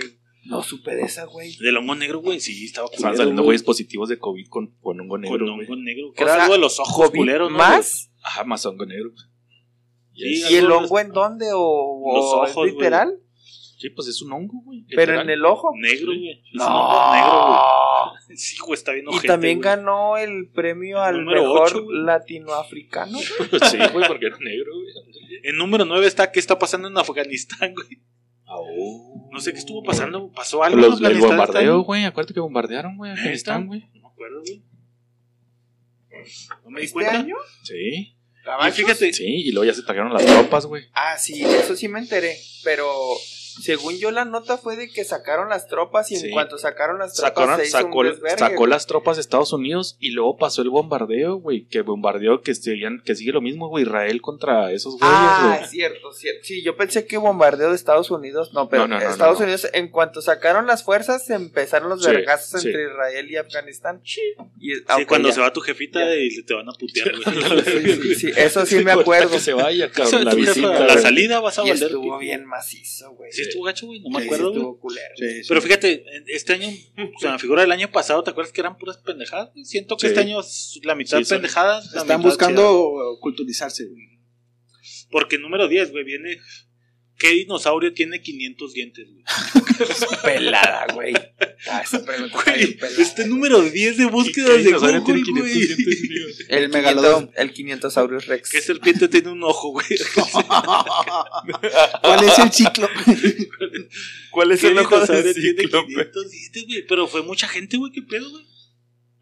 No supe de esa, güey.
Del hongo negro, güey, sí, estaba
Están
culero,
saliendo
güey.
güeyes positivos de COVID con, con hongo
Con
negro, güey.
hongo negro.
Que
Que
era
algo de los ojos
COVID
culeros, ¿no,
más.
Ajá, más hongo negro.
Sí,
Yes.
¿Y el
algo
hongo en dónde? ¿O, o
Los ojos,
es literal?
Sí, pues es un hongo, güey.
¿Pero en el ojo?
güey? Negro, güey. Es un hongo negro,
No.
güey. Sí, güey, está bien
Y
ojete,
también
güey.
ganó el premio al
Número
mejor
ocho, güey.
latinoafricano.
Literal. Sí, güey, porque era negro, güey.
En número 9 está, ¿qué está pasando en Afganistán, güey?
Oh.
No sé qué estuvo pasando, pasó algo
Los,
en
el
Afganistán.
bombardeo, güey. Acuérdate que bombardearon, güey. Afganistán, güey.
No me acuerdo, güey. No me di
¿Este
cuenta.
año?
Sí.
Y fíjate,
Sí, y luego ya se trajeron las tropas, güey.
Ah, sí, eso sí me enteré. Pero según yo, la nota fue de que sacaron las tropas y en
Sí.
cuanto sacaron las tropas
Sacaron-
se hizo
sacó,
un desvergue,
sacó
güey.
las tropas de Estados Unidos y luego pasó el bombardeo, güey. Que bombardeó, que, seguían- que sigue lo mismo, güey. Israel contra esos güeyes,
Ah,
güey.
cierto, cierto. Sí, yo pensé que bombardeo de Estados Unidos. No, pero
No, no, no, no,
Estados
no.
Unidos, en cuanto sacaron las fuerzas, se empezaron los
Sí,
vergazos
sí.
entre Israel y Afganistán. Y,
sí, cuando se
va.
va tu jefita
Ya.
y te van a putear,
Sí,
güey.
sí, sí, eso sí me acuerdo.
Que se vaya,
Eso de
cabrón. La
tu jefa,
visita.
la
güey.
salida vas a
Y
valer.
estuvo
pito.
bien macizo, güey.
Sí, estuvo gacho, güey. No
Sí,
me
sí
acuerdo, güey.
estuvo culero.
Sí, sí.
Pero fíjate, en- este año, o sea, la figura del año pasado, ¿te acuerdas que eran puras pendejadas? güey? Siento que
Sí.
este año es la mitad
Sí, son-
pendejadas. la
Están
mitad chidas.
buscando culturizarse, güey.
Porque número 10, güey, viene. ¿Qué dinosaurio tiene 500 dientes, güey?
pelada, güey. Ah, esa pregunta está bien pelada.
Este número 10 de búsquedas
¿Qué
de
dinosaurio
Google,
tiene
güey.
500 dientes, güey?
El megalodón.
megalodón.
El 500 Saurus Rex.
¿Qué serpiente tiene un ojo, güey?
¿Cuál es el ciclo?
¿Cuál
¿Qué dinosaurio tiene 500 dientes, güey? Pero fue mucha gente, güey, qué pedo, güey.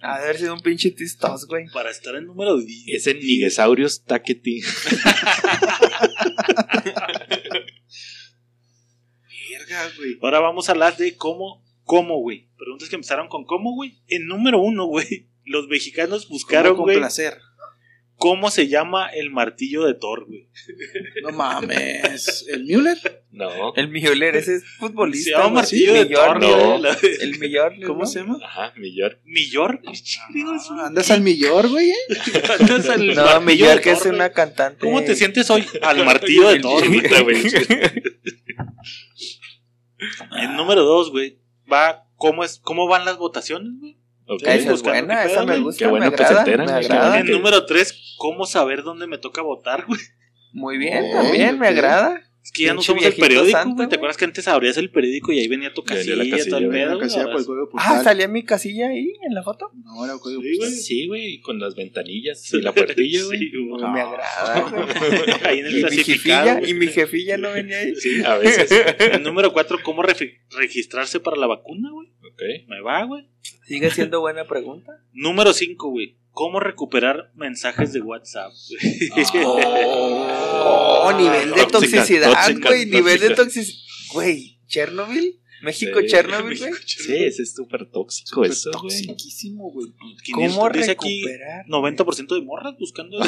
Ha de haber sido un pinche tistos, güey.
Para estar en número 10.
Ese Nigesaurius Taqueti.
Verga, güey.
Ahora vamos a hablar de cómo, cómo, güey. Preguntas que empezaron con cómo, güey. En número uno, güey. Los mexicanos buscaron,
Claro, con
güey,
placer.
cómo se llama el martillo de Thor, güey.
No mames. ¿El Müller?
No.
El Müller, ese es
Se
futbolista.
llama
güey.
martillo de
Millor,
Thor,
no.
güey. La-
El Millor,
¿Cómo
¿no?
se llama?
Ajá, Millor.
¿Millor? Chingo, es un-
Ah, Andas al millor, güey. ¿eh?
Andas al
No,
martillo
Millor,
de
que
Thor,
es
güey.
una cantante.
¿Cómo te sientes hoy al martillo de Thor, güey?
Puta, güey.
En número dos, güey, va cómo es, cómo van las votaciones, güey.
Ok.
Esa es
buscando
buena,
qué
esa
pedo,
me
güey.
gusta.
Qué bueno que
me
se
agrada,
enteran,
me
güey.
agrada.
En número tres, cómo saber dónde me toca votar, güey.
Muy bien,
Oh,
también me
ok.
agrada.
Es que ya no
Pinche
usamos el
viejito
periódico,
santo,
güey. ¿Te
güey.
acuerdas que antes abrías el periódico y ahí venía tu
Ya venía
casilla,
la casilla,
todo el
güey.
pedo,
Una
güey?
casilla por
Ahora
el código postal.
Ah, salía mi casilla ahí en la foto.
No, era pues, el código
Sí, güey.
postal.
Sí, güey, con las ventanillas y la puertilla, güey.
Sí, güey.
Me agrada, güey.
Ahí en el
Y mi
clasificado.
jefilla,
güey.
y mi jefilla no venía ahí.
Sí, a veces.
El número 4, ¿cómo refi- registrarse para la vacuna, güey?
Ok.
Me va, güey.
Sigue siendo buena pregunta.
Número 5, güey. ¿Cómo recuperar mensajes de WhatsApp, güey?
Oh, nivel de
Tóxica,
toxicidad,
tóxica,
güey. Nivel de
tóxica.
toxicidad. Güey, Chernobyl. México,
Sí,
Chernobyl,
México,
güey.
Sí, ese es súper tóxico
Súper
eso, güey.
toxiquísimo, güey.
500,
¿Cómo
dice aquí
recuperar?
90% de morras buscando.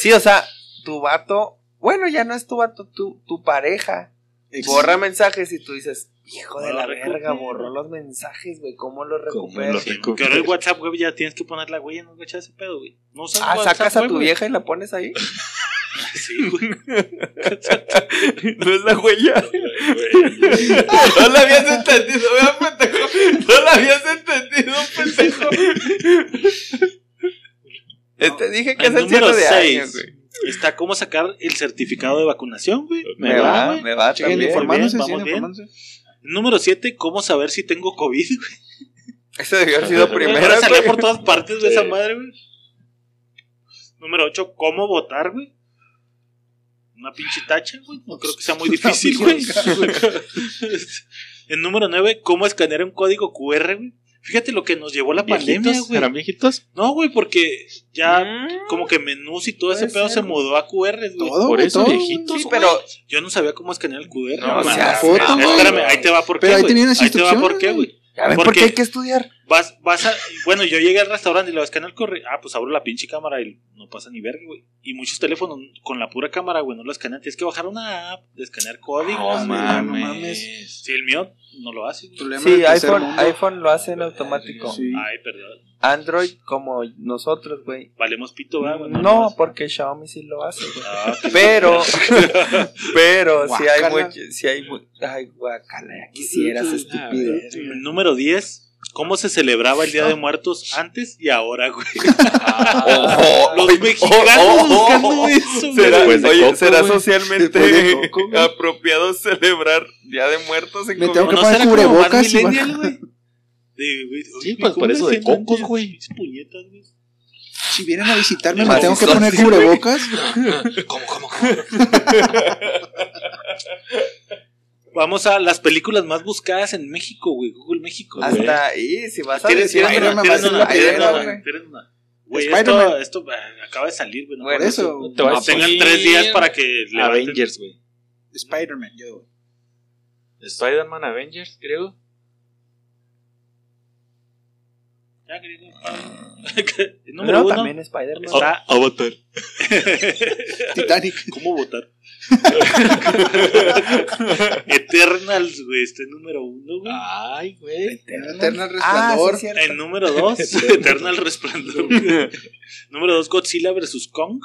Sí, o sea, tu vato. Bueno, ya no es tu vato, tu, tu pareja.
Ex-
Borra mensajes y tú dices, hijo de
No
la
lo
verga,
recupero.
borró los mensajes, güey. ¿Cómo los
¿Cómo
recuperas?
los-
Que ahora el WhatsApp, güey, ya tienes que poner la huella, no echas ese pedo, güey. No usas
Pues, Ah,
WhatsApp,
sacas a
güey,
tu
güey.
vieja y la pones ahí.
Sí, güey.
No es la huella. No la habías entendido, vea, pendejo. No la habías entendido, pendejo. Eh, Te dije que
Al
es el
número
cierre de año,
seis.
güey.
Está cómo sacar el certificado de vacunación, güey.
Me va,
güey.
me va
Siguen
también.
informa-
informándose,
vamos
siguen
bien.
informándose.
Número 7, ¿cómo saber si tengo COVID? güey?
Eso debió haber sido primero,
Ahora salía
güey.
por todas partes de
Sí.
esa madre, güey. Número 8, ¿cómo votar, güey? Una pinche tacha, güey. No creo que sea muy difícil, güey. El número 9, ¿cómo escanear un código QR, güey? Fíjate lo que nos llevó la pandemia,
¿Viejitos?
güey.
¿Eran viejitos?
No, güey, porque ya
Mm,
como que menús y todo ese
Puede
pedo
ser,
se
güey.
mudó a QR, güey.
Todo,
Por
güey,
eso,
todo.
viejitos,
Sí, pero
Yo no sabía cómo escanear el QR.
No,
güey.
o
sea,
foto, güey.
Espérame, ahí te va por qué.
Pero ahí
güey.
tenían las
Ahí te va por
instrucciones,
qué, güey.
ya ven
¿Por
por qué
qué?
hay que estudiar.
Vas, vas a. Bueno, yo llegué al restaurante y le escaneé el correo. Ah, pues abro la pinche cámara y no pasa ni verga, güey. Y muchos teléfonos con la pura cámara, güey, no la escanean. Tienes que bajar una app, de escanear códigos.
No
güey.
mames.
Sí, el mío no lo hace, güey.
Problema del
Sí,
tercer
iPhone,
mundo.
iPhone lo hace en automático.
Sí.
Ay, perdón.
Android como nosotros, güey.
Valemos pito, ¿verdad, güey.
No,
más.
porque Xiaomi sí lo hace, güey.
Ah,
Pero, pero si hay
Guácala.
mucho, si hay mu- ay guacala, ya quisieras estúpido.
Número 10. ¿Cómo se celebraba el Día de Muertos antes y ahora, güey? Los
Ah.
mexicanos
oh, oh,
buscando
oh.
eso, güey.
¿Será,
Después Pues de
oye,
Coco,
¿será
güey.
socialmente
Después de Coco, güey.
apropiado celebrar Día de Muertos en
Me
comi-
tengo
¿O
que
no
poner
será como más
cubrebocas y
millennial,
bajar.
güey? De, güey,
Sí,
oye,
pues,
¿cómo
por eso de
hacen antes
cocos, güey.
mis puñetas, güey?
Si vienen a visitarme, me
Más
tengo que
hizo
poner
así,
cubrebocas.
¿Cómo, cómo,
Vamos a las películas más buscadas en México, güey. Google México,
Ah,
güey.
Hasta ahí, si vas a
¿Tienes,
decir,
tienes
ay,
Spider-Man,
una,
me
tienes
parece
una,
la
tienes
primera,
una,
güey.
tienes una. Güey, esto,
Spider-Man.
esto eh, acaba de salir, güey. no
Bueno,
Por
puedo-
eso,
Te voy a
Ah, pues, Tengan
decir-
tres días para que levanten.
Avengers, güey.
Spider-Man, yo.
Spider-Man Avengers, creo.
Ya, querido.
Ah.
Número
no,
uno. Ah,
también Spider-Man.
Está,
Avatar.
Titanic.
¿Cómo votar? Eternals, güey. Este número uno, güey.
Ay, güey.
Eternal
Ah, sí,
Resplandor.
es cierto.
El número dos, Eternal Resplandor. güey. número dos, Godzilla vs. Kong.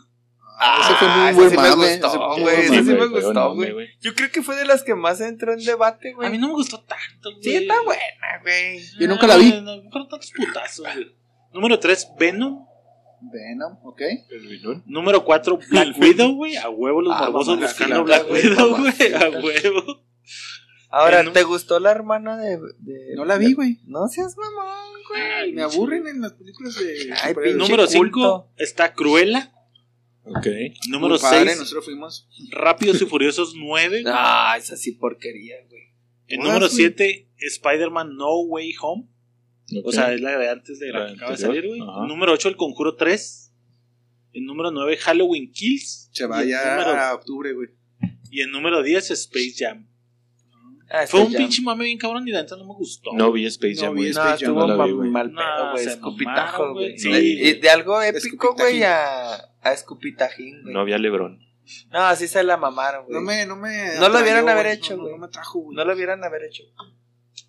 Ese fue muy
Ah,
buen
ese sí me
mame,
gustó,
ese fue muy
güey,
buen
ese
mame,
sí me
güey,
gustó,
buen mame,
güey.
güey.
Yo creo que fue de las que más entró en debate,
A mí
güey.
no me gustó tanto, güey.
Sí, está buena, güey.
Yo nunca la vi.
No, no, no, fueron tantos putazos, güey. Número 3, Venom.
Venom, ok.
Número 4, Black Widow, güey. A huevo los
Ah,
morbosos
mamacita,
buscando Black
güey,
Widow, güey.
mamacita.
A huevo.
Ahora,
Bueno.
¿te gustó la hermana de, de-
No la vi, güey.
No seas mamón, güey.
Me aburren en las películas de.
Ay,
superhéroes.
pinche
Número
culto.
5 está Cruella.
Ok.
Número
Muy padre,
6,
Nosotros fuimos.
Rápidos y Furiosos 9.
Ah, esa sí porquería, güey.
El
ah,
número
sí.
7, Spider-Man No Way Home. O sea, es la de antes de la,
La
que acaba de
anterior,
salir, güey.
ajá.
Número 8, El Conjuro 3. El número 9, Halloween Kills.
Se
Y
va
el número-
ya a octubre, güey.
Y el número 10, Space Jam.
Ah,
Fue
este
un
ya-
pinche mame bien cabrón y la neta no me gustó.
no vi Space
No
Jam,
vi
güey.
No,
Space Jam,
estuvo
no la vi,
ma-
güey.
mal
No,
pedo, güey.
se
Escupitajo,
mamaron,
güey.
güey. Sí.
Y de algo épico, güey,
Escupitajín.
a, a escupitajín, güey.
No
No,
vi a Lebron.
así se la mamaron, güey.
No
No,
me, no me.
No lo debieron
atrayó,
haber
güey.
hecho,
No,
güey.
No, no me atrajo, güey.
lo hubieran haber hecho.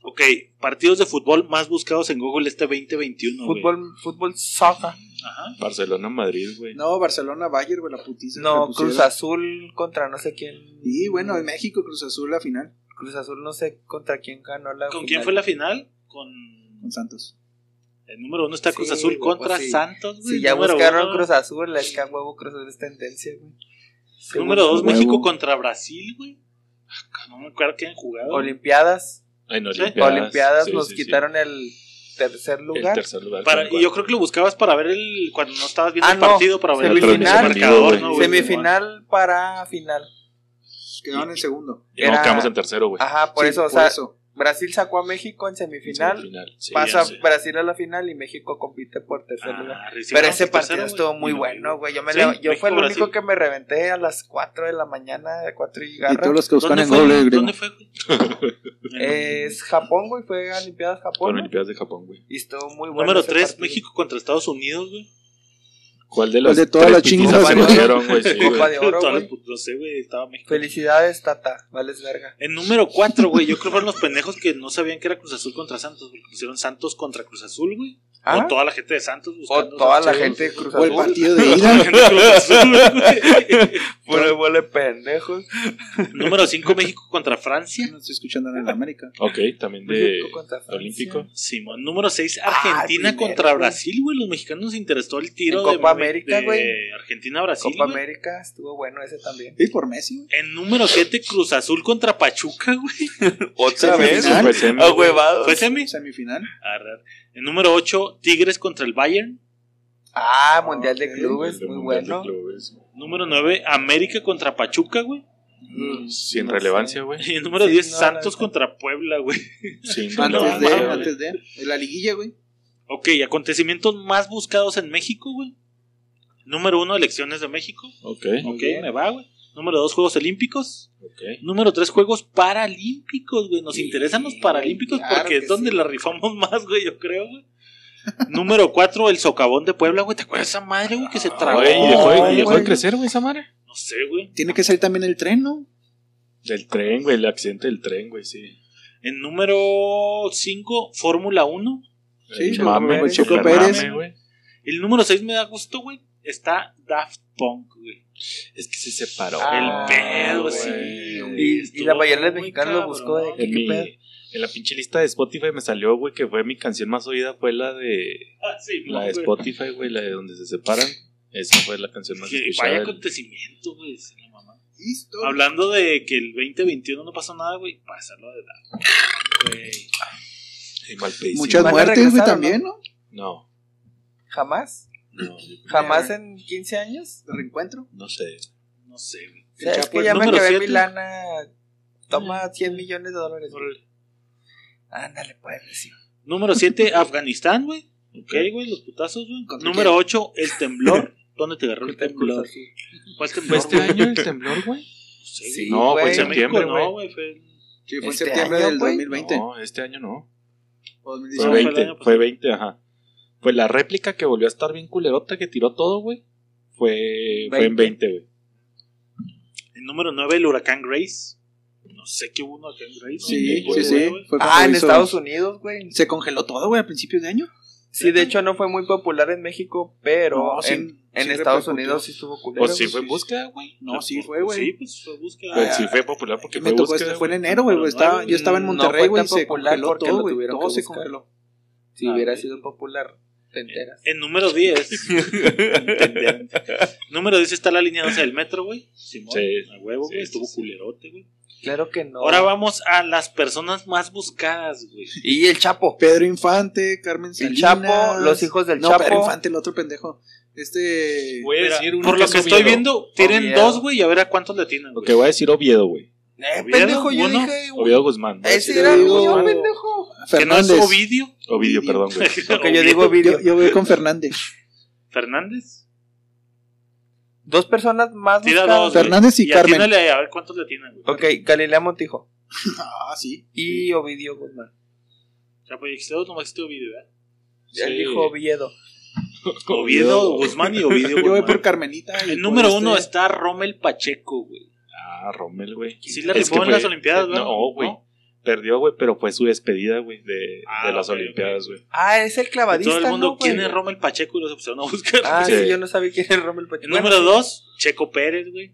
Ok, partidos de fútbol más buscados en Google este 2021. güey.
Fútbol, fútbol soca.
Ajá.
Barcelona, Madrid, güey.
No, Barcelona, Bayern, güey, la putiza. que
No,
le pusieron.
Cruz Azul contra no sé quién.
Sí, bueno, en México, Cruz Azul, la final.
Cruz Azul no sé contra quién ganó la
¿Con
final.
quién fue la final? Con
Con Santos.
el número uno está Cruz
Sí,
Azul
güey,
contra
pues sí.
Santos. güey.
Si ya
número
buscaron
uno-
Cruz Azul, la esca huevo Cruz Azul es tendencia, güey.
Número dos,
Huevo.
México contra Brasil, güey. Ah, No me acuerdo quién han jugado.
Olimpiadas.
En
Sí.
Olimpiadas.
Olimpiadas
sí,
nos
sí, sí.
quitaron el tercer
El
lugar.
tercer lugar.
Para-
con
y yo creo que lo buscabas para ver el. Cuando no estabas viendo
Ah,
el
no.
partido, para ver el
Semifinal.
marcador,
Semifinal,
¿no, güey?
Semifinal para final.
Pues, Quedaron en segundo.
Y no,
era-
quedamos en tercero, güey.
Ajá, por
Sí,
eso, o sea,
eso.
Brasil sacó a México en
En
semifinal,
semifinal, sí,
pasa
ya sé.
Brasil a la final y México compite por tercer lugar.
Ah,
Pero
recibimos
ese
el tercero,
partido
güey.
estuvo muy
Y no,
bueno, güey. Yo, me
Sí,
leva- yo fue el
México-Brasil.
único que me reventé a las 4 de la mañana, de 4 y
Y
garra.
todos los que buscan
¿Dónde
en
fue?
doble,
¿Dónde fue, güey? Eh,
Es Japón, güey, fue a Olimpiadas
Con
Japón. ¿no?
Olimpiadas de Japón, güey.
Y estuvo muy bueno.
Número
ese
3,
partido.
México contra Estados Unidos, güey.
¿Cuál de las
de todas
tres
las chingas
pitizas se
de-
metieron, güey? Sí,
Copa
güey.
de oro,
Todas
güey.
las put- No sé, güey, estaba México.
Felicidades, Tata. Vales verga.
En número 4, güey, yo creo que fueron los pendejos que no sabían que era Cruz Azul contra Santos, porque pusieron Santos contra Cruz Azul, güey.
Ah,
O toda la gente de Santos
O
buscando.
toda la
Sí,
gente de Cruz
O el
Azul.
partido de
toda la
ida.
gente de Cruz Azul, güey.
Puro huele pendejos.
número 5, México contra Francia.
No estoy escuchando nada en América.
Ok, también de
México contra Francia.
Olímpico.
Simón, número 6,
Ah,
Argentina
primero,
contra
güey.
Brasil, güey. Los mexicanos nos interesó el tiro
En
de,
Copa América,
de
güey.
Argentina-Brasil.
Copa
güey.
América, estuvo bueno ese también.
Y por Messi, güey.
En número 7, Cruz Azul contra Pachuca, güey.
¿Otra
vez?
Eso fue semi, güey.
huevados.
Fue semi.
Semifinal.
Arrar. En número 8, Tigres contra el Bayern.
Ah, Mundial de
Ok.
Clubes,
El
muy
Mundial de
bueno.
Clubes.
Número 9, América contra Pachuca, güey.
Sin
Mm, No
relevancia, güey.
Y el número
Sí,
10,
no,
Santos
no, no.
contra Puebla, güey.
Sin
Ah, no,
Antes de,
relevancia, güey.
antes de. de La liguilla, güey.
Ok, acontecimientos más buscados en México, güey. Número 1, elecciones de México.
Ok,
Muy
Ok,
bien.
me va, güey. Número 2, Juegos Olímpicos.
ok.
Número 3, Juegos Paralímpicos, güey. Nos
Sí,
interesan los Paralímpicos
claro
porque
que
es donde
sí.
la rifamos más, güey, yo creo, güey. Número 4, el socavón de Puebla, güey. ¿Te acuerdas de esa madre, güey, que se tragó?
Güey, y dejó, de-
güey.
y dejó de crecer, güey, esa madre.
No sé, güey.
Tiene que salir también el tren, ¿no?
Del tren, güey, el accidente del tren, güey, sí.
En número 5, Fórmula 1.
Sí,
El
Checo
mame,
Pérez.
el
Checo
supermame,
Pérez.
güey.
El número 6 me da gusto, güey. Está Daft Punk, güey.
Es que se separó.
el
Ah,
pedo,
güey.
sí. güey.
Y, y la
Estuvo
mayoría de
muy
mexicanos lo buscó de
cabrón.
que
En,
qué
mi-
pedo.
en la pinche lista de Spotify me salió, güey, que fue mi canción más oída, fue la de
Ah, sí,
la
no,
de
güey.
Spotify, güey, la de donde se separan. Esa fue la canción más
Que
escuchada.
vaya
del-
acontecimiento, güey. sí, la mamá.
Listo.
Hablando de que el 2021 no pasó nada, güey. Pasa lo de Daft Punk, güey.
Sí, mal pedísimo.
Muchas
Van a
muertes, güey,
regresar, ¿no?
también, ¿no?
No,
¿Jamás?
no, yo-
¿Jamás en 15 años?
De reencuentro.
no sé.
No sé, güey.
O sea,
El
es
Chapo
que
es
ya me
número
acabé mi
siete.
lana. Toma 100 millones de dólares. güey. Ándale, pues. sí.
Número 7, Afganistán, güey.
Ok.
Ok, güey, los putazos, güey.
¿Contra
Número 8, el temblor. ¿Dónde te agarró el temblor? ¿Cuál temblor? güey?
este el temblor, güey?
No sé,
Sí,
güey.
No, fue
güey.
en
Pues en
septiembre,
México
güey.
no, güey. Fue en-
Sí, fue
Este
en septiembre
año,
del
güey.
2020.
No, este año no.
O
Fue
2019.
No, fue el
20,
año
fue
pasado.
20, ajá. Pues la réplica que volvió a estar bien culerota, que tiró todo, güey, fue, fue en 20, güey.
El número 9, el huracán Grace. No sé qué hubo un huracán Grace.
Sí,
güey,
sí, sí. Fue
Ah,
cuando
en
hizo-
Estados Unidos, güey.
Se congeló todo, güey, a principios de año.
Sí, de hecho no fue muy popular en México, pero
No, sí,
en,
sí
en
repercutió.
Estados Unidos sí estuvo culero.
Pues sí
güey.
fue en búsqueda, güey.
No, sí
Pues,
fue, güey.
Sí, pues fue búsqueda.
Pues
Ah,
sí fue popular porque
me
Este fue
tocó, este
búsqueda.
fue en
güey.
enero, güey.
Pero
estaba-
no,
yo estaba en
no
Monterrey,
fue
güey,
tan
y se
popular
congeló
porque lo
todo, güey.
tuvieron
Todo
que
se
buscar.
congeló.
Si
Ah,
hubiera
güey.
sido popular, te enteras.
En número 10. número 10 está la línea 12 del metro, güey. Simón.
Sí.
A huevo,
Sí,
güey.
sí,
Estuvo
sí.
culerote, güey.
Claro que no.
Ahora vamos a las personas más buscadas, güey.
Y el Chapo.
Pedro Infante, Carmen
El
Salinas.
Chapo, los hijos del
no,
Chapo.
Pedro Infante, el otro pendejo. Este.
Voy a
Mira,
decir uno
Por lo
es
que estoy
Oviedo.
viendo, tienen
Oh,
Oviedo.
dos, güey, y a ver a cuántos le tienen.
Ok,
güey.
voy a decir Oviedo, güey.
Eh,
Oviedo,
pendejo, yo
uno.
dije. güey,
Oviedo Guzmán. voy a
Ese
decir
era
Sí,
Oviedo
mío,
Guzmán.
pendejo.
Que no es
Fernández.
Ovidio.
Ovidio, perdón, güey.
Ok, yo digo
Yo,
video.
yo voy con Fernández.
Fernández.
Dos personas más.
Tira
buscadas.
dos, güey.
Fernández y,
Y
Carmen.
atínale a ver cuántos le tienen, güey.
Ok, Galilea Montijo.
Ah, sí.
Y Ovidio Guzmán.
Chapo y Exteos, nomás este Ovidio, ¿verdad?
Ya
Sí.
dijo Oviedo.
Oviedo, Guzmán y Ovidio.
Yo voy
Guzmán.
por Carmenita. y
El
por
número uno
este-
está Rommel Pacheco, güey.
Ah, Rommel, güey.
Sí la
Es
rifó
que
en las
fue-
Olimpiadas, ¿verdad?
No, güey.
¿No?
Perdió, güey, pero fue su despedida, güey, de,
Ah,
de las
ok,
Olimpiadas, güey.
Ah, es el clavadista.
Todo el mundo,
¿no, güey?
¿quién es Rommel Pacheco? Y los empezaron a buscar.
Ah,
Sí.
sí, yo no sabía quién era Rommel
el
Pacheco.
número dos, Checo Pérez, güey.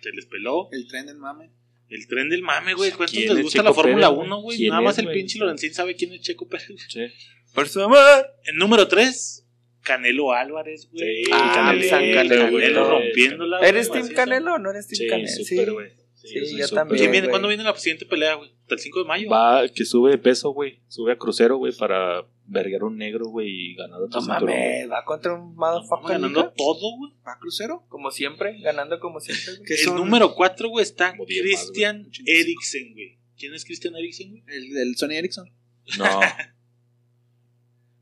Se les peló.
El tren del mame.
El tren del mame, güey. ¿Cuántos
¿Quién
les
es
gusta
Checo
la Fórmula
Pérez, güey?
1, güey?
¿Quién
Nada
es,
más el
güey?
pinche Lorenzín sabe quién es Checo Pérez. güey.
Sí.
Por su amor.
El número tres, Canelo Álvarez, güey.
Sí,
Ah,
Canelito,
San Canelo,
güey.
Canelo
rompiéndola. güey,
¿Eres Team
macizo.
Canelo o no eres Team
Sí,
Canelo?
súper, güey.
Sí,
yo soy
yo
súper,
también.
güey.
¿Quién viene?
güey.
¿Cuándo viene la siguiente pelea, güey? ¿Hasta el 5 de mayo?
Va, que sube de peso, güey. Sube a crucero, güey, para vergar un negro, güey, y ganar otro
No
cinturón. güey.
mames, va contra un
Vamos
motherfucker.
ganando
nigga.
todo, güey.
¿Va crucero?
Como siempre, ganando como siempre. güey.
¿Qué
El
son?
número 4, güey, está
Como diez más, güey.
Christian Eriksen, güey. ¿Quién es Christian Eriksen, güey?
El del Sony Ericsson.
No,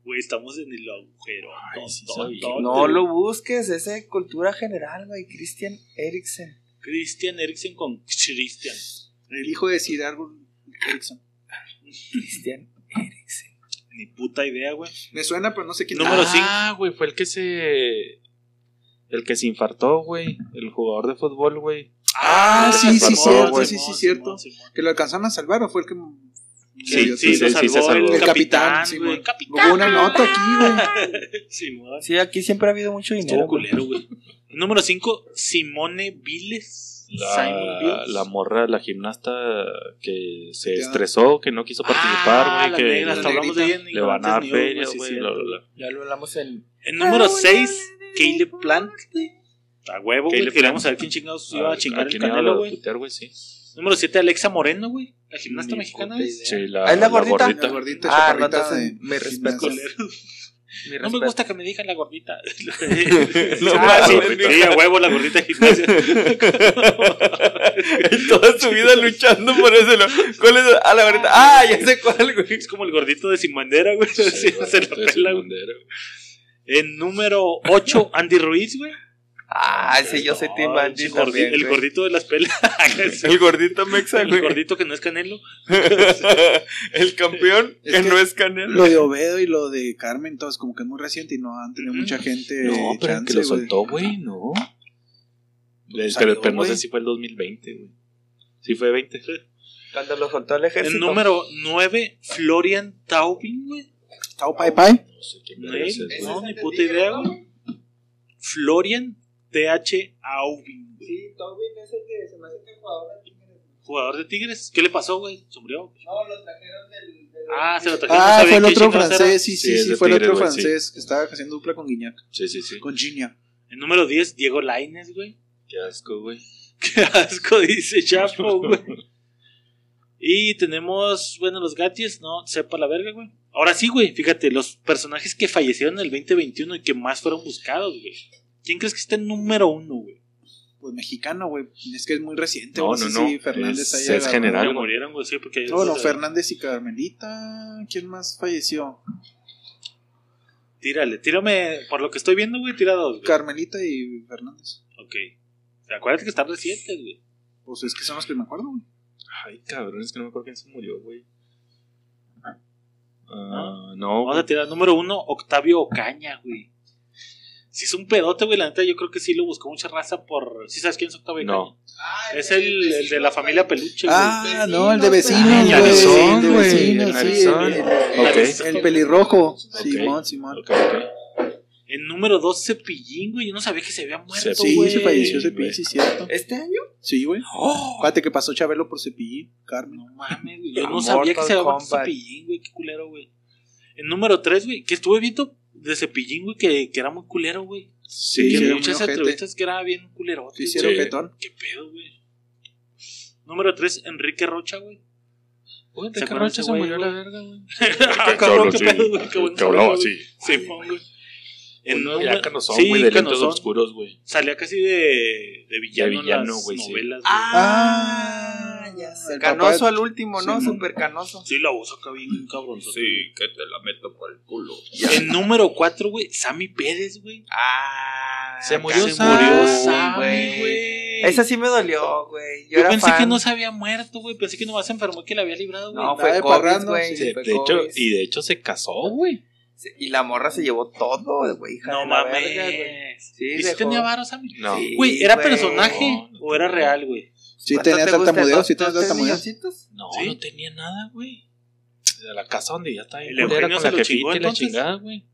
Güey, estamos en el agujero.
Ay, sí
Ton,
sabía.
ton,
No
ton.
lo busques, es de cultura general, güey. Christian Eriksen.
Christian Eriksen con Christian.
El hijo de Sir Argun Ericsson.
Christian Eriksen.
Ni puta idea, güey.
Me suena, pero no sé quién
Número
Ah,
cinco.
Ah, güey, fue el que se. El que se infartó, güey. El jugador de fútbol, güey.
Ah, sí, sí,
Simón,
cierto,
güey.
sí, sí, cierto. ¿Que lo alcanzaron a salvar o fue el que.?
Sí, sí,
Sí, sí, sí,
lo salvó,
sí, se salvó.
el,
El
capitán,
capitán,
güey.
Simón.
Capitán.
Hubo una nota aquí, güey.
Simón.
Sí, aquí siempre ha habido mucho dinero.
Estuvo
güey.
culero, güey. Número 5, Simone Viles. Simon
La,
Biles.
la morra, la gimnasta que se
Ya.
estresó, que no quiso
Ah,
participar,
la
güey. Que
negra, hasta hablamos de ella en
le van a dar
Ignorantes News,
feria,
sí,
güey.
cierto.
bla, bla, bla.
Ya lo hablamos en.
El número 6, Caleb Plant. A huevo, güey.
Caleb
Queríamos saber quién chingados iba a chingar el
quién iba a
canelo, güey.
putear, güey, sí.
Número 7, Alexa Moreno, güey. La gimnasta
Ni
mexicana
puta
es.
idea.
Sí, la,
Ah, ¿es la gordita?
La gordita
Ah, no,
chaparrita
entonces
de
me respeto.
gimnasio.
Culero. No
Mi
me
respeto.
gusta que me digan la gordita.
No,
Ah,
la
sí,
gordita.
sí, a huevo, la gordita de gimnasia.
Toda su vida luchando por eso. ¿no? ¿Cuál es? Ah, la verdad. Ah, ya sé cuál, güey.
Es como el gordito de sin bandera, güey. Sí,
güey,
se lo
entonces,
pela, güey.
bandera.
En número 8, Andy Ruiz, güey.
Ah, sí, yo soy
No,
Tim
ese
Andy
gordi-
también,
El
güey.
gordito de las pelas. Ah,
El gordito mexa,
el
güey.
gordito que no es canelo.
el campeón
Es
que,
que-
no es Canelo.
Lo de Obedo y lo de Carmen, todos como que es muy reciente y no han tenido mucha gente.
Mm. No, pero
chance,
que lo
güey.
soltó, güey, no. Le-
Pues
pero,
salió,
pero no sé
güey.
si fue el 2020, güey. Sí fue 20.
Cuando lo soltó el ejército.
En número 9, Florian Taubin, güey.
Chao, Pai Pai.
No sé qué
No,
verga es, güey.
no, ni puta idea, güey. Florian TH Aubin, güey.
Sí, Tobin es el que se me hace que el jugador de Tigres.
Jugador de Tigres. ¿Qué le pasó, güey? ¿Se murió?
No, lo trajeron del. del-
Ah, se lo trajeron. no
Ah,
sabía
fue el
qué
otro
chingados era.
francés, sí,
Sí,
sí,
es
sí,
de
fue el
Tigres,
otro
güey, sí.
francés que estaba haciendo dupla con Guiñac,
Sí, sí, sí.
con Gignac.
En número 10, Diego Laines, güey.
Qué asco, güey.
Qué asco, dice Chapo, güey. Y tenemos, bueno, los gatis, no, sepa la verga, güey. Ahora sí, güey, fíjate, los personajes que fallecieron en el 2021 y que más fueron buscados, güey. ¿Quién crees que está en número uno, güey?
Pues mexicano, güey. Es que es muy reciente.
No,
sé
no, no.
si Fernández
Es-
haya
es
agarrado.
general.
Que
Algo.
murieron, güey, sí, porque...
No, no, Fernández y Carmelita. ¿Quién más falleció?
Tírale, tírame, por lo que estoy viendo, güey, tira dos, güey.
Carmelita y Fernández.
Ok. Acuérdate que están recientes, güey.
Pues es que son los que me acuerdo, güey.
Ay, cabrón, es que no me acuerdo quién se murió, güey. Ah, no.
Vamos a tirar número uno, Octavio Ocaña, güey. Si es un pedote, güey, la neta, yo creo que sí lo buscó mucha raza por... ¿Sí sabes quién es Octavio Ocaña?
No.
Ah,
Es el, el de la familia Peluche, güey.
Ah, no, el de
Ah,
vecinos,
el
güey.
narizón,
El de
güey,
vecinos, sí,
el narizón.
el- el-
Ok.
El pelirrojo.
Ok.
Simón, Simón.
Ok, ok.
En número 2, Cepillín, güey. Yo no sabía que se había muerto,
Cepillín,
Sí,
güey.
se falleció
ese
Cepillín, sí, cierto.
¿Este año?
Sí, güey. Acuérdate que pasó Chabelo por Cepillín, Carmen.
No mames, güey. Yo no
Mortal
sabía que se había muerto
Kombat.
Cepillín, güey. Qué culero, güey. En número 3, güey. Que estuve viendo de Cepillín, güey, que, que era muy culero, güey.
Sí,
que
sí,
en
era muy
muchas
ojete.
entrevistas que era bien culerote.
Sí,
güey.
sí, era
Sí.
ojetón.
Qué pedo, güey. Número 3, Enrique Rocha, güey.
Uy,
¿Se
de
acuerdan
Carrocha
de ese
se
güey,
murió
güey?
la verga, güey.
Ah, cabrón, qué pedo, güey. Qué buen saludo, güey. Simón, güey. En
Uno
número-
ya canosón,
sí,
güey, de lentes
canosón.
oscuros, güey.
Salía casi de, de villano,
De villano,
en las
güey, sí.
novelas, güey.
Ah, ya sé.
El papá-
Canoso al último, ¿no?
Sí, no.
Super canoso.
Sí, la uso acá bien cabrón.
que te la meto por el culo.
En número 4, güey, Sammy Pérez, güey.
Ah,
Se murió
acá
Se
Sammy,
murió
güey.
Sammy, güey.
Esa sí me dolió, güey. Yo,
Yo
era
pensé
fan.
que no se había muerto, güey. Pensé que nomás se enfermó y que la había librado, güey.
Nada
No, fue
de
COVID,
parrando,
güey.
Sí,
fue
de hecho,
COVID.
y de hecho se casó, güey.
Sí, y la morra se llevó todo, güey. hija
No
de la verga, güey.
mames.
Sí,
¿Y si
dejó-
tenía varo, Sammy?
No.
Sí,
Güey, ¿era
güey.
personaje
No, no
o era
tenía.
real, güey?
Sí,
¿Cuánto
tenía
te gusta?
tartamudeo, sí
¿Dos-
tenía
dos
tartamudeo.
milloncitos?
No,
¿Sí?
no tenía nada, güey. De la casa donde ya está bien
¿El
culera
Eugenio
con
se
la
lo
jefita
chingó,
y la
entonces?
chingada, güey.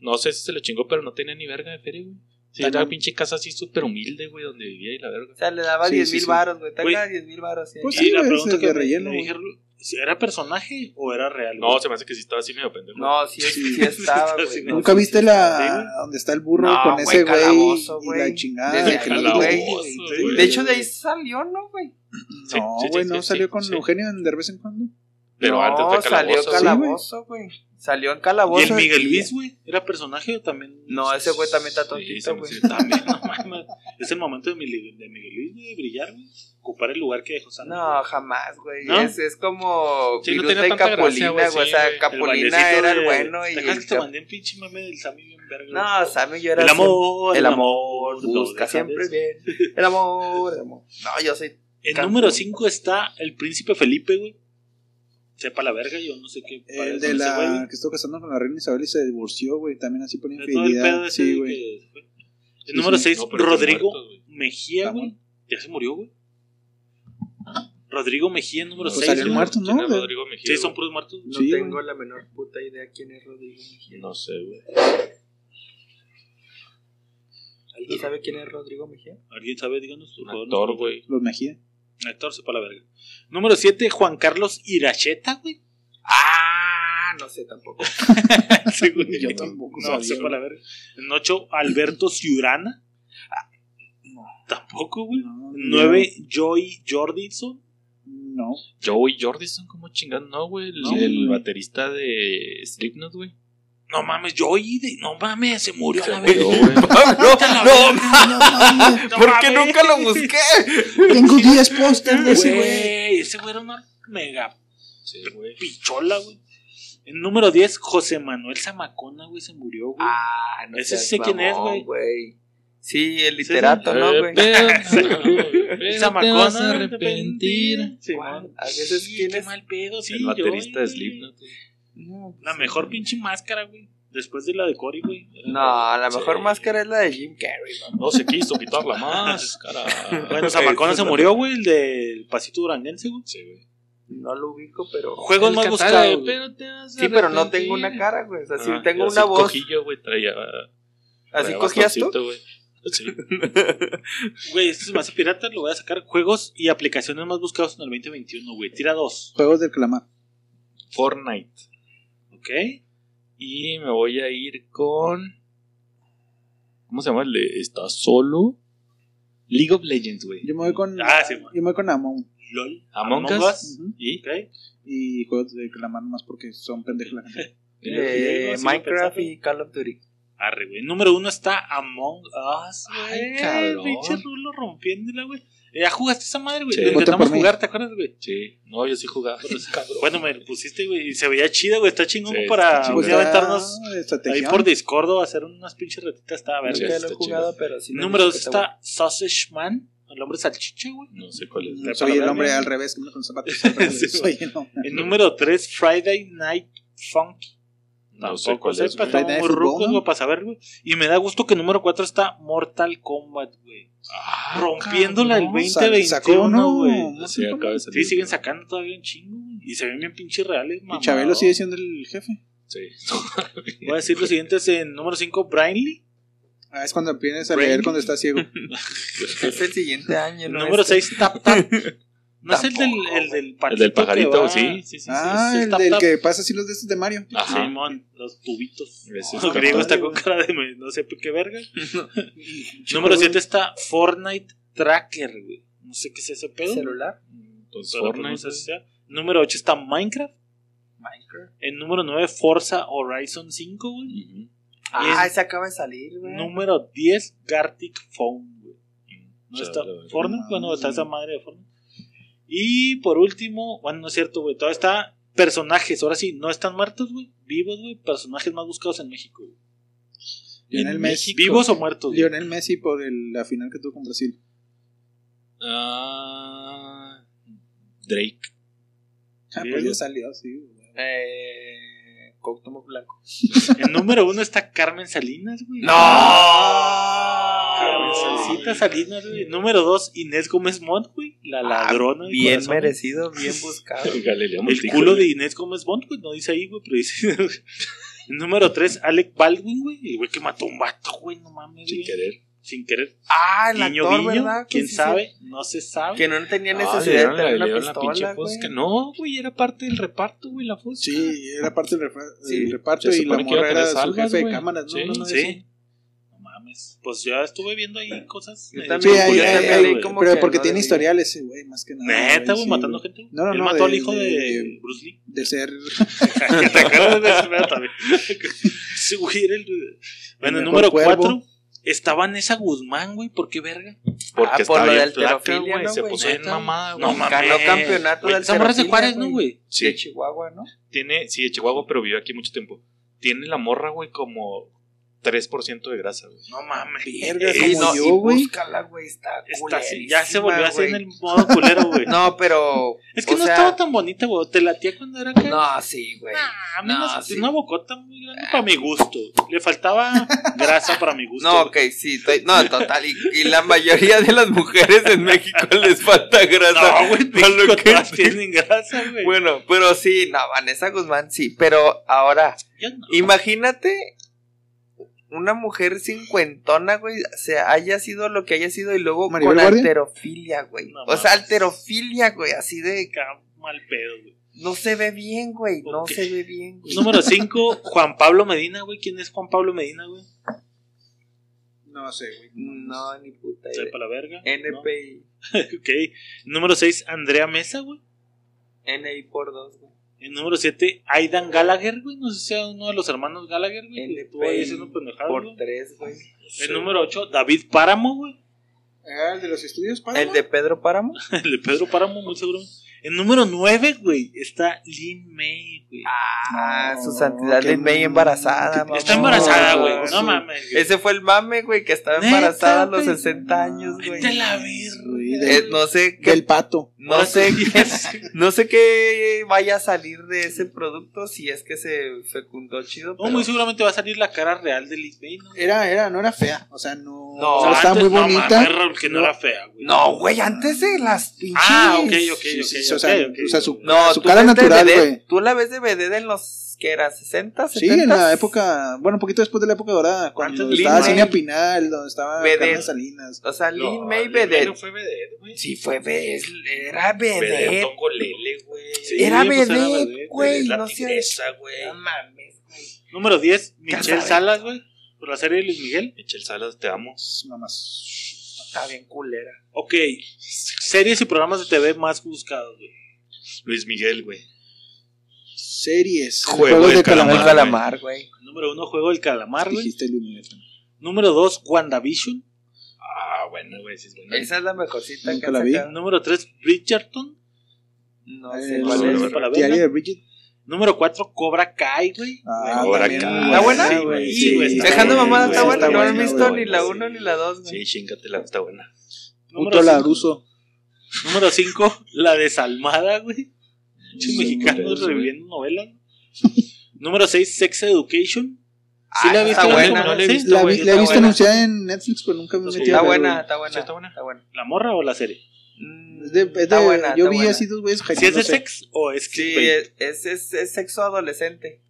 No sé si se lo chingó, pero no tenía ni verga de feria, güey. Sí, era
Tan-
pinche casa así súper humilde, güey, donde vivía y la verga.
O sea, le daba
Sí,
10
sí,
mil
sí.
varos, güey. Te
Güey.
daba 10 mil varos, sí.
Pues
y
sí,
la
güey,
pregunta
ese
que
de
me-
relleno,
me
güey.
dijeron, ¿era personaje o era real?
No,
güey?
se me hace que sí estaba así medio pendejo.
No, sí, sí, estaba, güey.
Sí,
¿Nunca viste
Sí,
la
güey.
donde está el burro
No,
con
güey,
ese güey
calabozo,
y
güey.
la chingada?
Desde
que no
calabozo,
duró?
güey.
güey.
De hecho, de ahí salió, ¿no, güey?
Sí,
No,
sí, sí,
güey,
sí,
no
sí,
salió con
sí.
Eugenio de vez en cuando.
Pero
no,
antes de
salió
calabozo.
cala-
calabozo, güey. Salió en
¿Y
calabozo.
el Miguel Luis, güey? ¿Era personaje o también?
No, ese güey también está
Sí, se
tontito,
me
güey.
hace-
También, no mames. Es el momento de, Mili- de Miguel Luis, güey, de brillar, güey. Ocupar el lugar que dejó Sandro.
No, jamás, güey.
¿No?
Es, es como
Sí, no
virus
tenía
de
tanta gracia,
Capulina,
güey,
güey.
sí,
o sea,
güey. El
Capulina
bailecito
era el
de-
bueno y
¿Te acuerdas
el
que te
Cap-
mandé un pinche meme del Sammy bien verga?
No, Sammy, yo era
el
siempre-
amor.
el amor
lo
busca
deja
siempre
de-
bien. El amor, el amor. No, yo soy
En
Cancún.
número 5 está el príncipe Felipe, güey. Sepa la verga, yo no sé qué. padre
El
con
de
ese güey,
la
güey.
que estuvo casando con la reina Isabel y se divorció, güey. También así por
Era Todo el pedo
infidelidad.
ese
Sí,
de
güey.
que se fue. El número
sí.
6,
No, pero está
Rodrigo
muerto, güey.
Mejía,
Está
güey. Ya se murió, güey. Rodrigo Mejía, número
Pues
6.
salió muerto, ¿no?
¿Quién es Rodrigo Mejía,
Sí, son
güey?
puros muertos.
No
Sí,
tengo la menor puta idea quién es Rodrigo Mejía.
No sé, güey.
¿Alguien sabe quién es Rodrigo Mejía?
¿Alguien sabe? Díganos, por
Un
favor.
actor, güey.
Los Mejía.
Actor, sepa la verga. Número 7, Juan Carlos Iracheta, güey.
Ah, no sé tampoco.
Según
Yo tampoco
No,
sabía.
sepa la verga. En 8, Alberto Ciurana. No, tampoco, güey.
No,
Nueve, Joy Jordison.
No.
Joey Jordison, como chingando, no, güey. El,
No,
el
güey.
baterista de Slipknot, güey.
No mames, yo oí de. No mames, se murió la
murió,
verga.
güey.
Pablo, no, ma-
No mames,
No
¿por qué
mames.
nunca lo busqué?
Tengo 10 pósters de ese güey.
Güey, ese güey era una mega
Sí, güey.
pichola, güey. En número 10, José Manuel Zamacona, güey, se murió, güey.
Ah, no
Ese
seas
sí sé quién es,
mamón,
güey.
Sí, el literato, ¿no, güey?
Zamacona. Sí,
Guau,
man.
a veces
Sí,
tienes-
qué mal pedo, sí.
El baterista de
yo, güey.
Slipknot.
La mejor pinche máscara, güey. Después de la de Cory, güey.
No, la mejor
Sí.
máscara es la de Jim Carrey.
No se quiso quitarla más, cara.
Bueno, Zamacona se murió, güey, el del pasito duranguense, güey.
Sí, güey.
No lo ubico, pero.
Juegos más buscados. güey.
Sí, pero no tengo una cara, güey. O sea, sí
Ah,
tengo
así
una voz.
Cojillo, güey, traía.
¿Así
traía
cogías tú?
bastoncito, güey. Sí.
Güey, esto es más pirata, lo voy a sacar. Juegos y aplicaciones más buscados en el 2021, güey. Tira dos,
Juegos del calamar.
Fortnite.
¿ok?
Y me voy a ir con. ¿Cómo se llama? el de- Está solo. League of Legends, güey.
Yo me voy con.
Ah, sí, man.
yo me voy con Amon.
LOL.
Among
Among
Us.
Ujú.
Y.
¿Ok?
Eh,
Y juegos del calamar nomás porque son pendejos la gente.
Eh,
Sí, sí,
Minecraft
pensaba.
y Call of Duty.
Arre, güey. Número uno está Among Us,
Ay,
güey.
cabrón.
Pinche rulo rompiéndola, güey. Eh, Ya jugaste esa madre, güey.
Sí.
Lo
Vota
Intentamos
por mí.
jugar, ¿te acuerdas, güey?
Sí. No, yo sí jugaba. pero sí, cabrón.
Bueno, me lo pusiste, güey. Y se veía chido, güey. Está chingón
Sí,
para
está chingón.
un
Pues
día Ah, aventarnos ahí
Ah, estrategia.
por Discord o hacer unas pinches retitas. Estaba verga.
Sí,
Nunca lo he
está
jugado, pero sí. lo he
Número dos
visto que
está Sausage Man, el hombre salchicha, güey.
No sé cuál es.
Mm, Soy el hombre al revés, que me con zapatos. al revés.
Sí,
Soy el hombre.
El número 3, Friday Night Funky.
No sé cuál
sé,
es.
pero
güey.
Friday
estamos
Night
muy
Football,
rucos,
¿no?
güey, para saber, güey. Y me da gusto que el número 4 está Mortal Kombat, güey. Rompiéndola el
Sa- Ah, sacó
2021,
uno,
güey.
no
Sí,
sé cómo.
acaba de salir.
Sí, siguen sacando todavía un chingo, güey. Y se ven bien pinches reales, mamá.
Y Chabelo sigue siendo el jefe.
Sí.
Voy a decir los siguientes en número 5, Brainly.
Ah, es cuando empiezas a
Brain.
leer cuando estás ciego.
tengo. Es el siguiente año,
El
¿no?
número
Este.
6, Tap Tap. No es el del,
Tampoco,
el del
El del
que
pajarito,
va-
sí. Sí, sí, sí.
ah,
sí,
el
está-
del
está-
que pasa así los de estos de Mario.
Ajá.
Simón, los tubitos.
Ese
Los
está
padre,
griegos está con
güey.
cara de me- no sé por qué verga. Número 7 está Fortnite Tracker, güey. No sé qué es ese pedo.
celular.
Entonces,
Pero no
Pues Fortnite.
sé si sea. Número 8 está Minecraft.
Minecraft.
En número 9, Forza Horizon 5, güey.
Ujú.
Ah, ese acaba de salir, güey.
Número 10, Gartic Phone, güey. No
Chale,
está
güey.
Fortnite,
No
bueno,
mames,
está esa
güey.
madre de Fortnite. Y por último, bueno, no es cierto, güey. Todavía está personajes, ahora sí, no están muertos, güey. Vivos, güey. Personajes más buscados en México, güey.
Lionel Messi.
¿Vivos o muertos? güey?
Lionel Messi por el- la final que tuvo con Brasil.
Ah, Drake.
Ah, pues
Diego.
ya salió, sí. güey.
Eh. Coctomo Blanco.
El número uno está Carmen Salinas, güey. Carmen Salsita Salinas, güey. Número dos, Inés Gómez Mont, güey. La ladrona. del
Ah, Bien
corazón.
merecido, bien buscado.
Galileo
El
Montijo,
culo de
güey.
Inés Gómez Mont, güey. No dice ahí, güey, pero dice. Número tres, Alec Baldwin, güey. El güey que mató a un vato, güey. No mames,
Sin
güey.
querer.
Sin querer.
Ah, el
Guiño,
actor,
guiño.
¿verdad? Que
¿Quién
sí, sí.
sabe? No se sabe.
Que no tenía
Ah, le
necesidad
dieron
de tener
la- le
una
dieron la
pistola,
pinche
güey.
fosca. No, güey, era parte del reparto, güey, la fosca.
Sí, era parte del refa-
Sí,
del reparto
se
y la
supone que iba a
morra era
tener
su
salvas,
jefe de
güey.
cámaras, ¿no?
Sí,
Una madre así.
Sí. No mames. Pues ya estuve viendo ahí cosas.
Yo
medio
también,
Sí, ahí,
Yo
ahí,
curiosas,
también
ahí,
leí
güey.
como
pero
que
porque
no
tiene
debía.
historial ese, güey, más que nada.
Neta,
güey,
güey,
sí,
matando
güey.
gente.
No, no,
Él
no,
mató al
de-
hijo de,
de-
Bruce Lee.
De ser
¿Te acuerdas de ese pedo también? Ese güey era el- Bueno,
El mejor
número
cuervo.
4. Está Vanessa Guzmán, güey. ¿Por qué verga?
Porque
Ah, por
estaba
lo
bien
de
flaca,
alterofilia,
güey.
¿no,
Se
güey?
puso bien
Neta.
mamada,
No
güey.
mames. Ganó campeonato
Güey, esa morra
de
es de
alterofilia,
Juárez, ¿no, güey?
De
Sí,
Chihuahua, ¿no?
tiene, sí, de Chihuahua, pero vivió aquí mucho tiempo. Tiene la morra, güey, como 3% de grasa, güey.
No mames.
verga
Ey,
como
no, pues,
yo, güey.
Búscala, güey, está
está así,
culerísima,
ya se volvió así en
güey.
el modo culero, güey.
No, pero.
es que
o
no
sea,
estaba tan bonita, güey. Te latía cuando era acá.
No, sí, güey.
Ah, a mí
No,
me-
sí.
una bocota muy grande para mi gusto. Le faltaba grasa para mi gusto.
No, ok, sí, estoy- no, total. Y, y la mayoría de las mujeres en México les falta grasa.
No, güey,
para lo
México
que-
todas tienen grasa, güey.
Bueno, pero sí, no, Vanessa Guzmán sí. Pero ahora,
Yo no.
imagínate una mujer cincuentona, güey, se haya sido lo que haya sido y luego
Maribel
con
Guardia.
alterofilia, güey.
No
o sea,
mames.
alterofilia, güey, así de.
Acá, mal pedo, güey.
No se ve bien, güey. No
Ok.
se ve bien, güey.
Número 5, Juan Pablo Medina, güey. ¿Quién es Juan Pablo Medina, güey?
Eh,
No sé, güey.
No, ni puta. idea.
Sepa la verga. ¿no?
NPI.
Ok. Número 6, Andrea Mesa, güey.
NI por dos, güey.
En número 7, Aidan Gallagher, güey. No sé si sea uno de los hermanos Gallagher, güey.
El
que
de
estuvo ahí
Pain
haciendo pendejadas,
Por
Ah, güey.
tres, güey.
El número 8, David Páramo, güey.
Ah, el de los estudios, padre.
El de Pedro Páramo.
El de Pedro Páramo, muy seguro. En número 9, güey, está Lin May, güey.
Ah,
No,
su santidad
qué
Lin May embarazada, mamá.
está embarazada, güey. No,
sí.
mames. güey.
Ese fue el mame, güey, que estaba
Neta,
embarazada a los
güey.
60 años, güey.
Vete a la verga.
Güey,
Eh,
del-
no sé
del
qué,
pato.
no sé qué, no sé qué vaya a salir de ese producto si es que se fecundó chido.
No,
pero-
muy seguramente va a salir la cara real de Lin May, ¿no?
Era, era, no era fea. O sea, no.
No,
o sea, estaba Oh, muy
antes, no,
bonita.
mames, era que no, era fea, güey.
No, güey, antes de las pinches.
Ah, ok, ok,
Sí,
ok.
sí,
ok,
sí, o sea,
ok.
o sea, su-
No,
Su
tú
cara
ves de
natural,
vedette-
güey.
Tú la ves de BD en los que era 60, 70.
Sí, en la época. Bueno, un poquito después de la época dorada. Cuando
Antes de
estaba
Lin
Cinia
May.
Pinal, donde estaba
Vedette.
Carmen Salinas.
O sea, Lin May
Lin May
BD.
no fue vedette, güey.
Sí, fue BD. Era
Vedette,
BD.
Tongo Lele, güey.
Sí,
Era
pues era
BD,
vedette,
güey.
Vedette la
No seas.
tigresa, güey.
No mames, güey.
Número 10, Michelle
Casablanca.
Salas, güey. Por la serie de Luis Miguel.
Michelle Salas, te amo.
Mamás.
Está bien culera.
Ok. Series y programas de TV más buscados, güey.
Luis Miguel, güey.
Series.
Juego de
Como
Calamar,
el calamar, güey.
Número 1, Juego del Calamar, güey.
Dijiste Luis Miguel también.
Número 2, WandaVision.
Ah, bueno, güey, sí es bueno.
Esa es la mejorcita
Nunca
que han
la vi.
sacado.
Número 3, Bridgerton.
No
Eh,
sé
no,
cuál
no,
es.
no,
Para la
Diario
verga.
de Bridget.
Número 4, Cobra Kai, güey.
Ah,
Ahora
también,
acá.
güey.
¿Está buena?
Sí, güey.
Sí, güey, está
Dejando
buena,
mamada,
güey,
está buena.
está
No he
buena,
visto
güey,
ni la
sí.
1 ni la 2, güey.
Sí, chingatela, está buena.
Puto
cinco-
Laruso.
Número 5, La Desalmada, güey. Muchos
Sí,
mexicanos
güey.
reviviendo novelas. Número 6, Sex Education. ¿Sí la
Ah, esa
viste?
está
la
buena,
como-
no la he
sí,
visto,
La,
güey,
vi- la he
está
visto
buena.
anunciada en Netflix, pero nunca me he
Sí,
metido a
Está
ver,
buena,
güey.
está buena.
está buena.
Está buena.
¿La morra o la serie?
Mm,
Es de- es de-
está buena,
yo
está
vi
buena.
así dos güeyes
¿Si es de
cayéndose.
sex o es
Sí,
clickbait?
es, es, es sexo adolescente.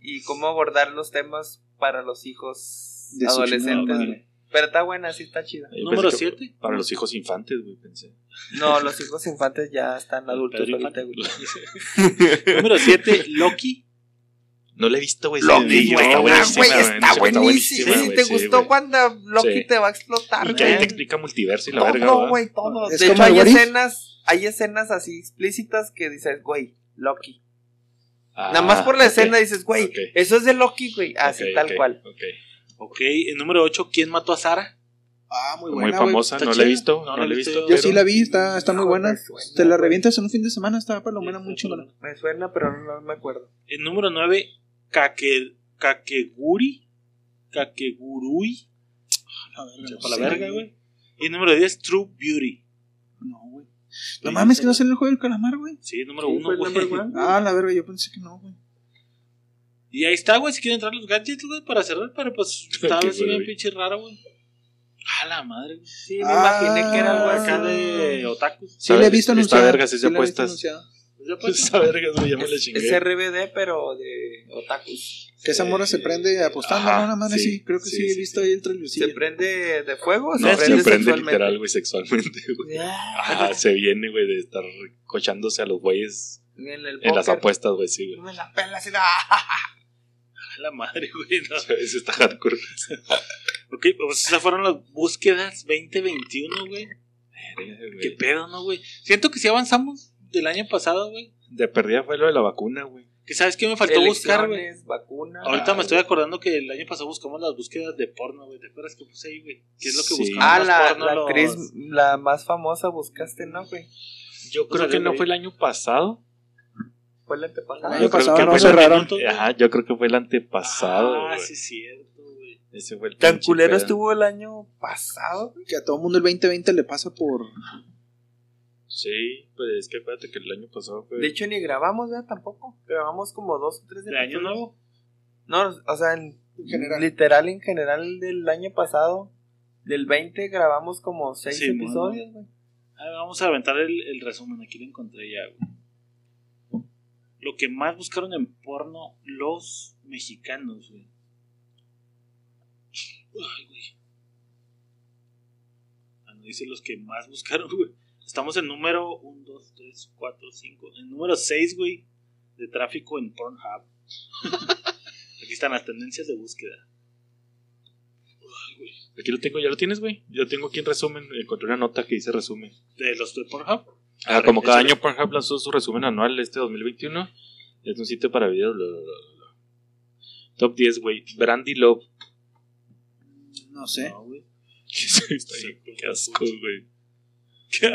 Y cómo abordar los temas para los hijos
De su
adolescentes.
chingada madre.
güey. Pero está buena, sí está chida.
Yo
Número
pensé que
7.
Para los hijos infantes, güey, pensé.
No, los hijos infantes ya están adultos
Pedro
ahorita,
Infante.
güey.
Número 7, Loki.
No la he visto, güey.
Lo
sí,
vi,
güey,
güey.
está
ah,
buenísima,
güey,
güey,
Está buenísimo.
buenísima,
Si
güey,
te
sí,
gustó
güey.
cuando Loki
Sí.
te va a explotar,
Y que ahí te
güey.
explica multiverso y la verga,
Todo,
¿verdad?
güey, todo.
Es
De
como
hecho, hay
el What If.
escenas, hay escenas así explícitas que dices, güey, Loki.
Ah,
Nada más por la
ok.
escena dices, güey,
Ok.
eso es de Loki, güey. Así
Ok,
tal
ok,
cual.
ok.
Ok, el número 8, ¿quién mató a Sara?
Ah, muy
Muy
buena. güey.
famosa,
Está
no la he
chida.
visto, no, la he visto.
Yo
pero-
sí la vi, está, está muy
No,
buena.
me suena,
Te la
güey.
revientas en un fin de semana, está palomera muy chingona.
Me suena, pero no me acuerdo.
El número 9, Kake, Kakeguri. Kakegurui.
A ver, no
Para
sé,
la verga, güey. Y número 10, True Beauty.
No, güey. No mames, que va a ser el juego del calamar, güey.
Sí, número
Sí, fue
1,
el number
güey.
one.
Ah, la verga, yo pensé que no, güey.
Y ahí está, güey. Si quieren entrar los gadgets, güey, para cerrar, pero pues estaba
Qué
así bien
güey.
pinche raro, güey. A la madre, güey.
Sí, me
Ah.
imaginé que era algo así.
Acá de otakus.
Sí, la he
Está
visto anunciada.
verga, sí se
la he visto
apuestas.
anunciada.
Pues
Esa verga, güey, ya me la
Es,
chingué.
es RBD, pero de otakus.
Que esa morra se prende apostando,
Ajá,
¿no? Una madre,
sí,
sí. Creo que sí,
sí,
he
sí,
visto
sí.
ahí el
¿Se
trailercillo.
prende de fuego o
No,
se prende
se prende
sexualmente?
literal, güey, sexualmente, güey.
Ah,
Ajá, se viene, güey, de estar cochándose a los güeyes
en el
en las
póker.
apuestas, güey, sí, güey.
Me la pela así. ah.
A la madre, güey. no.
Eso está hardcore.
Ok, pues esas fueron las búsquedas 2021, güey. Qué pedo, ¿no, güey? Siento que si avanzamos del año pasado, güey.
De perdida fue lo de la vacuna, güey.
Que sabes que me faltó buscar, güey.
Elecciones, vacunas.
Ahorita
Ah,
me estoy acordando que el año pasado buscamos las búsquedas de porno, güey. ¿Te acuerdas que puse ahí, güey? ¿Qué es lo que
Sí.
buscamos?
Ah,
Más
la,
porno,
la
los-
actriz, la más famosa buscaste, ¿no, güey?
Yo
creo
creo
que
que no
güey.
fue el año pasado.
Fue la
El
antepasada.
año
Yo creo
pasado
que
no
fue
cerraron.
minuto.
Ajá, yo creo que fue el antepasado,
Ah,
güey.
sí, es cierto, güey.
Ese fue el
Tan
pinche
culero
pedo.
estuvo el año pasado, güey.
Que a todo mundo el 2020 le pasa por.
Sí, pues es que acuérdate que el año pasado fue.
De hecho, ni grabamos, ¿verdad? Tampoco. Grabamos como dos o tres
¿De año
episodios.
nuevo?
No, o sea, en-
general.
literal en general del año pasado, del 20 grabamos como seis
Sí,
episodios, güey.
A ver, Ah, vamos a aventar el, el resumen. Aquí lo encontré ya, güey. Lo que más buscaron en porno los mexicanos, güey. Ay, güey. Ah, no dice los que más buscaron, güey. Estamos en número 1, 2, 3, 4, 5. En número 6, güey, de tráfico en Pornhub. Aquí están las tendencias de búsqueda. Ay, güey.
Aquí lo tengo, ya lo tienes, güey. Yo tengo aquí en resumen. Encontré una nota que dice resumen.
¿De los de Pornhub?
Ah, como cada año Pornhub lanzó su resumen anual este 2021, es un sitio para videos. bla, bla, bla, bla. Top 10, güey. Brandy Love.
No sé.
Está bien, Qué asco, güey.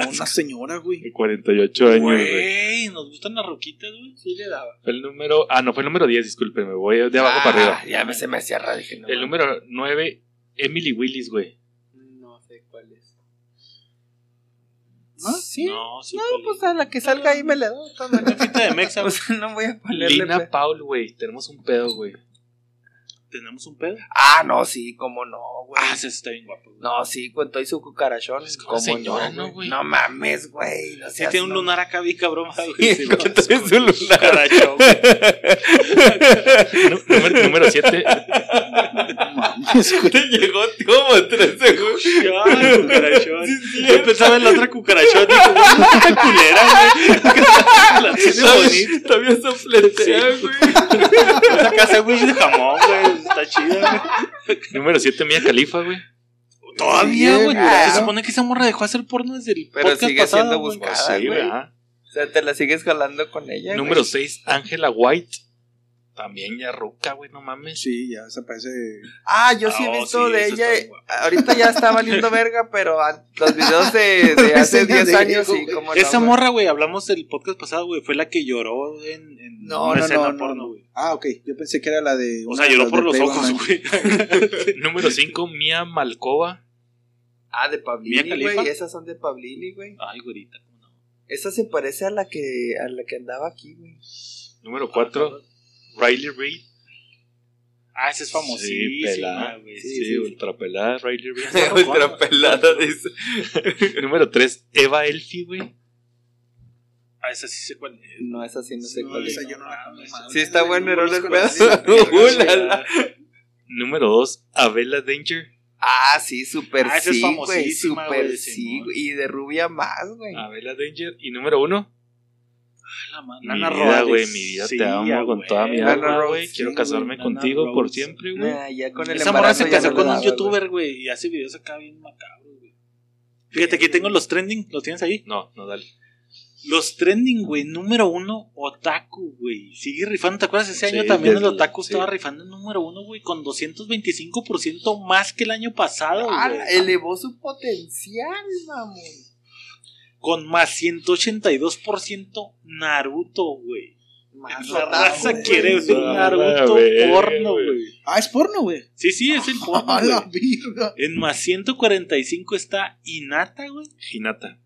Una señora, güey.
De 48 años, güey.
Güey, nos gustan las roquitas, güey.
Sí le daba.
Fue el número. Ah, no, fue el número 10, disculpe, me voy de abajo para arriba.
Ah, Ya me, se me hacía raro. dije, no,
El número 9, Emily Willis, güey.
No sé cuál es.
¿No? Sí. No,
No, sí.
pues a la que salga ahí me la doy. de todas maneras.
Pinta de Mexa,
O
güey.
sea, no voy a ponerle.
Lina
pe-
Paul, güey. Tenemos un pedo, güey.
Tenemos un pedo.
Ah, no, sí, cómo no, güey.
Ah, ese está bien guapo. güey.
No, sí, cuento y su cucarachón.
como
¿Cómo
señora,
no,
¿no,
güey?
güey?
No mames, güey. No
Sí,
seas
tiene un
mamón.
lunar acá bien cabrón, güey.
Sí,
Sí,
cuento
güey.
y su lunar.
Carachón, güey.
Nú- número- Número 7,
Mames, güey.
Te llegó como tres segundos.
Ay, cucarachón. Yo pensaba en la otra cucarachón. Digo, güey, esta culera, güey. La tiene bonita.
Todavía sopletea, güey.
Esa casa, güey, de jamón, güey. Está chida,
número 7, Mía Califa, güey.
güey. Todavía, güey.
claro.
Se supone que esa morra dejó hacer porno desde el
Pero
podcast
sigue
pasado,
siendo
güey.
buscada,
Sí,
güey.
güey. ajá.
O sea, te la sigues jalando con ella.
Número 6, Angela White. También ya roca, güey, no mames.
Sí, ya desaparece.
Ah, yo sí
Ah,
he
oh,
visto
sí,
de
eso
ella.
está guapo.
Ahorita ya está valiendo verga, pero a- los videos de, de hace
Sí,
10
de
años
viejo,
sí,
güey.
como
Esa morra, güey, hablamos del podcast pasado, güey. Fue la que lloró en, en
No,
una
no,
escena
no, no,
porno,
no.
güey.
Ah, ok. Yo pensé que era la de.
O
una
sea,
de
lloró
las
por
de
los
Playboy,
ojos,
¿no?
güey.
Número 5, Mía Malkova.
Ah, de Pablini,
Mia Khalifa.
güey. Esas son de Pablini, güey.
Ay, güerita, cómo no.
Esa se parece a la que, a la que andaba aquí, güey.
Número 4, Riley Reid.
Ah, ese es
Sí, pelada.
famosísima, güey.
Sí, ultrapelada, Riley Reid.
Ultra pelada, dice.
Número 3, Eva Elfie, güey.
Ah, esa sí sé cuál es.
No, esa sí no sé
No,
cuál es.
esa yo no la conozco,
Sí,
madre,
Sí está
güey,
bueno
no
el rol
conozco
del
la
pedazo.
serie.
Ulala.
Número 2, Abela Danger.
Ah, sí, super
Ah, esa es
sí, güey.
famosísima, güey,
Super
de
sí,
Simón.
güey. Y de rubia más, güey.
Abela Danger. Y número 1,
La ma-
Mi
Nana
vida,
Rodríguez.
güey, mi vida,
Sí,
te amo
ya,
con
güey.
toda mi
Nana
alma,
Rose,
güey.
sí,
Quiero
güey,
casarme
Nana
contigo
Rose.
por siempre, güey.
Nah, ya con el
Esa morra
embarazo
se
ya
casó
no
con
le
un
daba, güey.
youtuber, güey, y hace videos acá bien macabros, güey. Fíjate, aquí tengo los trending, ¿los tienes ahí?
No, no, dale.
Los trending, güey, número uno, Otaku, güey. Sigue rifando, ¿te acuerdas? Ese
Sí,
año también el
del-
Otaku
sí.
estaba rifando el número uno, güey, con 225% más que el año pasado,
Ah,
güey.
elevó su potencial, mamón.
Con más 182% Naruto, güey.
Más
La
ratado,
raza
güey.
quiere ver
Ah,
Naruto
verga,
porno,
güey.
güey.
Ah, es porno, güey.
Sí, sí, es el porno,
A
güey.
Ah, la virga.
En más 145 está Inata, güey.
Hinata.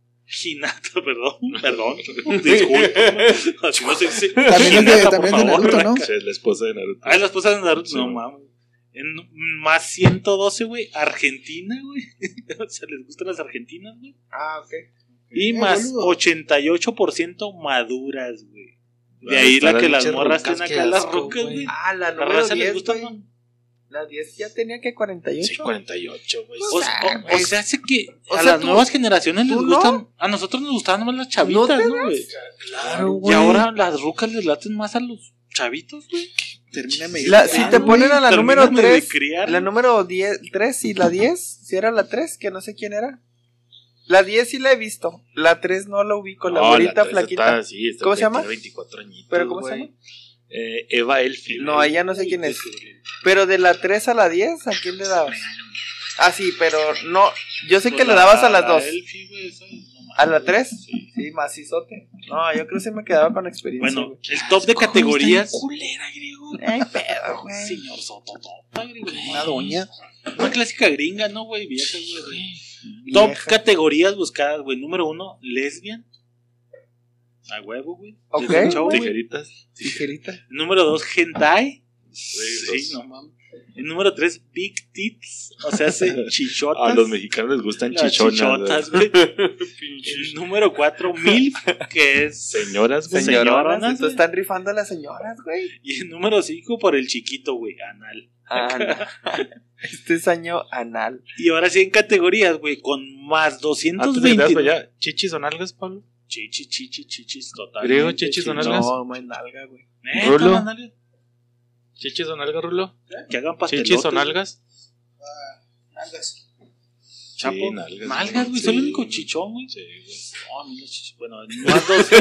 Hinata, perdón, perdón. Disculpa. Así no se dice.
También es de-
Hinata, por
también es de
favor.
Naruto, ¿no?
Es la esposa de Naruto.
Ah, es la esposa de Naruto.
Sí,
no
güey.
mames. En más 112, güey. Argentina, güey. o sea, les gustan las argentinas, güey.
Ah, ok.
Y
Eh,
más
boludo.
88% maduras, güey. De
Ah,
ahí la
están
que las
pinches
morras
rucas,
tienen
qué
acá las
asco,
rocas,
güey.
güey.
Ah, la
La
número
raza les
10,
gusta,
güey.
¿no?
La 10 ya tenía que 48.
Sí, 48, güey.
Pues,
O, sea, o- o sea, hace que
O
a
sea,
las
tú-
nuevas generaciones les
¿tú no?
gustan. A nosotros nos gustaban más las chavitas,
te
¿no, güey?
Claro,
Y ahora las rucas les laten más a los chavitos, güey.
Termíname.
La- si te ponen a la
Termíname
número
de
3,
criar.
la número 10, 3 y la 10, si era la 3, que no sé quién era. La 10 sí la he visto, la 3 no la ubico, la
No,
bonita
tres
flaquita.
está- sí, está-
¿Cómo se llama?
tiene 24 añitos,
¿Pero cómo se
güey.
llama?
Eh, Eva Elfie.
No,
güey.
ella no sé quién es. Pero de la 3 a la 10, ¿a quién le dabas? Ah, sí, pero no, yo sé que le dabas a las 2.
Elfie, güey, esa, no mames.
¿A la 3? Sí, macizote. No, yo creo que sí me quedaba con experiencia.
Bueno,
güey.
el top de categorías.
Ay, pedo, güey.
Señor Sototota, griego. Una doña. Una clásica gringa, ¿no, güey? Vieja, güey. Top
Vieja.
categorías buscadas, güey. Número uno, lesbian. A huevo, güey.
Ok,
Chau, güey.
Tijeritas.
tijerita.
Número dos, hentai.
Güey, los-
Sí, no mames. El número tres, big tits. O sea, hace chichotas.
A Ah, los mexicanos les gustan
Las
chichonas.
chichotas,
güey.
güey. El número cuatro, milf, que es
Señoras, güey.
Señor.
Señoras,
Señoronas,
entonces
güey.
están rifando a las señoras, güey.
Y el número 5 por el chiquito, güey, anal.
este es año anal.
Y ahora sí en categorías, güey, con más
Antes de que Ah, te vas
220.
para allá, chichis o nalgas, Pablo.
Chichi, chichi, chichis, total.
Griego, chichis o nalgas.
No, no hay nalga, güey.
Rulo.
Que Ah,
Chichis o nalgas, Rulo.
hagan pastelotes.
Chichis o nalgas.
Ah, Chapo.
Sí, nalgas,
Nalgas, güey.
sí.
Soy el único chichón, güey.
Sí, güey.
No, a mí los chichos- Bueno, más dos.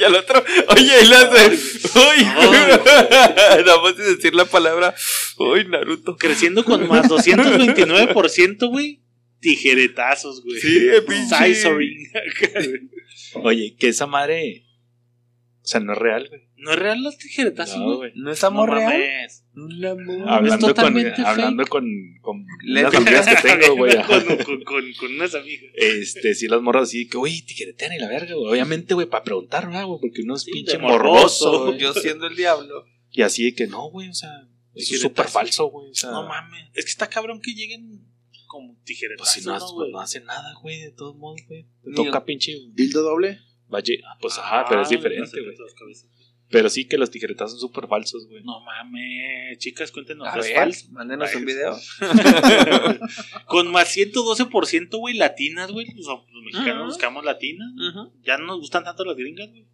y al otro, oye, y le hace. Uy, nada más de decir la palabra. Uy, Naruto.
creciendo con más 229%, güey. Tijeretazos, güey.
Sí, eh, pinche.
Scissoring.
Oye, que esa madre. O sea, no es real, güey.
¿No es real los tijeretazos,
No,
güey?
güey.
¿No es
No
amor real?
mames.
Un amor.
Hablando
totalmente
con,
fake.
hablando con, con
Le-
las amigas que tengo, güey. ajá.
con, con, con, con unas amigas.
Este, sí, las morras así, que, uy, tijeretean y la verga, güey. Obviamente, güey, para preguntar, ¿verdad, güey? Porque uno es
Sí,
pinche
de
morboso,
morboso,
güey.
Yo siendo el diablo.
Y así de que no, güey, o sea, eso es
Tijeretazos.
súper falso, güey. O sea,
No mames. Es que está cabrón que lleguen como
Pues
tijeretazos,
si no,
¿no,
hace- pues,
güey?
no hace nada, güey, de todos modos, güey. Te
Ni
toca pinche
Dildo doble.
valle. ah, Pues ajá, pero es
Ah,
diferente,
no,
güey.
las cabezas.
Pero sí que los tijeretazos son súper falsos, güey.
No mames, chicas, cuéntenos.
A
¿Es
ver,
falso?
Ah, mándenos
Ay,
un video.
Con más 112%, güey, latinas, güey. O sea, los mexicanos
Ajá.
buscamos latinas. Ya no nos gustan tanto las gringas, güey.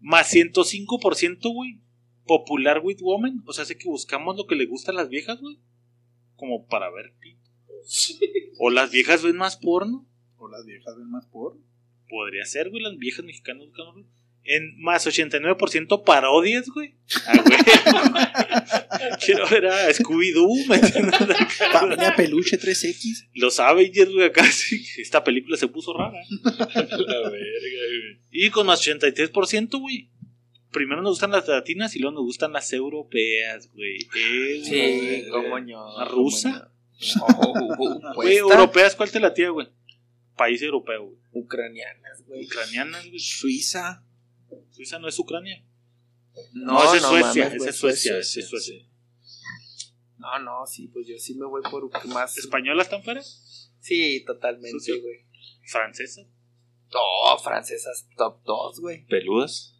Más 105%, güey. Popular with woman. O sea, hace que buscamos lo que le gusta a las viejas, güey. Como para ver pito. O las viejas ven más porno.
O las viejas ven más por.
Podría ser, güey, las viejas mexicanas buscamos. güey. En más 89% parodias, güey. Ah, güey. Quiero ver a Scooby-Doo, ¿me entiendes?
Familia Peluche 3X.
Los Avengers, güey, acá sí. Esta película se puso rara.
La verga, güey.
Y con más 83%, güey. Primero nos gustan las latinas y luego nos gustan las europeas, güey. Euro,
Sí,
güey.
cómo no.
¿La rusa?
cómo no. Oh,
Güey,
puesta.
europeas, ¿cuál te latía, güey? País europeo, güey.
Ucranianas, güey.
Ucranianas, güey.
Suiza.
Suiza no es Ucrania.
No,
esa es Suecia,
mames,
esa
güey,
es Suecia, esa
sí.
es Suecia.
No, no, sí, pues yo sí me voy por Uc- más.
¿Españolas tan fuera?
Sí,
Sucio.
totalmente, güey.
¿Francesas?
No, francesas top 2, güey.
Peludas.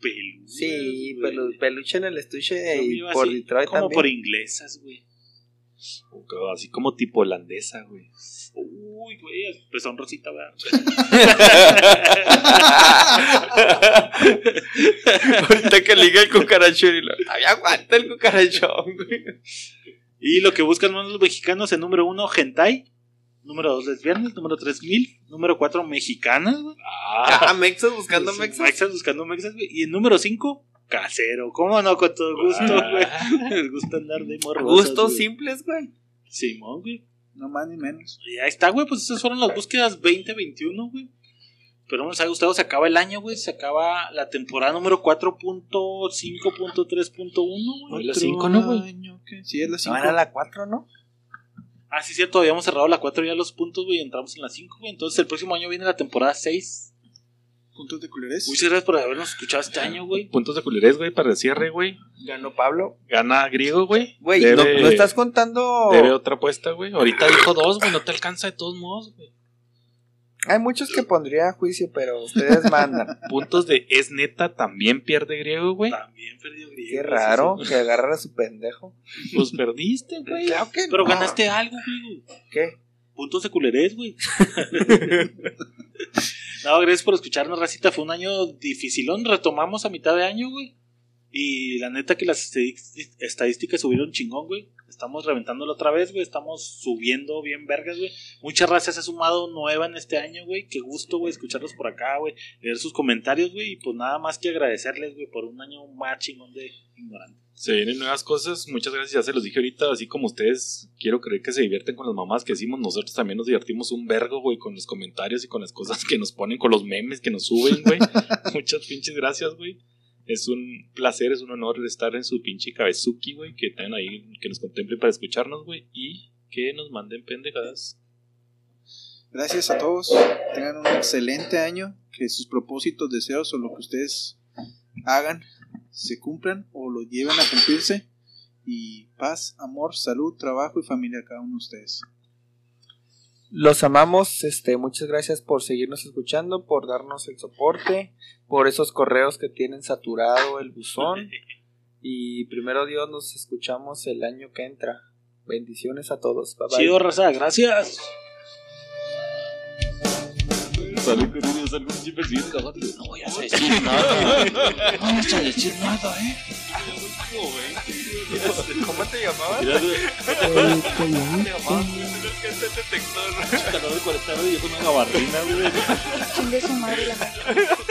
Peludas,
Sí,
güey.
pelu- peluche en el estuche
Yo me
y
iba
por
así,
Detroit
Como
también.
por inglesas, güey.
o que- Así como tipo holandesa, güey.
Uy, güey, pues son rosita, ¿verdad?
Ahorita que liga el cucarachón y lo. Ay, aguanta el cucarachón, güey.
Y lo que buscan más los mexicanos en número uno, hentai. Número dos, lesbianas. Número tres, mil. Número cuatro, mexicanas, güey.
Ah, Mexos
Pues
buscando Mexos.
Mexas buscando mexas, güey. Y en número cinco, casero. ¿Cómo no? Con todo gusto,
Ah.
güey. Les gusta andar de morros.
Gustos simples, güey.
Simón, güey.
No más ni menos.
Y ahí está, güey. Pues esas fueron las búsquedas 2021, güey. Pero nos ha gustado. Se acaba el año, güey. Se acaba la temporada número 4.5.3.1,
No
güey.
es la cinco, ¿no, güey?
Año que- Sí, es la 5.
No era la 4, ¿no?
Ah, sí, cierto, habíamos cerrado la 4 ya los puntos, güey, y entramos en la 5, güey. Entonces el próximo año viene la temporada 6.
Puntos de culeres.
Muchas gracias por habernos escuchado este año, güey.
Puntos de culerés, güey, para el cierre, güey.
Ganó Pablo.
Gana griego, güey.
Güey,
Debe-
no, no estás contando.
Debe otra apuesta, güey. Ahorita dijo dos, güey. No te alcanza de todos modos, güey.
Hay muchos que pondría a juicio, pero ustedes mandan.
Puntos de es neta también pierde griego, güey.
También perdió griego.
Qué raro que agarrar a su pendejo.
Pues perdiste, güey.
Claro que
Pero
no.
ganaste algo, güey.
¿Qué?
Puntos de culerés, güey. no, gracias por escucharnos, Racita. Fue un año dificilón. Retomamos a mitad de año, güey. Y la neta que las estadis- estadísticas subieron chingón, güey. Estamos reventándolo otra vez, güey. Estamos subiendo bien vergas, güey. Muchas gracias se ha sumado nueva en este año, güey. Qué gusto, güey, escucharlos por acá, güey. Leer sus comentarios, güey. Y pues nada más que agradecerles, güey, por un año más chingón de ignorante.
Se vienen nuevas cosas. Muchas gracias. Ya se los dije ahorita. Así como ustedes, quiero creer que se divierten con las mamás que decimos. Nosotros también nos divertimos un vergo, güey, con los comentarios y con las cosas que nos ponen, con los memes que nos suben, güey. Muchas pinches gracias, güey. Es un placer, es un honor estar en su pinche cabezuki, güey. Que tengan ahí, que nos contemplen para escucharnos, güey. Y que nos manden pendejadas.
Gracias a todos. Tengan un excelente año. Que sus propósitos, deseos o lo que ustedes hagan se cumplan o lo lleven a cumplirse. Y paz, amor, salud, trabajo y familia a cada uno de ustedes.
Los amamos, este, muchas gracias por seguirnos escuchando, por darnos el soporte, por esos correos que tienen saturado el buzón. Y primero Dios, nos escuchamos el año que entra. Bendiciones a todos. Bye bye.
Chido, raza. Gracias.
Salud, queridos, algún chip así, cabrón.
No voy a decir nada. No voy a decir nada, ¿eh?
¿Cómo te te llamabas?
Mira, güey,
¿Cómo te llamabas? Tenías que hacer detector.
calor de 40 grados y yo con una gabardina, güey.
Chingue su madre la